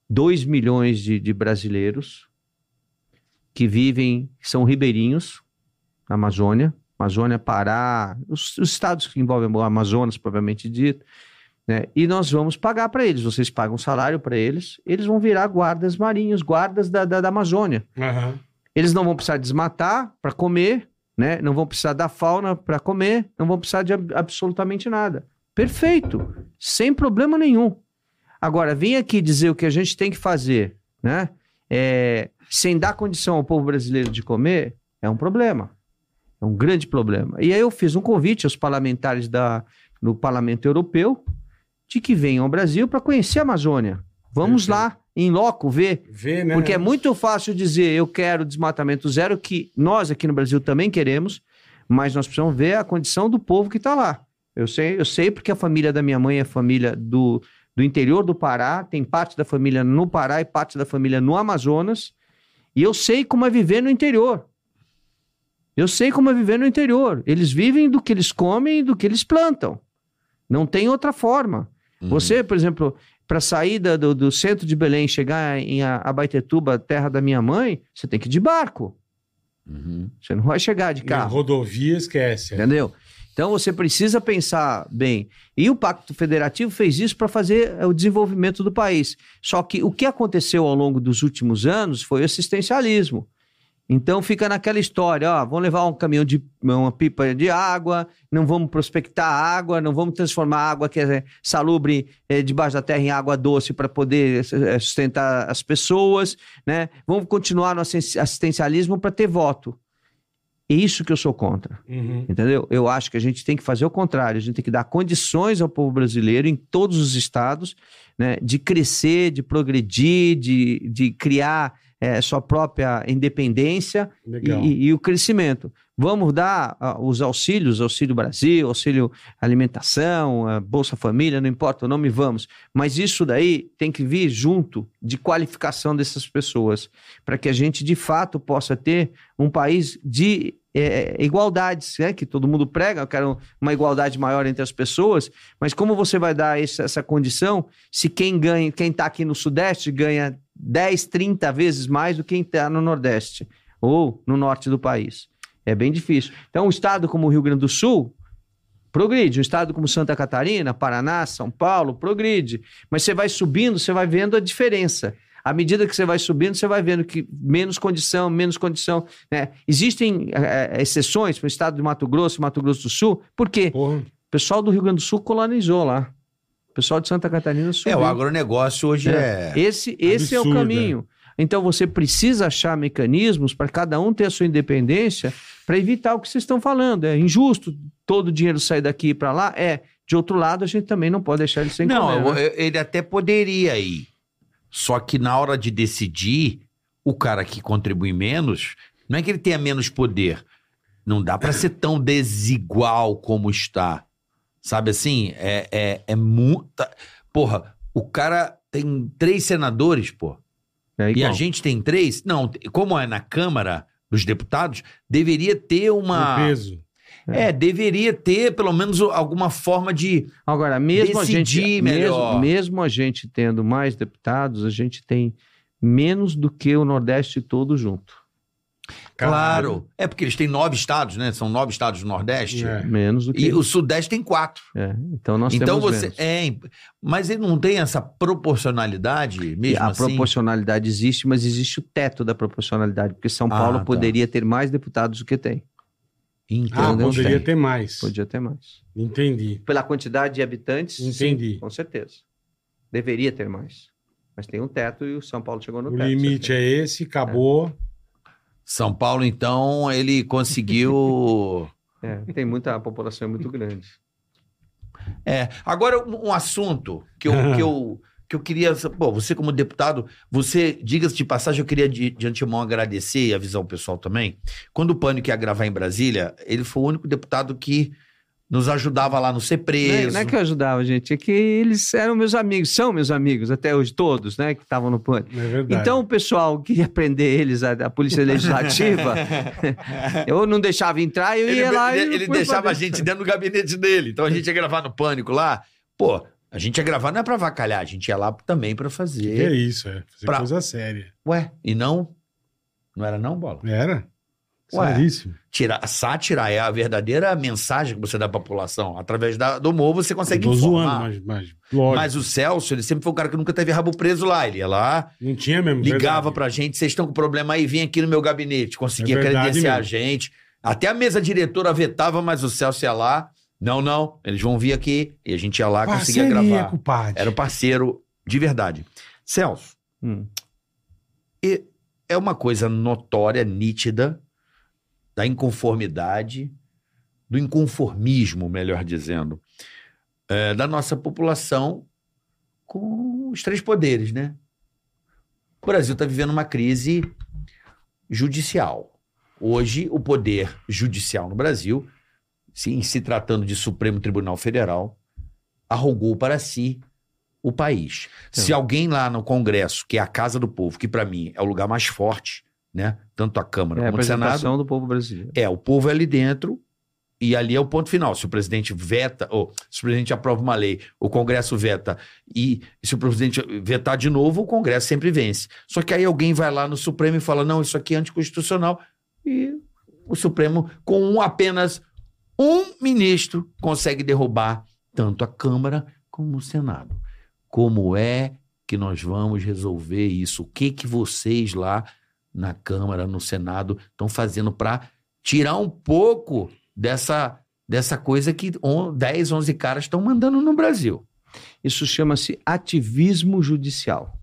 Speaker 3: 2 milhões de, de brasileiros que vivem, que são ribeirinhos, na Amazônia, Amazônia, Pará, os, os estados que envolvem o Amazonas, propriamente dito, né? E nós vamos pagar para eles. Vocês pagam salário para eles, eles vão virar guardas marinhos, guardas da, da, da Amazônia.
Speaker 2: Aham.
Speaker 3: Eles não vão precisar desmatar para comer, né? Não vão precisar da fauna para comer, não vão precisar de ab- absolutamente nada. Perfeito, sem problema nenhum. Agora, vem aqui dizer o que a gente tem que fazer, né? É, sem dar condição ao povo brasileiro de comer, é um problema. É um grande problema. E aí eu fiz um convite aos parlamentares da, do Parlamento Europeu de que venham ao Brasil para conhecer a Amazônia. Vamos lá, em loco, ver
Speaker 2: Vê, né?
Speaker 3: porque é muito fácil dizer eu quero desmatamento zero, que nós aqui no Brasil também queremos, mas nós precisamos ver a condição do povo que está lá. Eu sei, eu sei porque a família da minha mãe é família do, do interior do Pará, tem parte da família no Pará e parte da família no Amazonas, e eu sei como é viver no interior. Eu sei como é viver no interior. Eles vivem do que eles comem e do que eles plantam. Não tem outra forma.
Speaker 1: Uhum.
Speaker 3: Você, por exemplo, para sair da- do, do centro de Belém e chegar em A- Abaetetuba, terra da minha mãe, você tem que ir de barco.
Speaker 1: Uhum.
Speaker 3: Você não vai chegar de
Speaker 2: Na
Speaker 3: carro.
Speaker 2: rodovia, esquece.
Speaker 3: Entendeu? Então você precisa pensar bem. E o Pacto Federativo fez isso para fazer eh, o desenvolvimento do país. Só que o que aconteceu ao longo dos últimos anos foi o assistencialismo. Então fica naquela história, ó, vamos levar um caminhão de uma pipa de água, não vamos prospectar água, não vamos transformar a água que é salubre eh, debaixo da terra em água doce para poder eh, sustentar as pessoas, né? Vamos continuar no assis- assistencialismo para ter voto. É isso que eu sou contra.
Speaker 2: Uhum.
Speaker 3: Entendeu? Eu acho que a gente tem que fazer o contrário, a gente tem que dar condições ao povo brasileiro em todos os estados né, de crescer, de progredir, de, de criar eh, sua própria independência e,
Speaker 2: Legal.
Speaker 3: e- e o crescimento. Vamos dar ah, os auxílios, Auxílio Brasil, Auxílio Alimentação, ah, Bolsa Família, não importa o nome, vamos. Mas isso daí tem que vir junto de qualificação dessas pessoas, para que a gente de fato possa ter um país de eh, igualdades, né? que todo mundo prega, eu quero uma igualdade maior entre as pessoas, mas como você vai dar esse- essa condição se quem ganha, quem está aqui no Sudeste ganha 10, 30 vezes mais do que quem está no Nordeste? ou no norte do país. É bem difícil. Então, um estado como o Rio Grande do Sul progride, um estado como Santa Catarina, Paraná, São Paulo, progride. Mas você vai subindo, você vai vendo a diferença. À medida que você vai subindo, você vai vendo que menos condição, menos condição. né? Existem eh, eh, exceções para o estado de Mato Grosso, Mato Grosso do Sul, porque o
Speaker 2: Porra.
Speaker 3: pessoal do Rio Grande do Sul colonizou lá. O pessoal de Santa Catarina subiu.
Speaker 1: É, o agronegócio hoje é. né?
Speaker 3: Esse, esse é o
Speaker 2: Absurdo,
Speaker 3: caminho. Então você precisa achar mecanismos para cada um ter a sua independência para evitar o que vocês estão falando. É injusto todo o dinheiro sair daqui para lá. É. De outro lado, a gente também não pode deixar ele sem
Speaker 1: Não,
Speaker 3: comer. né?
Speaker 1: eu- eu- ele até poderia ir. Só que na hora de decidir, o cara que contribui menos, não é que ele tenha menos poder. Não dá pra ser tão desigual como está. Sabe assim? É, é, é muita. Porra, o cara tem três senadores, pô.
Speaker 3: É
Speaker 1: E
Speaker 3: igual.
Speaker 1: a gente tem três? Não, como é na Câmara dos Deputados, deveria ter uma.
Speaker 2: O peso.
Speaker 1: É, deveria ter pelo menos alguma forma de.
Speaker 3: Agora, mesmo a gente
Speaker 1: decidir
Speaker 3: mesmo,
Speaker 1: melhor.
Speaker 3: mesmo a gente tendo mais deputados, a gente tem menos do que o Nordeste todo junto.
Speaker 1: Claro. É porque eles têm nove estados, né? São nove estados do Nordeste.
Speaker 2: É.
Speaker 3: Menos do que.
Speaker 1: E o Sudeste tem quatro.
Speaker 3: É, Então nós
Speaker 1: então
Speaker 3: temos
Speaker 1: você.
Speaker 3: menos.
Speaker 1: É, mas ele não tem essa proporcionalidade mesmo
Speaker 3: a
Speaker 1: assim?
Speaker 3: proporcionalidade existe, mas existe o teto da proporcionalidade, porque São
Speaker 1: Ah,
Speaker 3: Paulo
Speaker 1: tá.
Speaker 3: poderia ter mais deputados do que tem.
Speaker 2: Ah,
Speaker 1: Então,
Speaker 3: Entendeu?
Speaker 2: poderia
Speaker 3: Tem. um
Speaker 2: ter mais.
Speaker 3: Podia ter mais.
Speaker 2: Entendi.
Speaker 3: Pela quantidade de habitantes,
Speaker 2: Entendi.
Speaker 3: sim, com certeza. Deveria ter mais. Mas tem um teto e o São Paulo chegou no
Speaker 2: O
Speaker 3: teto.
Speaker 2: limite é esse, acabou.
Speaker 3: É.
Speaker 1: São Paulo, então, ele conseguiu.
Speaker 3: [laughs]
Speaker 1: [laughs]
Speaker 3: é... Tem muita a população é muito grande.
Speaker 1: É. Agora, um um assunto que eu, que
Speaker 3: [laughs]
Speaker 1: eu, que eu queria. Pô, você, como deputado, você, diga-se de passagem, eu queria de, de antemão agradecer e avisar o pessoal também. Quando o Pânico ia gravar em Brasília, ele foi o único deputado que nos ajudava lá no ser
Speaker 3: Não é-
Speaker 1: preso.
Speaker 3: Não é que eu ajudava, gente, é que eles eram meus amigos, são meus amigos até hoje, todos, né, que estavam no pânico.
Speaker 2: É verdade.
Speaker 3: Então, o pessoal queria prender eles, a, a
Speaker 1: [laughs]
Speaker 3: polícia legislativa, [laughs] eu não deixava entrar, eu
Speaker 1: Ele,
Speaker 3: ia lá
Speaker 1: ele-
Speaker 3: e...
Speaker 1: ele
Speaker 3: fui
Speaker 1: deixava
Speaker 3: pra
Speaker 1: a gente dentro do gabinete dele. Então a gente ia gravar no Pânico lá. Pô, a gente ia gravar não é pra vacalhar, a gente ia lá também pra
Speaker 2: Que é
Speaker 1: fazer.
Speaker 2: isso, é. Fazer
Speaker 1: Pra-
Speaker 2: coisa séria.
Speaker 1: Ué, e não. Não era não, bola?
Speaker 2: Era?
Speaker 1: Ué.
Speaker 2: Seríssimo.
Speaker 1: Tira, a sátira é a verdadeira mensagem que você dá pra população. Através da- do humor você consegue
Speaker 2: Tô zoando,
Speaker 1: informar.
Speaker 2: mas, mas
Speaker 1: mas...
Speaker 2: lógico.
Speaker 1: o Celso, ele sempre foi um cara que nunca teve rabo preso lá. Ele ia lá,
Speaker 2: não tinha mesmo.
Speaker 1: ligava
Speaker 2: É verdade.
Speaker 1: pra gente, vocês estão com problema aí, vem aqui no meu gabinete. Conseguia
Speaker 2: É verdade
Speaker 1: credenciar a
Speaker 2: mesmo.
Speaker 1: gente. Até a mesa diretora vetava, mas o Celso ia lá. Não, não, eles vão vir aqui. E a gente ia lá, conseguia
Speaker 2: Parceria,
Speaker 1: gravar.
Speaker 2: Compadre.
Speaker 1: Era um parceiro de verdade. Celso,
Speaker 3: Hum.
Speaker 1: é uma coisa notória, nítida, da inconformidade, do inconformismo, melhor dizendo, é, da nossa população com os três poderes, né? O Brasil está vivendo uma crise judicial. Hoje, o poder judicial no Brasil, se- em se tratando de Supremo Tribunal Federal, arrogou para si o país.
Speaker 3: É.
Speaker 1: Se alguém lá no Congresso, que é a Casa do Povo, que para mim é o lugar mais forte, né? Tanto a Câmara
Speaker 3: É a
Speaker 1: quanto o Senado,
Speaker 3: apresentação do povo brasileiro.
Speaker 1: é, o povo é ali dentro e ali é o ponto final. Se o presidente veta, ou se o presidente aprova uma lei, o Congresso veta, e se o presidente vetar de novo, o Congresso sempre vence. Só que aí alguém vai lá no Supremo e fala: não, isso aqui é anticonstitucional. E o Supremo, com um- apenas um ministro, consegue derrubar tanto a Câmara como o Senado. Como é que nós vamos resolver isso? O que, que vocês lá na Câmara, no Senado, estão fazendo para tirar um pouco dessa, dessa coisa que on- 10, 11 caras estão mandando no Brasil.
Speaker 3: Isso chama-se ativismo judicial.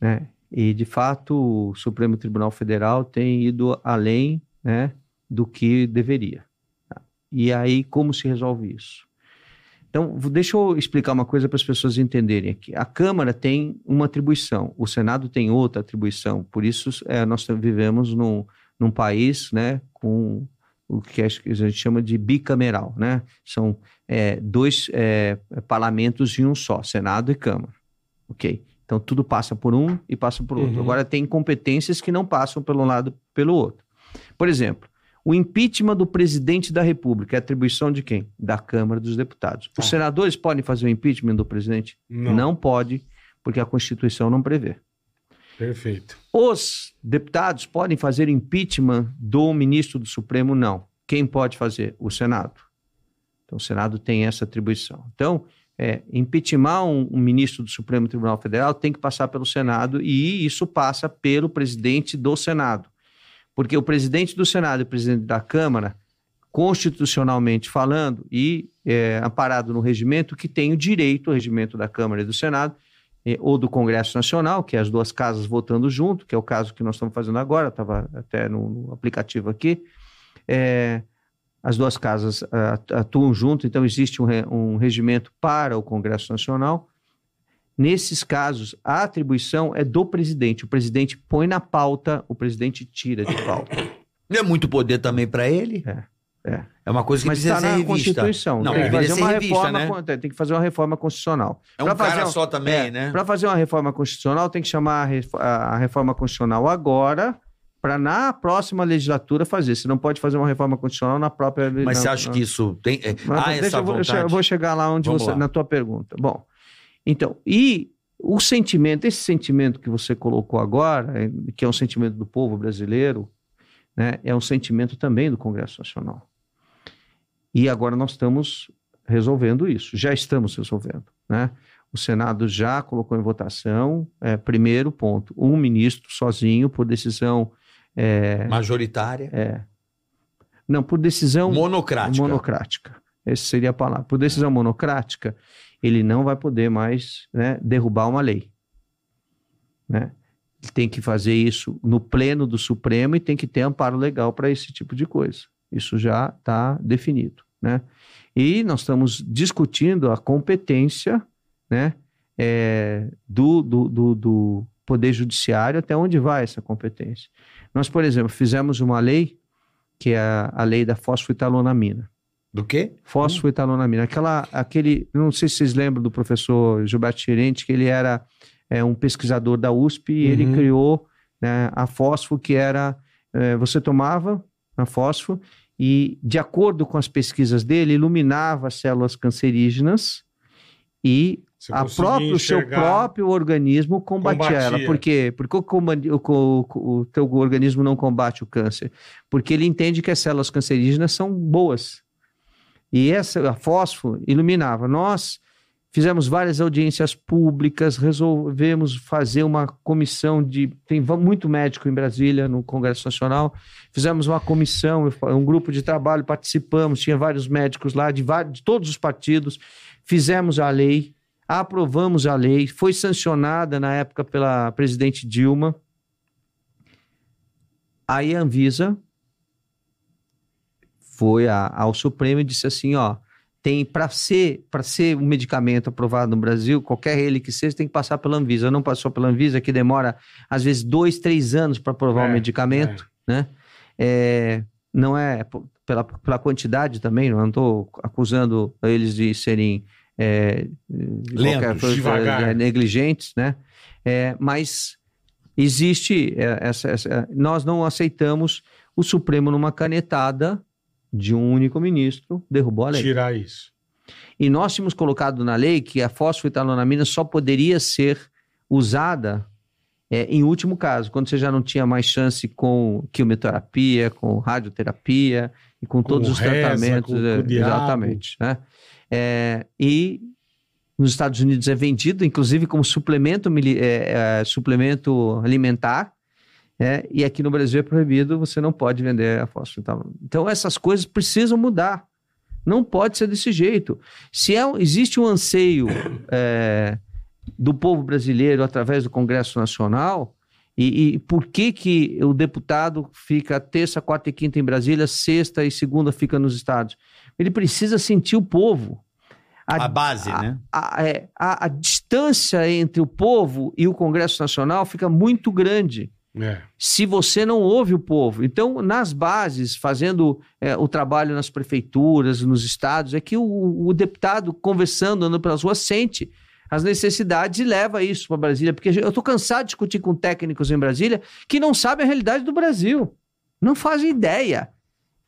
Speaker 3: Né? E, de fato, o Supremo Tribunal Federal tem ido além né, do que deveria. tá? E aí, como se resolve isso? Então, vou- deixa eu explicar uma coisa para as pessoas entenderem aqui. A Câmara tem uma atribuição, o Senado tem outra atribuição. Por isso, eh, nós vivemos num, num país né, com o que a gente chama de bicameral. Né? São eh, dois eh, parlamentos em um só, Senado e Câmara. Ok? Então, tudo passa por um e passa por outro.
Speaker 2: Uhum.
Speaker 3: Agora, tem competências que não passam pelo um lado pelo outro. Por exemplo, o impeachment do presidente da República é atribuição de quem? Da Câmara dos Deputados. Os
Speaker 2: Tá.
Speaker 3: senadores podem fazer o impeachment do presidente?
Speaker 2: Não.
Speaker 3: pode, porque a Constituição não prevê.
Speaker 2: Perfeito.
Speaker 3: Os deputados podem fazer impeachment do ministro do Supremo? Não. Quem pode fazer? O Senado. Então, o Senado tem essa atribuição. Então, é, impeachmentar um, um ministro do Supremo Tribunal Federal tem que passar pelo Senado e isso passa pelo presidente do Senado. Porque o presidente do Senado e o presidente da Câmara, constitucionalmente falando e é, amparado no regimento, que tem o direito, o regimento da Câmara e do Senado, eh, ou do Congresso Nacional, que é as duas casas votando junto, que é o caso que nós estamos fazendo agora, estava até no, no aplicativo aqui. eh, as duas casas ah, atu- atuam junto, então existe um, re- um regimento para o Congresso Nacional. Nesses casos, a atribuição é do presidente. O presidente põe na pauta, o presidente tira de pauta.
Speaker 1: Não é muito poder também para ele?
Speaker 3: É, é.
Speaker 1: É uma coisa que
Speaker 3: Mas
Speaker 1: precisa
Speaker 3: está
Speaker 1: ser
Speaker 3: na
Speaker 1: revista.
Speaker 3: Constituição.
Speaker 1: Não,
Speaker 3: tem, que
Speaker 1: deveria
Speaker 3: fazer
Speaker 1: ser
Speaker 3: uma
Speaker 1: revista,
Speaker 3: reforma,
Speaker 1: né?
Speaker 3: con- é, tem que fazer uma reforma constitucional.
Speaker 1: É
Speaker 3: Pra
Speaker 1: um
Speaker 3: fazer
Speaker 1: cara
Speaker 3: um-
Speaker 1: só também, né?
Speaker 3: Para fazer uma reforma constitucional, tem que chamar a ref- a, a reforma constitucional agora, para na próxima legislatura fazer. Você não pode fazer uma reforma constitucional na própria
Speaker 1: Mas
Speaker 3: na-
Speaker 1: você acha
Speaker 3: na-
Speaker 1: que isso tem... é,
Speaker 3: mas
Speaker 1: há
Speaker 3: deixa
Speaker 1: essa
Speaker 3: eu, vou- eu che-
Speaker 1: vontade?
Speaker 3: eu vou chegar lá onde
Speaker 1: Vamos
Speaker 3: você,
Speaker 1: lá.
Speaker 3: na tua pergunta. Bom, então, e o sentimento, esse sentimento que você colocou agora, eh, que é um sentimento do povo brasileiro, né, é um sentimento também do Congresso Nacional. E agora nós estamos resolvendo isso, já estamos resolvendo, né? O Senado já colocou em votação, eh, primeiro ponto, um ministro sozinho por decisão, eh,
Speaker 1: Majoritária,
Speaker 3: não, por decisão
Speaker 1: monocrática.
Speaker 3: monocrática. Essa seria a palavra. Por decisão monocrática, ele não vai poder mais né, derrubar uma lei. Né? Ele tem que fazer isso no pleno do Supremo e tem que ter amparo legal para esse tipo de coisa. Isso já está tá definido. Né? E nós estamos discutindo a competência né, é, do, do, do, do Poder Judiciário, até onde vai essa competência. Nós, por exemplo, fizemos uma lei, que é a, a lei da fosfoetalonamina.
Speaker 1: Do quê?
Speaker 3: Fosfoetalonamina. Aquela, aquele, não sei se vocês lembram do professor Gilberto Tirente, que ele era é, um pesquisador da USP e ele
Speaker 2: Uhum.
Speaker 3: criou né, a fósforo, que era, é, você tomava a fósforo e, de acordo com as pesquisas dele, iluminava as células cancerígenas e
Speaker 2: Você
Speaker 3: a
Speaker 2: conseguia
Speaker 3: próprio, o seu
Speaker 2: enxergar.
Speaker 3: próprio organismo combatia,
Speaker 2: Combatia.
Speaker 3: ela. Por quê? Porque o, comba- o co- o teu organismo não combate o câncer. Porque ele entende que as células cancerígenas são boas. E essa a fósforo iluminava. Nós fizemos várias audiências públicas, resolvemos fazer uma comissão de. Tem va- muito médico em Brasília, no Congresso Nacional. Fizemos uma comissão, eu fa- um grupo de trabalho, participamos, tinha vários médicos lá, de, va- de todos os partidos. Fizemos a lei, aprovamos a lei, foi sancionada na época pela presidente Dilma. Aí a Anvisa foi a- ao Supremo e disse assim, ó, tem para ser para ser um medicamento aprovado no Brasil, qualquer ele que seja, tem que passar pela Anvisa. Não passou pela Anvisa, que demora às vezes dois, três anos para aprovar
Speaker 2: É,
Speaker 3: um medicamento, né? É, não é po- pela, pela quantidade também, não estou acusando eles de serem é, de
Speaker 1: Lentos,
Speaker 3: qualquer coisa,
Speaker 2: devagar.
Speaker 3: é, negligentes, né? É, mas existe é, essa, essa- nós não aceitamos o Supremo numa canetada de um único ministro derrubou a lei.
Speaker 2: Tirar isso.
Speaker 3: E nós tínhamos colocado na lei que a fosfoetalonamina só poderia ser usada é, em último caso, quando você já não tinha mais chance com quimioterapia, com radioterapia e com,
Speaker 2: Com
Speaker 3: todos os
Speaker 2: reza,
Speaker 3: tratamentos.
Speaker 2: com- com o
Speaker 3: é,
Speaker 2: diabo.
Speaker 3: exatamente. né? É, e nos Estados Unidos é vendido, inclusive, como suplemento, mili- é, é, suplemento alimentar. né? e aqui no Brasil é proibido, você não pode vender a fosfoetalonamina. Então, essas coisas precisam mudar. Não pode ser desse jeito. Se é, um- existe um anseio é, do povo brasileiro através do Congresso Nacional, e, e por que, que o deputado fica terça, quarta e quinta em Brasília, sexta e segunda fica nos estados? Ele precisa sentir o povo.
Speaker 1: A, base,
Speaker 3: a-
Speaker 1: né?
Speaker 3: a, é, a- a distância entre o povo e o Congresso Nacional fica muito grande
Speaker 2: É.
Speaker 3: se você não ouve o povo. Então, nas bases, fazendo é, o trabalho nas prefeituras, nos estados, é que o, o deputado, conversando, andando pelas ruas, sente as necessidades e leva isso para Brasília. Porque eu estou cansado de discutir com técnicos em Brasília que não sabem a realidade do Brasil. Não fazem ideia.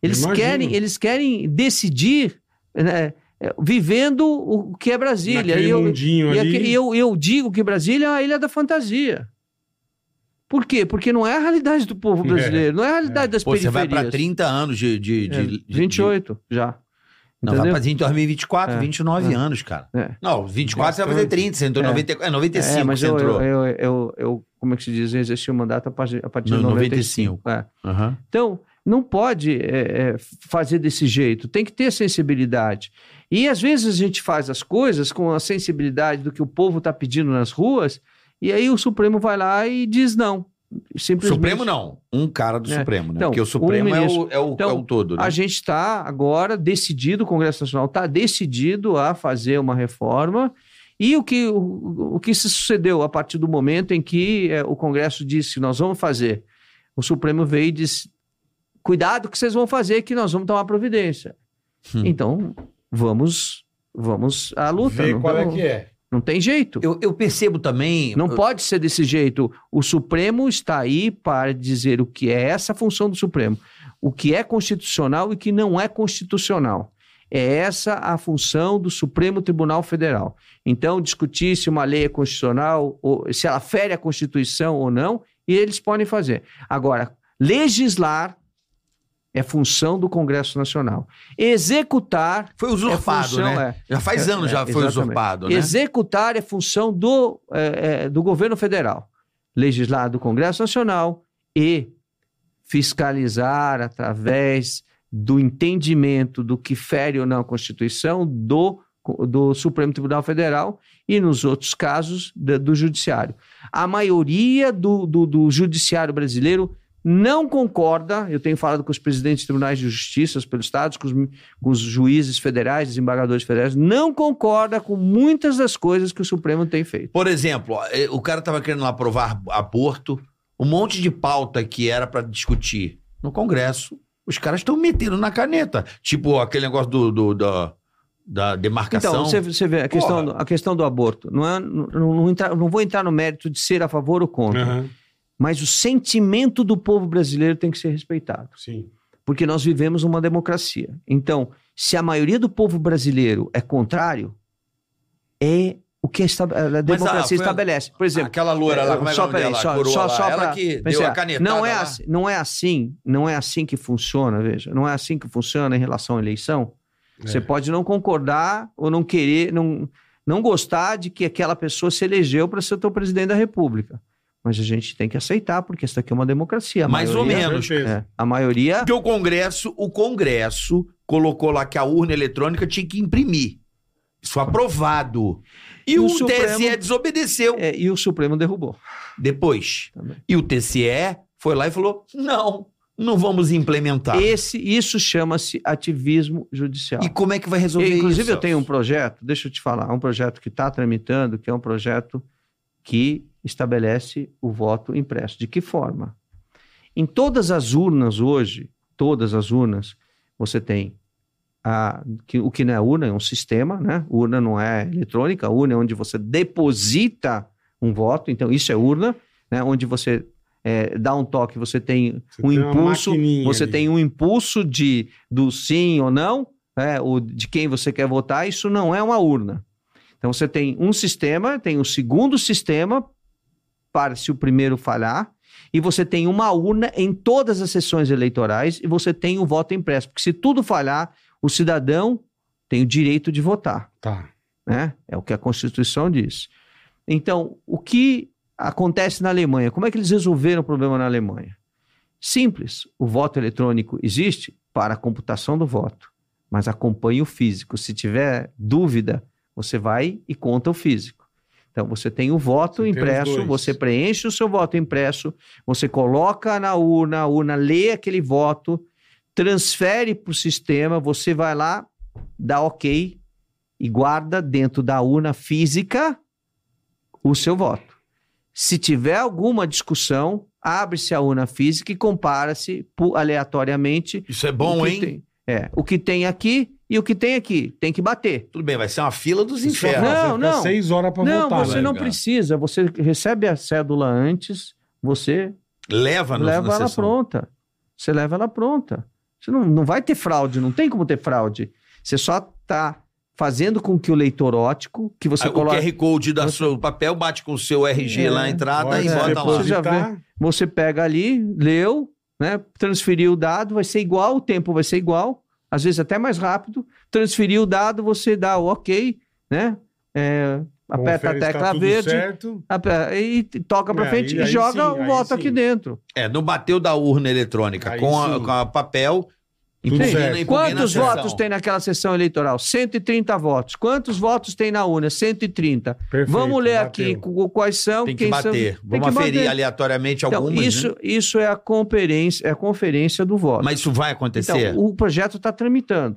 Speaker 3: Eles,
Speaker 2: Imagino.
Speaker 3: querem, eles querem decidir né, é, vivendo o que é Brasília.
Speaker 2: Naquele
Speaker 3: E eu-
Speaker 2: mundinho
Speaker 3: e
Speaker 2: ali.
Speaker 3: aqui- eu, eu digo que Brasília é a ilha da fantasia. Por quê? Porque não é a realidade do
Speaker 1: [laughs]
Speaker 3: povo brasileiro, não é a realidade das
Speaker 1: Pô, você
Speaker 3: periferias.
Speaker 1: vai pra 30 anos de. de,
Speaker 3: É,
Speaker 1: de, de
Speaker 3: 28 já. É,
Speaker 1: Não, vai
Speaker 3: entendeu?
Speaker 1: pra 2024,
Speaker 3: É,
Speaker 1: 29
Speaker 3: é.
Speaker 1: anos, cara.
Speaker 3: É.
Speaker 1: Não, 24 você vai fazer 30, você entrou em
Speaker 3: É.
Speaker 1: 90, é, 95
Speaker 3: É, mas
Speaker 1: você
Speaker 3: eu,
Speaker 1: entrou.
Speaker 3: eu, eu, eu- eu- como é que se diz, exerci o mandato a partir, a partir
Speaker 1: No
Speaker 3: de 95. É.
Speaker 1: Aham.
Speaker 3: Então, não pode é, é, fazer desse jeito, tem que ter sensibilidade. E às vezes a gente faz as coisas com a sensibilidade do que o povo está pedindo nas ruas, e aí o Supremo vai lá e diz não. Simplesmente.
Speaker 1: Supremo não. Um cara do
Speaker 3: É.
Speaker 1: Supremo, né?
Speaker 3: Então,
Speaker 1: Porque o Supremo
Speaker 3: um
Speaker 1: é, o,
Speaker 3: ministro.
Speaker 1: é, o,
Speaker 3: Então,
Speaker 1: é o todo, né?
Speaker 3: A gente está agora decidido, o Congresso Nacional está decidido a fazer uma reforma. E o que, o, o que se sucedeu a partir do momento em que eh, o Congresso disse nós vamos fazer? O Supremo veio e disse: cuidado que vocês vão fazer, que nós vamos tomar providência.
Speaker 1: Hum.
Speaker 3: Então, vamos vamos à luta.
Speaker 2: Vê
Speaker 3: não,
Speaker 2: qual é
Speaker 3: não-
Speaker 2: que é.
Speaker 3: não tem jeito.
Speaker 1: Eu, eu percebo também.
Speaker 3: Não
Speaker 1: eu-
Speaker 3: pode ser desse jeito. O Supremo está aí para dizer o que é essa função do Supremo, o que é constitucional e o que não é constitucional. É essa a função do Supremo Tribunal Federal. Então, discutir se uma lei é constitucional, ou se ela fere a Constituição ou não, e eles podem fazer. Agora, legislar é função do Congresso Nacional. Executar
Speaker 1: Foi
Speaker 3: é
Speaker 1: usurpado,
Speaker 3: função,
Speaker 1: né?
Speaker 3: é,
Speaker 1: Já faz
Speaker 3: é,
Speaker 1: anos
Speaker 3: é,
Speaker 1: já foi
Speaker 3: exatamente.
Speaker 1: usurpado, né?
Speaker 3: Executar é função do, é, é, do governo federal, legislar do Congresso Nacional e fiscalizar através do entendimento do que fere ou não a Constituição do, do Supremo Tribunal Federal e, nos outros casos, da- do Judiciário. A maioria do, do, do Judiciário brasileiro não concorda, eu tenho falado com os presidentes de tribunais de justiça pelos estados, com os, com os juízes federais, desembargadores federais, não concorda com muitas das coisas que o Supremo tem feito.
Speaker 1: Por exemplo, ó, eh, o cara tava querendo lá aprovar aborto, um monte de pauta que era pra discutir no Congresso, os caras estão metendo na caneta. Tipo aquele negócio do, do- da, da demarcação.
Speaker 3: Então, você, você vê a questão,
Speaker 1: Porra.
Speaker 3: do, a questão do aborto. Não, é, não, não entra- não vou entrar no mérito de ser a favor ou contra,
Speaker 1: Uhum.
Speaker 2: Aham,
Speaker 3: mas o sentimento do povo brasileiro tem que ser respeitado.
Speaker 2: Sim.
Speaker 3: porque nós vivemos uma democracia. Então, se a maioria do povo brasileiro é contrário, é o que a, esta- a democracia
Speaker 1: ah, foi a-
Speaker 3: estabelece. Por exemplo,
Speaker 1: Aquela loira lá, como é que é o nome
Speaker 3: peraí,
Speaker 1: dela? A coroa lá, ela
Speaker 3: pra-
Speaker 1: que
Speaker 3: pensei,
Speaker 1: deu a
Speaker 3: ah,
Speaker 1: canetada
Speaker 3: não é,
Speaker 1: lá.
Speaker 3: assim, não é assim, não é assim que funciona, veja, não é assim que funciona em relação à eleição.
Speaker 1: É.
Speaker 2: É.
Speaker 3: Você pode não concordar ou não querer, não, não gostar de que aquela pessoa se elegeu para ser o teu presidente da república. Mas a gente tem que aceitar, porque isso daqui é uma democracia. A
Speaker 1: Mais ou
Speaker 3: maioria-
Speaker 1: menos.
Speaker 2: Certeza.
Speaker 3: é, a maioria
Speaker 1: Porque o Congresso, o Congresso colocou lá que a urna eletrônica tinha que imprimir. Isso foi aprovado. E,
Speaker 3: E
Speaker 1: o,
Speaker 3: o Supremo-
Speaker 1: TSE desobedeceu
Speaker 3: É, e o Supremo derrubou.
Speaker 1: depois.
Speaker 3: Também.
Speaker 1: E o TSE foi lá e falou: não, não vamos implementar. E,
Speaker 3: Esse, isso chama-se ativismo judicial.
Speaker 1: como é que vai resolver
Speaker 3: inclusive,
Speaker 1: isso?
Speaker 3: eu tenho um projeto, deixa eu te falar, um projeto que está tramitando, que é um projeto que estabelece o voto impresso. De que forma? Em todas as urnas hoje, todas as urnas, você tem a- que- o que não é urna, é um sistema, né? Urna não é eletrônica, urna é onde você deposita um voto, então isso é urna, né? Onde você eh, dá um toque, você tem
Speaker 2: Você
Speaker 3: um
Speaker 2: tem uma
Speaker 3: impulso,
Speaker 2: maquininha
Speaker 3: você
Speaker 2: ali.
Speaker 3: tem um impulso de do sim ou não, né? ou de quem você quer votar, isso não é uma urna. Então você tem um sistema, tem um segundo sistema para se o primeiro falhar, e você tem uma urna em todas as sessões eleitorais e você tem o voto impresso, porque se tudo falhar, o cidadão tem o direito de votar
Speaker 2: Tá.
Speaker 3: né? É o que a Constituição diz. Então, o que acontece na Alemanha? Como é que eles resolveram o problema na Alemanha? Simples. O voto eletrônico existe para a computação do voto, mas acompanha o físico. Se tiver dúvida, você vai e conta o físico. Então, você tem o voto
Speaker 2: Você tem os
Speaker 3: impresso,
Speaker 2: dois.
Speaker 3: você preenche o seu voto impresso, você coloca na urna, a urna lê aquele voto, transfere para o sistema, você vai lá, dá ok, e guarda dentro da urna física o seu voto. Se tiver alguma discussão, abre-se a urna física e compara-se pu- aleatoriamente.
Speaker 1: Isso é
Speaker 3: o
Speaker 1: bom,
Speaker 3: que
Speaker 1: hein?
Speaker 3: tem- é, o que tem aqui e o que tem aqui. Tem que bater.
Speaker 1: Tudo bem, vai ser uma fila dos
Speaker 2: Isso é
Speaker 1: infernos.
Speaker 3: Não,
Speaker 2: fácil, fica
Speaker 3: não.
Speaker 2: Seis horas pra
Speaker 3: não,
Speaker 2: votar.
Speaker 3: você
Speaker 2: né?
Speaker 3: não
Speaker 1: legal.
Speaker 3: precisa. Você recebe a cédula antes, você
Speaker 1: Leva, no,
Speaker 3: leva
Speaker 1: na
Speaker 3: ela
Speaker 1: sessão.
Speaker 3: pronta. Você leva ela pronta. Você não, não vai ter fraude, não tem como ter fraude. Você só está fazendo com que o leitor ótico, que você
Speaker 1: Aí
Speaker 3: coloca.
Speaker 1: Ah, O QR Code da sua, o papel bate com o seu RG lá na entrada
Speaker 2: Agora
Speaker 1: e
Speaker 3: é,
Speaker 2: você
Speaker 1: bota lá.
Speaker 3: depois- Você já
Speaker 2: depositar,
Speaker 3: Você pega ali, leu, né? Transferiu o dado, vai ser igual, o tempo vai ser igual, às vezes até mais rápido. Transferiu o dado, você dá o ok, né? É, aperta a
Speaker 2: confere se tá
Speaker 3: tecla
Speaker 2: tudo
Speaker 3: verde
Speaker 2: certo.
Speaker 3: ape- e t- toca pra
Speaker 2: É,
Speaker 3: frente
Speaker 2: aí-
Speaker 3: e
Speaker 2: aí
Speaker 3: joga
Speaker 2: sim,
Speaker 3: o
Speaker 2: aí
Speaker 3: voto
Speaker 2: sim.
Speaker 3: aqui dentro.
Speaker 1: É, não bateu da urna eletrônica
Speaker 2: Aí
Speaker 1: com a,
Speaker 2: sim.
Speaker 1: com a papel.
Speaker 2: Tudo
Speaker 1: impugna-
Speaker 2: certo.
Speaker 1: impugna
Speaker 3: Quantos
Speaker 1: a sessão.
Speaker 3: votos tem naquela sessão eleitoral? 130 votos. Quantos votos tem na urna? 130.
Speaker 2: Perfeito,
Speaker 3: Vamos ler aqui
Speaker 2: bateu.
Speaker 3: cu- quais são.
Speaker 1: Tem que
Speaker 3: quem são-
Speaker 1: bater.
Speaker 3: Tem
Speaker 1: Vamos
Speaker 3: que
Speaker 1: aferir
Speaker 3: bater.
Speaker 1: aleatoriamente
Speaker 3: Então,
Speaker 1: algumas.
Speaker 3: isso,
Speaker 1: né?
Speaker 3: isso é a conferência, é a conferência do voto.
Speaker 1: Mas isso vai acontecer.
Speaker 3: Então, o projeto está tramitando.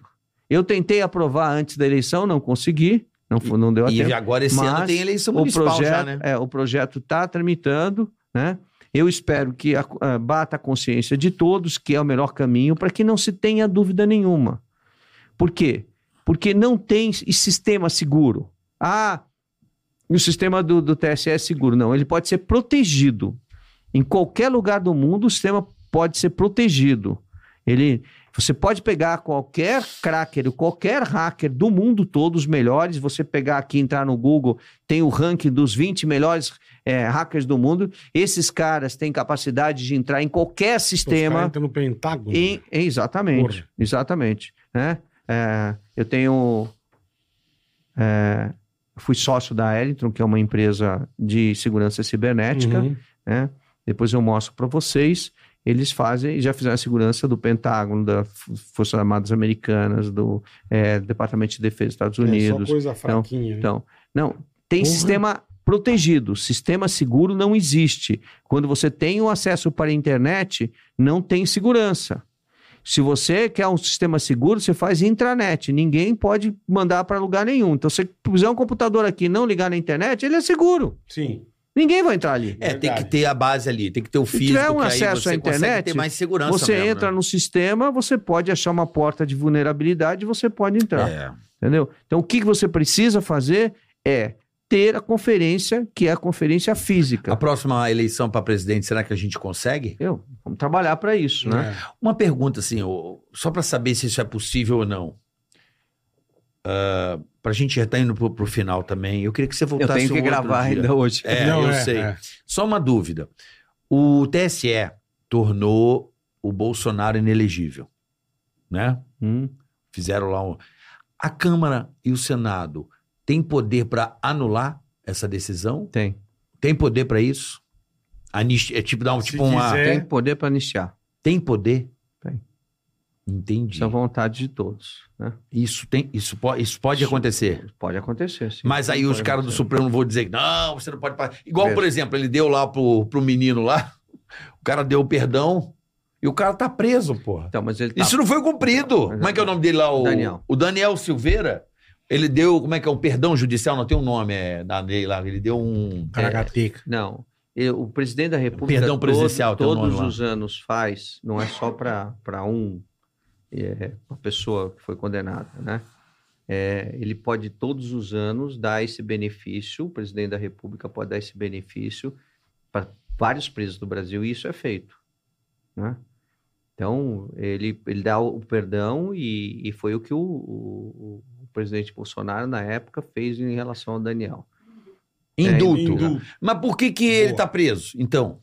Speaker 3: Eu tentei aprovar antes da eleição, não consegui, não, fo- não deu a
Speaker 1: e
Speaker 3: tempo.
Speaker 1: agora esse ano
Speaker 3: mas
Speaker 1: tem eleição
Speaker 3: O
Speaker 1: municipal
Speaker 3: projeto,
Speaker 1: já, né?
Speaker 3: é, o projeto está tramitando, né? Eu espero que a- a- bata a consciência de todos que é o melhor caminho para que não se tenha dúvida nenhuma. Por quê? Porque não tem s- sistema seguro. Ah, o sistema do, do TSE é seguro. Não, ele pode ser protegido. Em qualquer lugar do mundo, o sistema pode ser protegido. Ele, você pode pegar qualquer cracker, qualquer hacker do mundo todo, os melhores. Você pegar aqui, entrar no Google, tem o ranking dos 20 melhores eh, hackers do mundo. Esses caras têm capacidade de entrar em qualquer
Speaker 2: Os caras
Speaker 3: sistema.
Speaker 2: entram no Pentágono.
Speaker 3: Em- em- exatamente,
Speaker 2: Porra.
Speaker 3: exatamente. Né? É, eu tenho. é, fui sócio da Ellington, que é uma empresa de segurança cibernética
Speaker 2: Uhum.
Speaker 3: né? Depois eu mostro para vocês. Eles fazem, já fizeram a segurança do Pentágono, das Forças Armadas Americanas, do eh, Departamento de Defesa dos Estados
Speaker 2: É,
Speaker 3: Unidos.
Speaker 2: só coisa fraquinha. né?
Speaker 3: Então, não, tem
Speaker 2: Porra.
Speaker 3: sistema protegido. Sistema seguro não existe. Quando você tem o acesso para a internet, não tem segurança. Se você quer um sistema seguro, você faz intranet. Ninguém pode mandar para lugar nenhum. Então, se você puser um computador aqui e não ligar na internet, ele é seguro.
Speaker 2: Sim.
Speaker 3: Ninguém vai entrar ali.
Speaker 1: É, tem
Speaker 2: Verdade.
Speaker 1: que ter a base ali, tem que ter o físico.
Speaker 3: tiver um
Speaker 1: que aí
Speaker 3: acesso
Speaker 1: você consegue
Speaker 3: à internet,
Speaker 1: ter mais segurança
Speaker 3: Você
Speaker 1: mesmo,
Speaker 3: entra
Speaker 1: né?
Speaker 3: no sistema, você pode achar uma porta de vulnerabilidade e você pode entrar.
Speaker 1: É.
Speaker 3: Entendeu? Então, o que que você precisa fazer é ter a conferência, que é a conferência física.
Speaker 1: A próxima eleição para presidente, será que a gente consegue?
Speaker 3: Eu, vamos trabalhar para isso,
Speaker 2: É.
Speaker 3: né?
Speaker 1: Uma pergunta assim, ô, só para saber se isso é possível ou não. para a gente já tá indo pro, pro final também. Eu queria que você
Speaker 3: Eu
Speaker 1: voltasse
Speaker 3: tenho que
Speaker 1: um outro
Speaker 3: gravar então.
Speaker 1: dia.
Speaker 3: ainda hoje.
Speaker 1: É, eu sei. Só uma dúvida. O TSE tornou o Bolsonaro inelegível, né?
Speaker 3: Hum.
Speaker 1: Fizeram lá um... A Câmara e o Senado têm poder para anular essa decisão?
Speaker 3: Tem.
Speaker 1: Tem poder para isso? Anistia, é tipo dar um
Speaker 2: Se
Speaker 1: tipo uma
Speaker 2: quiser. É.
Speaker 3: Tem poder para anistiar.
Speaker 1: tem poder?
Speaker 3: Tem.
Speaker 1: Entendi.
Speaker 3: Isso é vontade de todos. Né?
Speaker 1: Isso tem, isso pode, isso pode
Speaker 3: Isso-
Speaker 1: acontecer.
Speaker 3: Pode acontecer, sim.
Speaker 1: Mas aí
Speaker 3: Pode
Speaker 1: os caras do
Speaker 3: acontecer. É.
Speaker 1: Supremo vão dizer que não, você não pode. pa-". Igual, por
Speaker 3: Veja.
Speaker 1: exemplo, ele deu lá pro, pro menino lá, [laughs] o cara deu o perdão e o cara tá preso, porra.
Speaker 3: Então, mas ele tá...
Speaker 1: Isso não foi cumprido. Como é que é o nome dele lá? O
Speaker 3: Daniel.
Speaker 1: O Daniel Silveira. Ele deu, como é que é, um perdão judicial, não tem um nome é, na lei lá, ele deu um...
Speaker 2: Caracateca.
Speaker 3: Não. Eu- o presidente da República
Speaker 1: Perdão
Speaker 3: todo-
Speaker 1: presidencial, tem o
Speaker 3: todos
Speaker 1: nome lá.
Speaker 3: os anos faz, não é só para um, é, uma pessoa que foi condenada, né? É, ele pode todos os anos dar esse benefício, o presidente da República pode dar esse benefício para vários presos do Brasil, e isso é feito, né? Então, ele, ele dá o perdão e, e foi o que o, o- o presidente Bolsonaro, na época, fez em relação ao Daniel. É,
Speaker 1: Induto.
Speaker 2: Hindu.
Speaker 1: Mas por que que ele
Speaker 2: Boa.
Speaker 1: tá preso, então?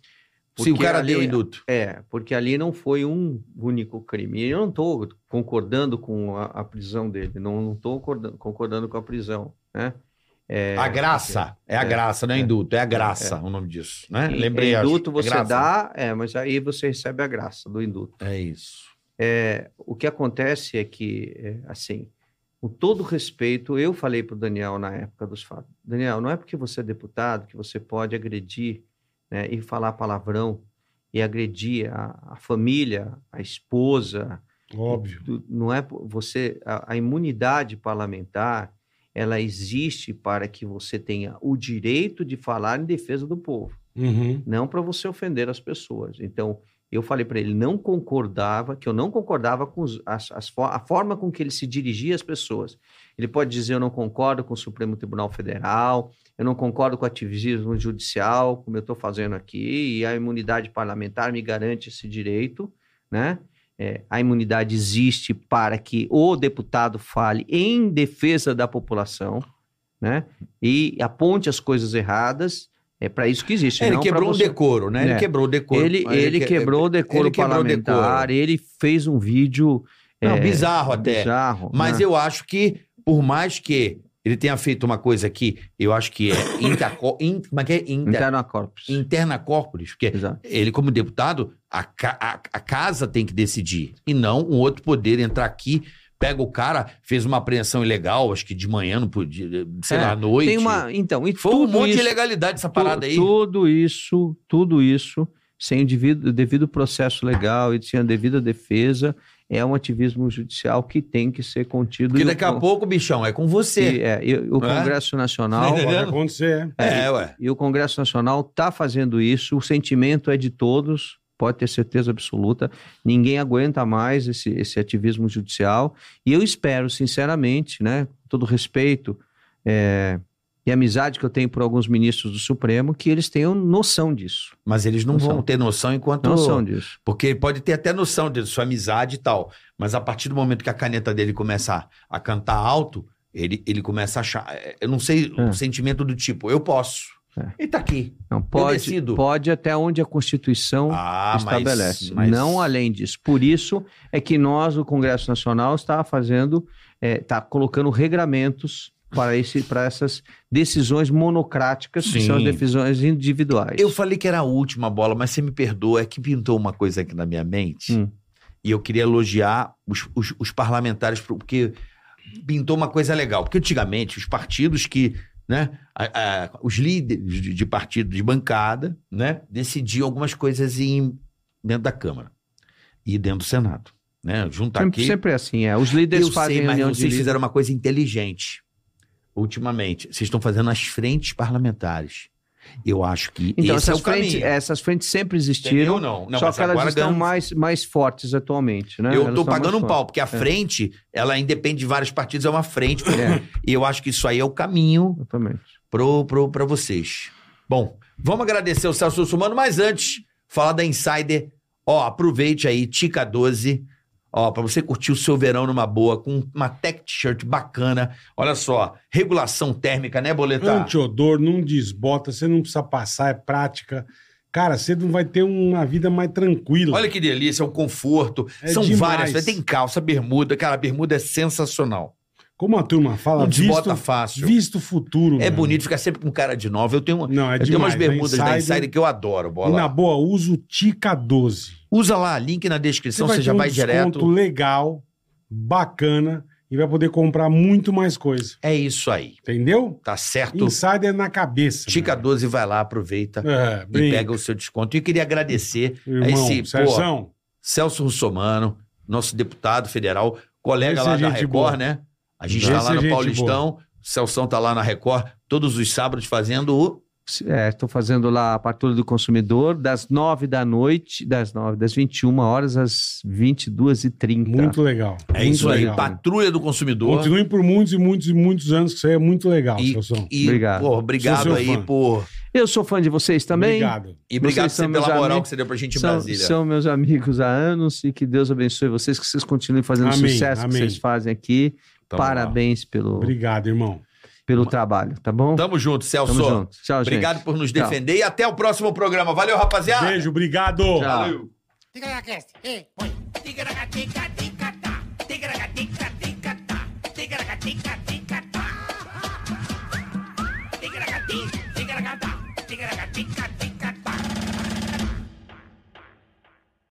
Speaker 1: se o
Speaker 3: Porque
Speaker 1: cara
Speaker 3: ali-
Speaker 1: deu induto.
Speaker 3: É, porque ali não foi um único crime. Eu não estou concordando com a, a prisão dele, não estou concordando, concordando com a prisão, né? É,
Speaker 1: a graça. É, a
Speaker 3: é,
Speaker 1: graça, não é,
Speaker 3: é.
Speaker 1: induto. É a graça o nome disso, né?
Speaker 3: e-
Speaker 1: Lembrei. acho.
Speaker 3: Induto
Speaker 1: É
Speaker 3: você
Speaker 1: graça.
Speaker 3: dá, é, mas aí você recebe a graça do induto.
Speaker 1: É isso.
Speaker 3: o que acontece é que, é, assim, com todo respeito, eu falei para o Daniel na época dos fatos: Daniel, não é porque você é deputado que você pode agredir né, e falar palavrão e agredir a, a família, a esposa.
Speaker 2: Óbvio.
Speaker 3: do- Não é po- você a, a imunidade parlamentar ela existe para que você tenha o direito de falar em defesa do povo
Speaker 2: Uhum.
Speaker 3: não para você ofender as pessoas. Então, eu falei para ele, não concordava, que eu não concordava com os- as- as fo- a forma com que ele se dirigia às pessoas. Ele pode dizer, eu não concordo com o Supremo Tribunal Federal, eu não concordo com o ativismo judicial, como eu estou fazendo aqui, e a imunidade parlamentar me garante esse direito, né? É, a imunidade existe para que o deputado fale em defesa da população, né? E aponte as coisas erradas. É para isso que existe.
Speaker 1: ele
Speaker 3: não pra
Speaker 1: quebrou o
Speaker 3: você-
Speaker 1: decoro, né? Ele
Speaker 3: É.
Speaker 1: quebrou o decoro.
Speaker 3: ele, ele
Speaker 1: que-
Speaker 3: quebrou o decoro
Speaker 1: ele quebrou o
Speaker 3: parlamentar,
Speaker 1: decoro.
Speaker 3: ele fez um vídeo
Speaker 1: Não,
Speaker 3: é,
Speaker 1: bizarro até.
Speaker 3: bizarro,
Speaker 1: Mas
Speaker 3: né?
Speaker 1: eu acho que, por mais que ele tenha feito uma coisa que eu acho [coughs] que é interco... in- como é que é? Inter-
Speaker 3: Interna corpus.
Speaker 1: interna corporis, porque
Speaker 3: Exato.
Speaker 1: ele, como deputado, a, ca- a- a casa tem que decidir. E não um outro poder entrar aqui, pega o cara, fez uma apreensão ilegal, acho que de manhã, não podia, sei
Speaker 3: É,
Speaker 1: lá, à noite.
Speaker 3: Tem uma, então, e
Speaker 1: Foi um
Speaker 3: tudo
Speaker 1: monte de
Speaker 3: isso,
Speaker 1: ilegalidade essa
Speaker 3: tu-
Speaker 1: parada aí.
Speaker 3: Tudo isso, tudo isso, sem o devido, devido processo legal e sem a devida defesa, é um ativismo judicial que tem que ser contido.
Speaker 1: Porque
Speaker 3: e o
Speaker 1: daqui a
Speaker 3: con-
Speaker 1: pouco, bichão, é com você.
Speaker 3: e, é, e o
Speaker 1: É?
Speaker 3: Congresso Nacional
Speaker 1: Tá
Speaker 2: Pode
Speaker 1: entendendo?
Speaker 2: acontecer. é.
Speaker 1: É, ué.
Speaker 3: E o Congresso Nacional está fazendo isso, o sentimento é de todos, pode ter certeza absoluta. Ninguém aguenta mais esse, esse ativismo judicial. E eu espero, sinceramente, né, com todo respeito é, e amizade que eu tenho por alguns ministros do Supremo, que eles tenham noção disso.
Speaker 1: Mas eles não
Speaker 3: Noção.
Speaker 1: vão ter noção enquanto.
Speaker 3: Noção disso.
Speaker 1: Porque pode ter até noção de sua amizade e tal. Mas a partir do momento que a caneta dele começa a, a cantar alto, ele, ele começa a achar. é, Eu não sei o
Speaker 3: É.
Speaker 1: sentimento do tipo, eu posso.
Speaker 3: É.
Speaker 1: E tá aqui.
Speaker 3: Não, pode,
Speaker 1: decido.
Speaker 3: pode até onde a Constituição
Speaker 1: Ah,
Speaker 3: estabelece.
Speaker 1: mas-
Speaker 3: Não além disso. Por isso é que nós, o Congresso Nacional, está fazendo, está colocando regramentos para, esse, para essas decisões monocráticas, que
Speaker 1: Sim.
Speaker 3: são as decisões individuais.
Speaker 1: Eu falei que era a última bola, mas você me perdoa, é que pintou uma coisa aqui na minha mente.
Speaker 3: Hum.
Speaker 1: E eu queria elogiar os, os- os parlamentares, porque pintou uma coisa legal. Porque antigamente, os partidos que né? A- a- os líderes de, de partido de bancada, né? Decidiam algumas coisas em, dentro da Câmara e dentro do Senado, né? Juntar
Speaker 3: Sempre,
Speaker 1: aqui.
Speaker 3: sempre é assim, é. Os líderes
Speaker 1: eu
Speaker 3: fazem
Speaker 1: sei, mas
Speaker 3: reunião
Speaker 1: não,
Speaker 3: de
Speaker 1: vocês
Speaker 3: líder.
Speaker 1: fizeram uma coisa inteligente ultimamente. Vocês estão fazendo as frentes parlamentares. Eu acho que
Speaker 3: Então,
Speaker 1: esse é
Speaker 3: essas,
Speaker 1: o
Speaker 3: frentes,
Speaker 1: caminho.
Speaker 3: essas frentes sempre
Speaker 1: Entendeu?
Speaker 3: existiram,
Speaker 1: não, não
Speaker 3: só
Speaker 1: mas
Speaker 3: que elas
Speaker 1: agora
Speaker 3: estão
Speaker 1: ganham-
Speaker 3: mais, mais fortes atualmente, né?
Speaker 1: Eu
Speaker 3: Elas
Speaker 1: tô
Speaker 3: estão mais
Speaker 1: pagando um
Speaker 3: fortes.
Speaker 1: pau, porque a frente, ela independe de vários partidos, é uma frente.
Speaker 3: É,
Speaker 1: E eu acho que isso aí é o caminho
Speaker 3: exatamente.
Speaker 1: pro, pro, pra vocês. Bom, vamos agradecer o Celso Sumano, mas antes, falar da Insider. Ó, aproveite aí, Tica 12. Ó, pra você curtir o seu verão numa boa, com uma tech t-shirt bacana. Olha só, regulação térmica, né, Boletar?
Speaker 2: Antiodor, não desbota, você não precisa passar, é prática. Cara, você não vai ter uma vida mais tranquila.
Speaker 1: Olha que delícia, o conforto.
Speaker 2: É
Speaker 1: São
Speaker 2: demais.
Speaker 1: várias. Você tem calça, bermuda. Cara, a bermuda é sensacional.
Speaker 2: Como a turma fala,
Speaker 1: Não desbota
Speaker 2: visto,
Speaker 1: fácil.
Speaker 2: visto futuro.
Speaker 1: É
Speaker 2: mano.
Speaker 1: bonito, fica sempre com cara de nova. Eu tenho, uma-
Speaker 2: Não, é
Speaker 1: eu tenho umas
Speaker 2: demais.
Speaker 1: bermudas da Insider,
Speaker 2: Insider
Speaker 1: que eu adoro,
Speaker 2: E na
Speaker 1: bola.
Speaker 2: boa, usa o Tica 12.
Speaker 1: Usa lá, link na descrição, Então, você,
Speaker 2: ter
Speaker 1: já
Speaker 2: um
Speaker 1: vai
Speaker 2: desconto
Speaker 1: direto.
Speaker 2: legal, bacana, e vai poder comprar muito mais coisa.
Speaker 1: É isso aí,
Speaker 2: Entendeu?
Speaker 1: tá certo?
Speaker 2: Insider na cabeça.
Speaker 1: Tica 12, vai lá, aproveita
Speaker 2: É,
Speaker 1: e
Speaker 2: bem,
Speaker 1: pega o seu desconto. E eu queria agradecer a
Speaker 2: irmão, é
Speaker 1: esse, pô,
Speaker 2: Sérgio,
Speaker 1: Celso Russomano, nosso deputado federal, colega
Speaker 2: Esse
Speaker 1: lá
Speaker 2: é
Speaker 1: da
Speaker 2: gente
Speaker 1: Record,
Speaker 2: boa.
Speaker 1: né? A gente
Speaker 2: Esse
Speaker 1: tá lá
Speaker 2: é
Speaker 1: no
Speaker 2: gente
Speaker 1: Paulistão, o Celção tá lá na Record, todos os sábados fazendo o...
Speaker 3: É, estou fazendo lá a patrulha do consumidor das 9 da noite, das 9, das 21 horas às 22h30.
Speaker 2: muito legal.
Speaker 1: É
Speaker 2: muito
Speaker 1: isso aí,
Speaker 2: legal.
Speaker 1: Patrulha do Consumidor.
Speaker 2: Continue por muitos e muitos e muitos anos, que isso aí é muito legal,
Speaker 1: E,
Speaker 2: Celso.
Speaker 1: e,
Speaker 3: Obrigado.
Speaker 1: pô, obrigado
Speaker 2: Sou seu
Speaker 1: aí
Speaker 2: fã.
Speaker 1: por...
Speaker 3: Eu sou fã de vocês também.
Speaker 2: Obrigado.
Speaker 1: E obrigado
Speaker 3: Vocês são
Speaker 1: você pela
Speaker 3: meus
Speaker 1: moral
Speaker 3: amigos.
Speaker 1: que você deu pra gente em
Speaker 3: São,
Speaker 1: Brasília.
Speaker 3: são meus amigos há anos e que Deus abençoe vocês, que vocês continuem fazendo
Speaker 2: Amém,
Speaker 3: o sucesso
Speaker 2: amém. Tá
Speaker 3: que vocês fazem aqui.
Speaker 1: Tamo
Speaker 3: Parabéns pelo,
Speaker 2: Obrigado, irmão.
Speaker 3: pelo trabalho, tá bom?
Speaker 1: lá. Tamo junto, Celso.
Speaker 3: Tamo junto. Tchau, gente.
Speaker 1: Obrigado por nos
Speaker 3: Tchau.
Speaker 1: defender e até o próximo programa. Valeu, rapaziada.
Speaker 2: Beijo, obrigado.
Speaker 3: Tchau.
Speaker 5: Tigra-ga-tica, tigra-ga-tica, tigra-ga-tica, tigra-ga-tica.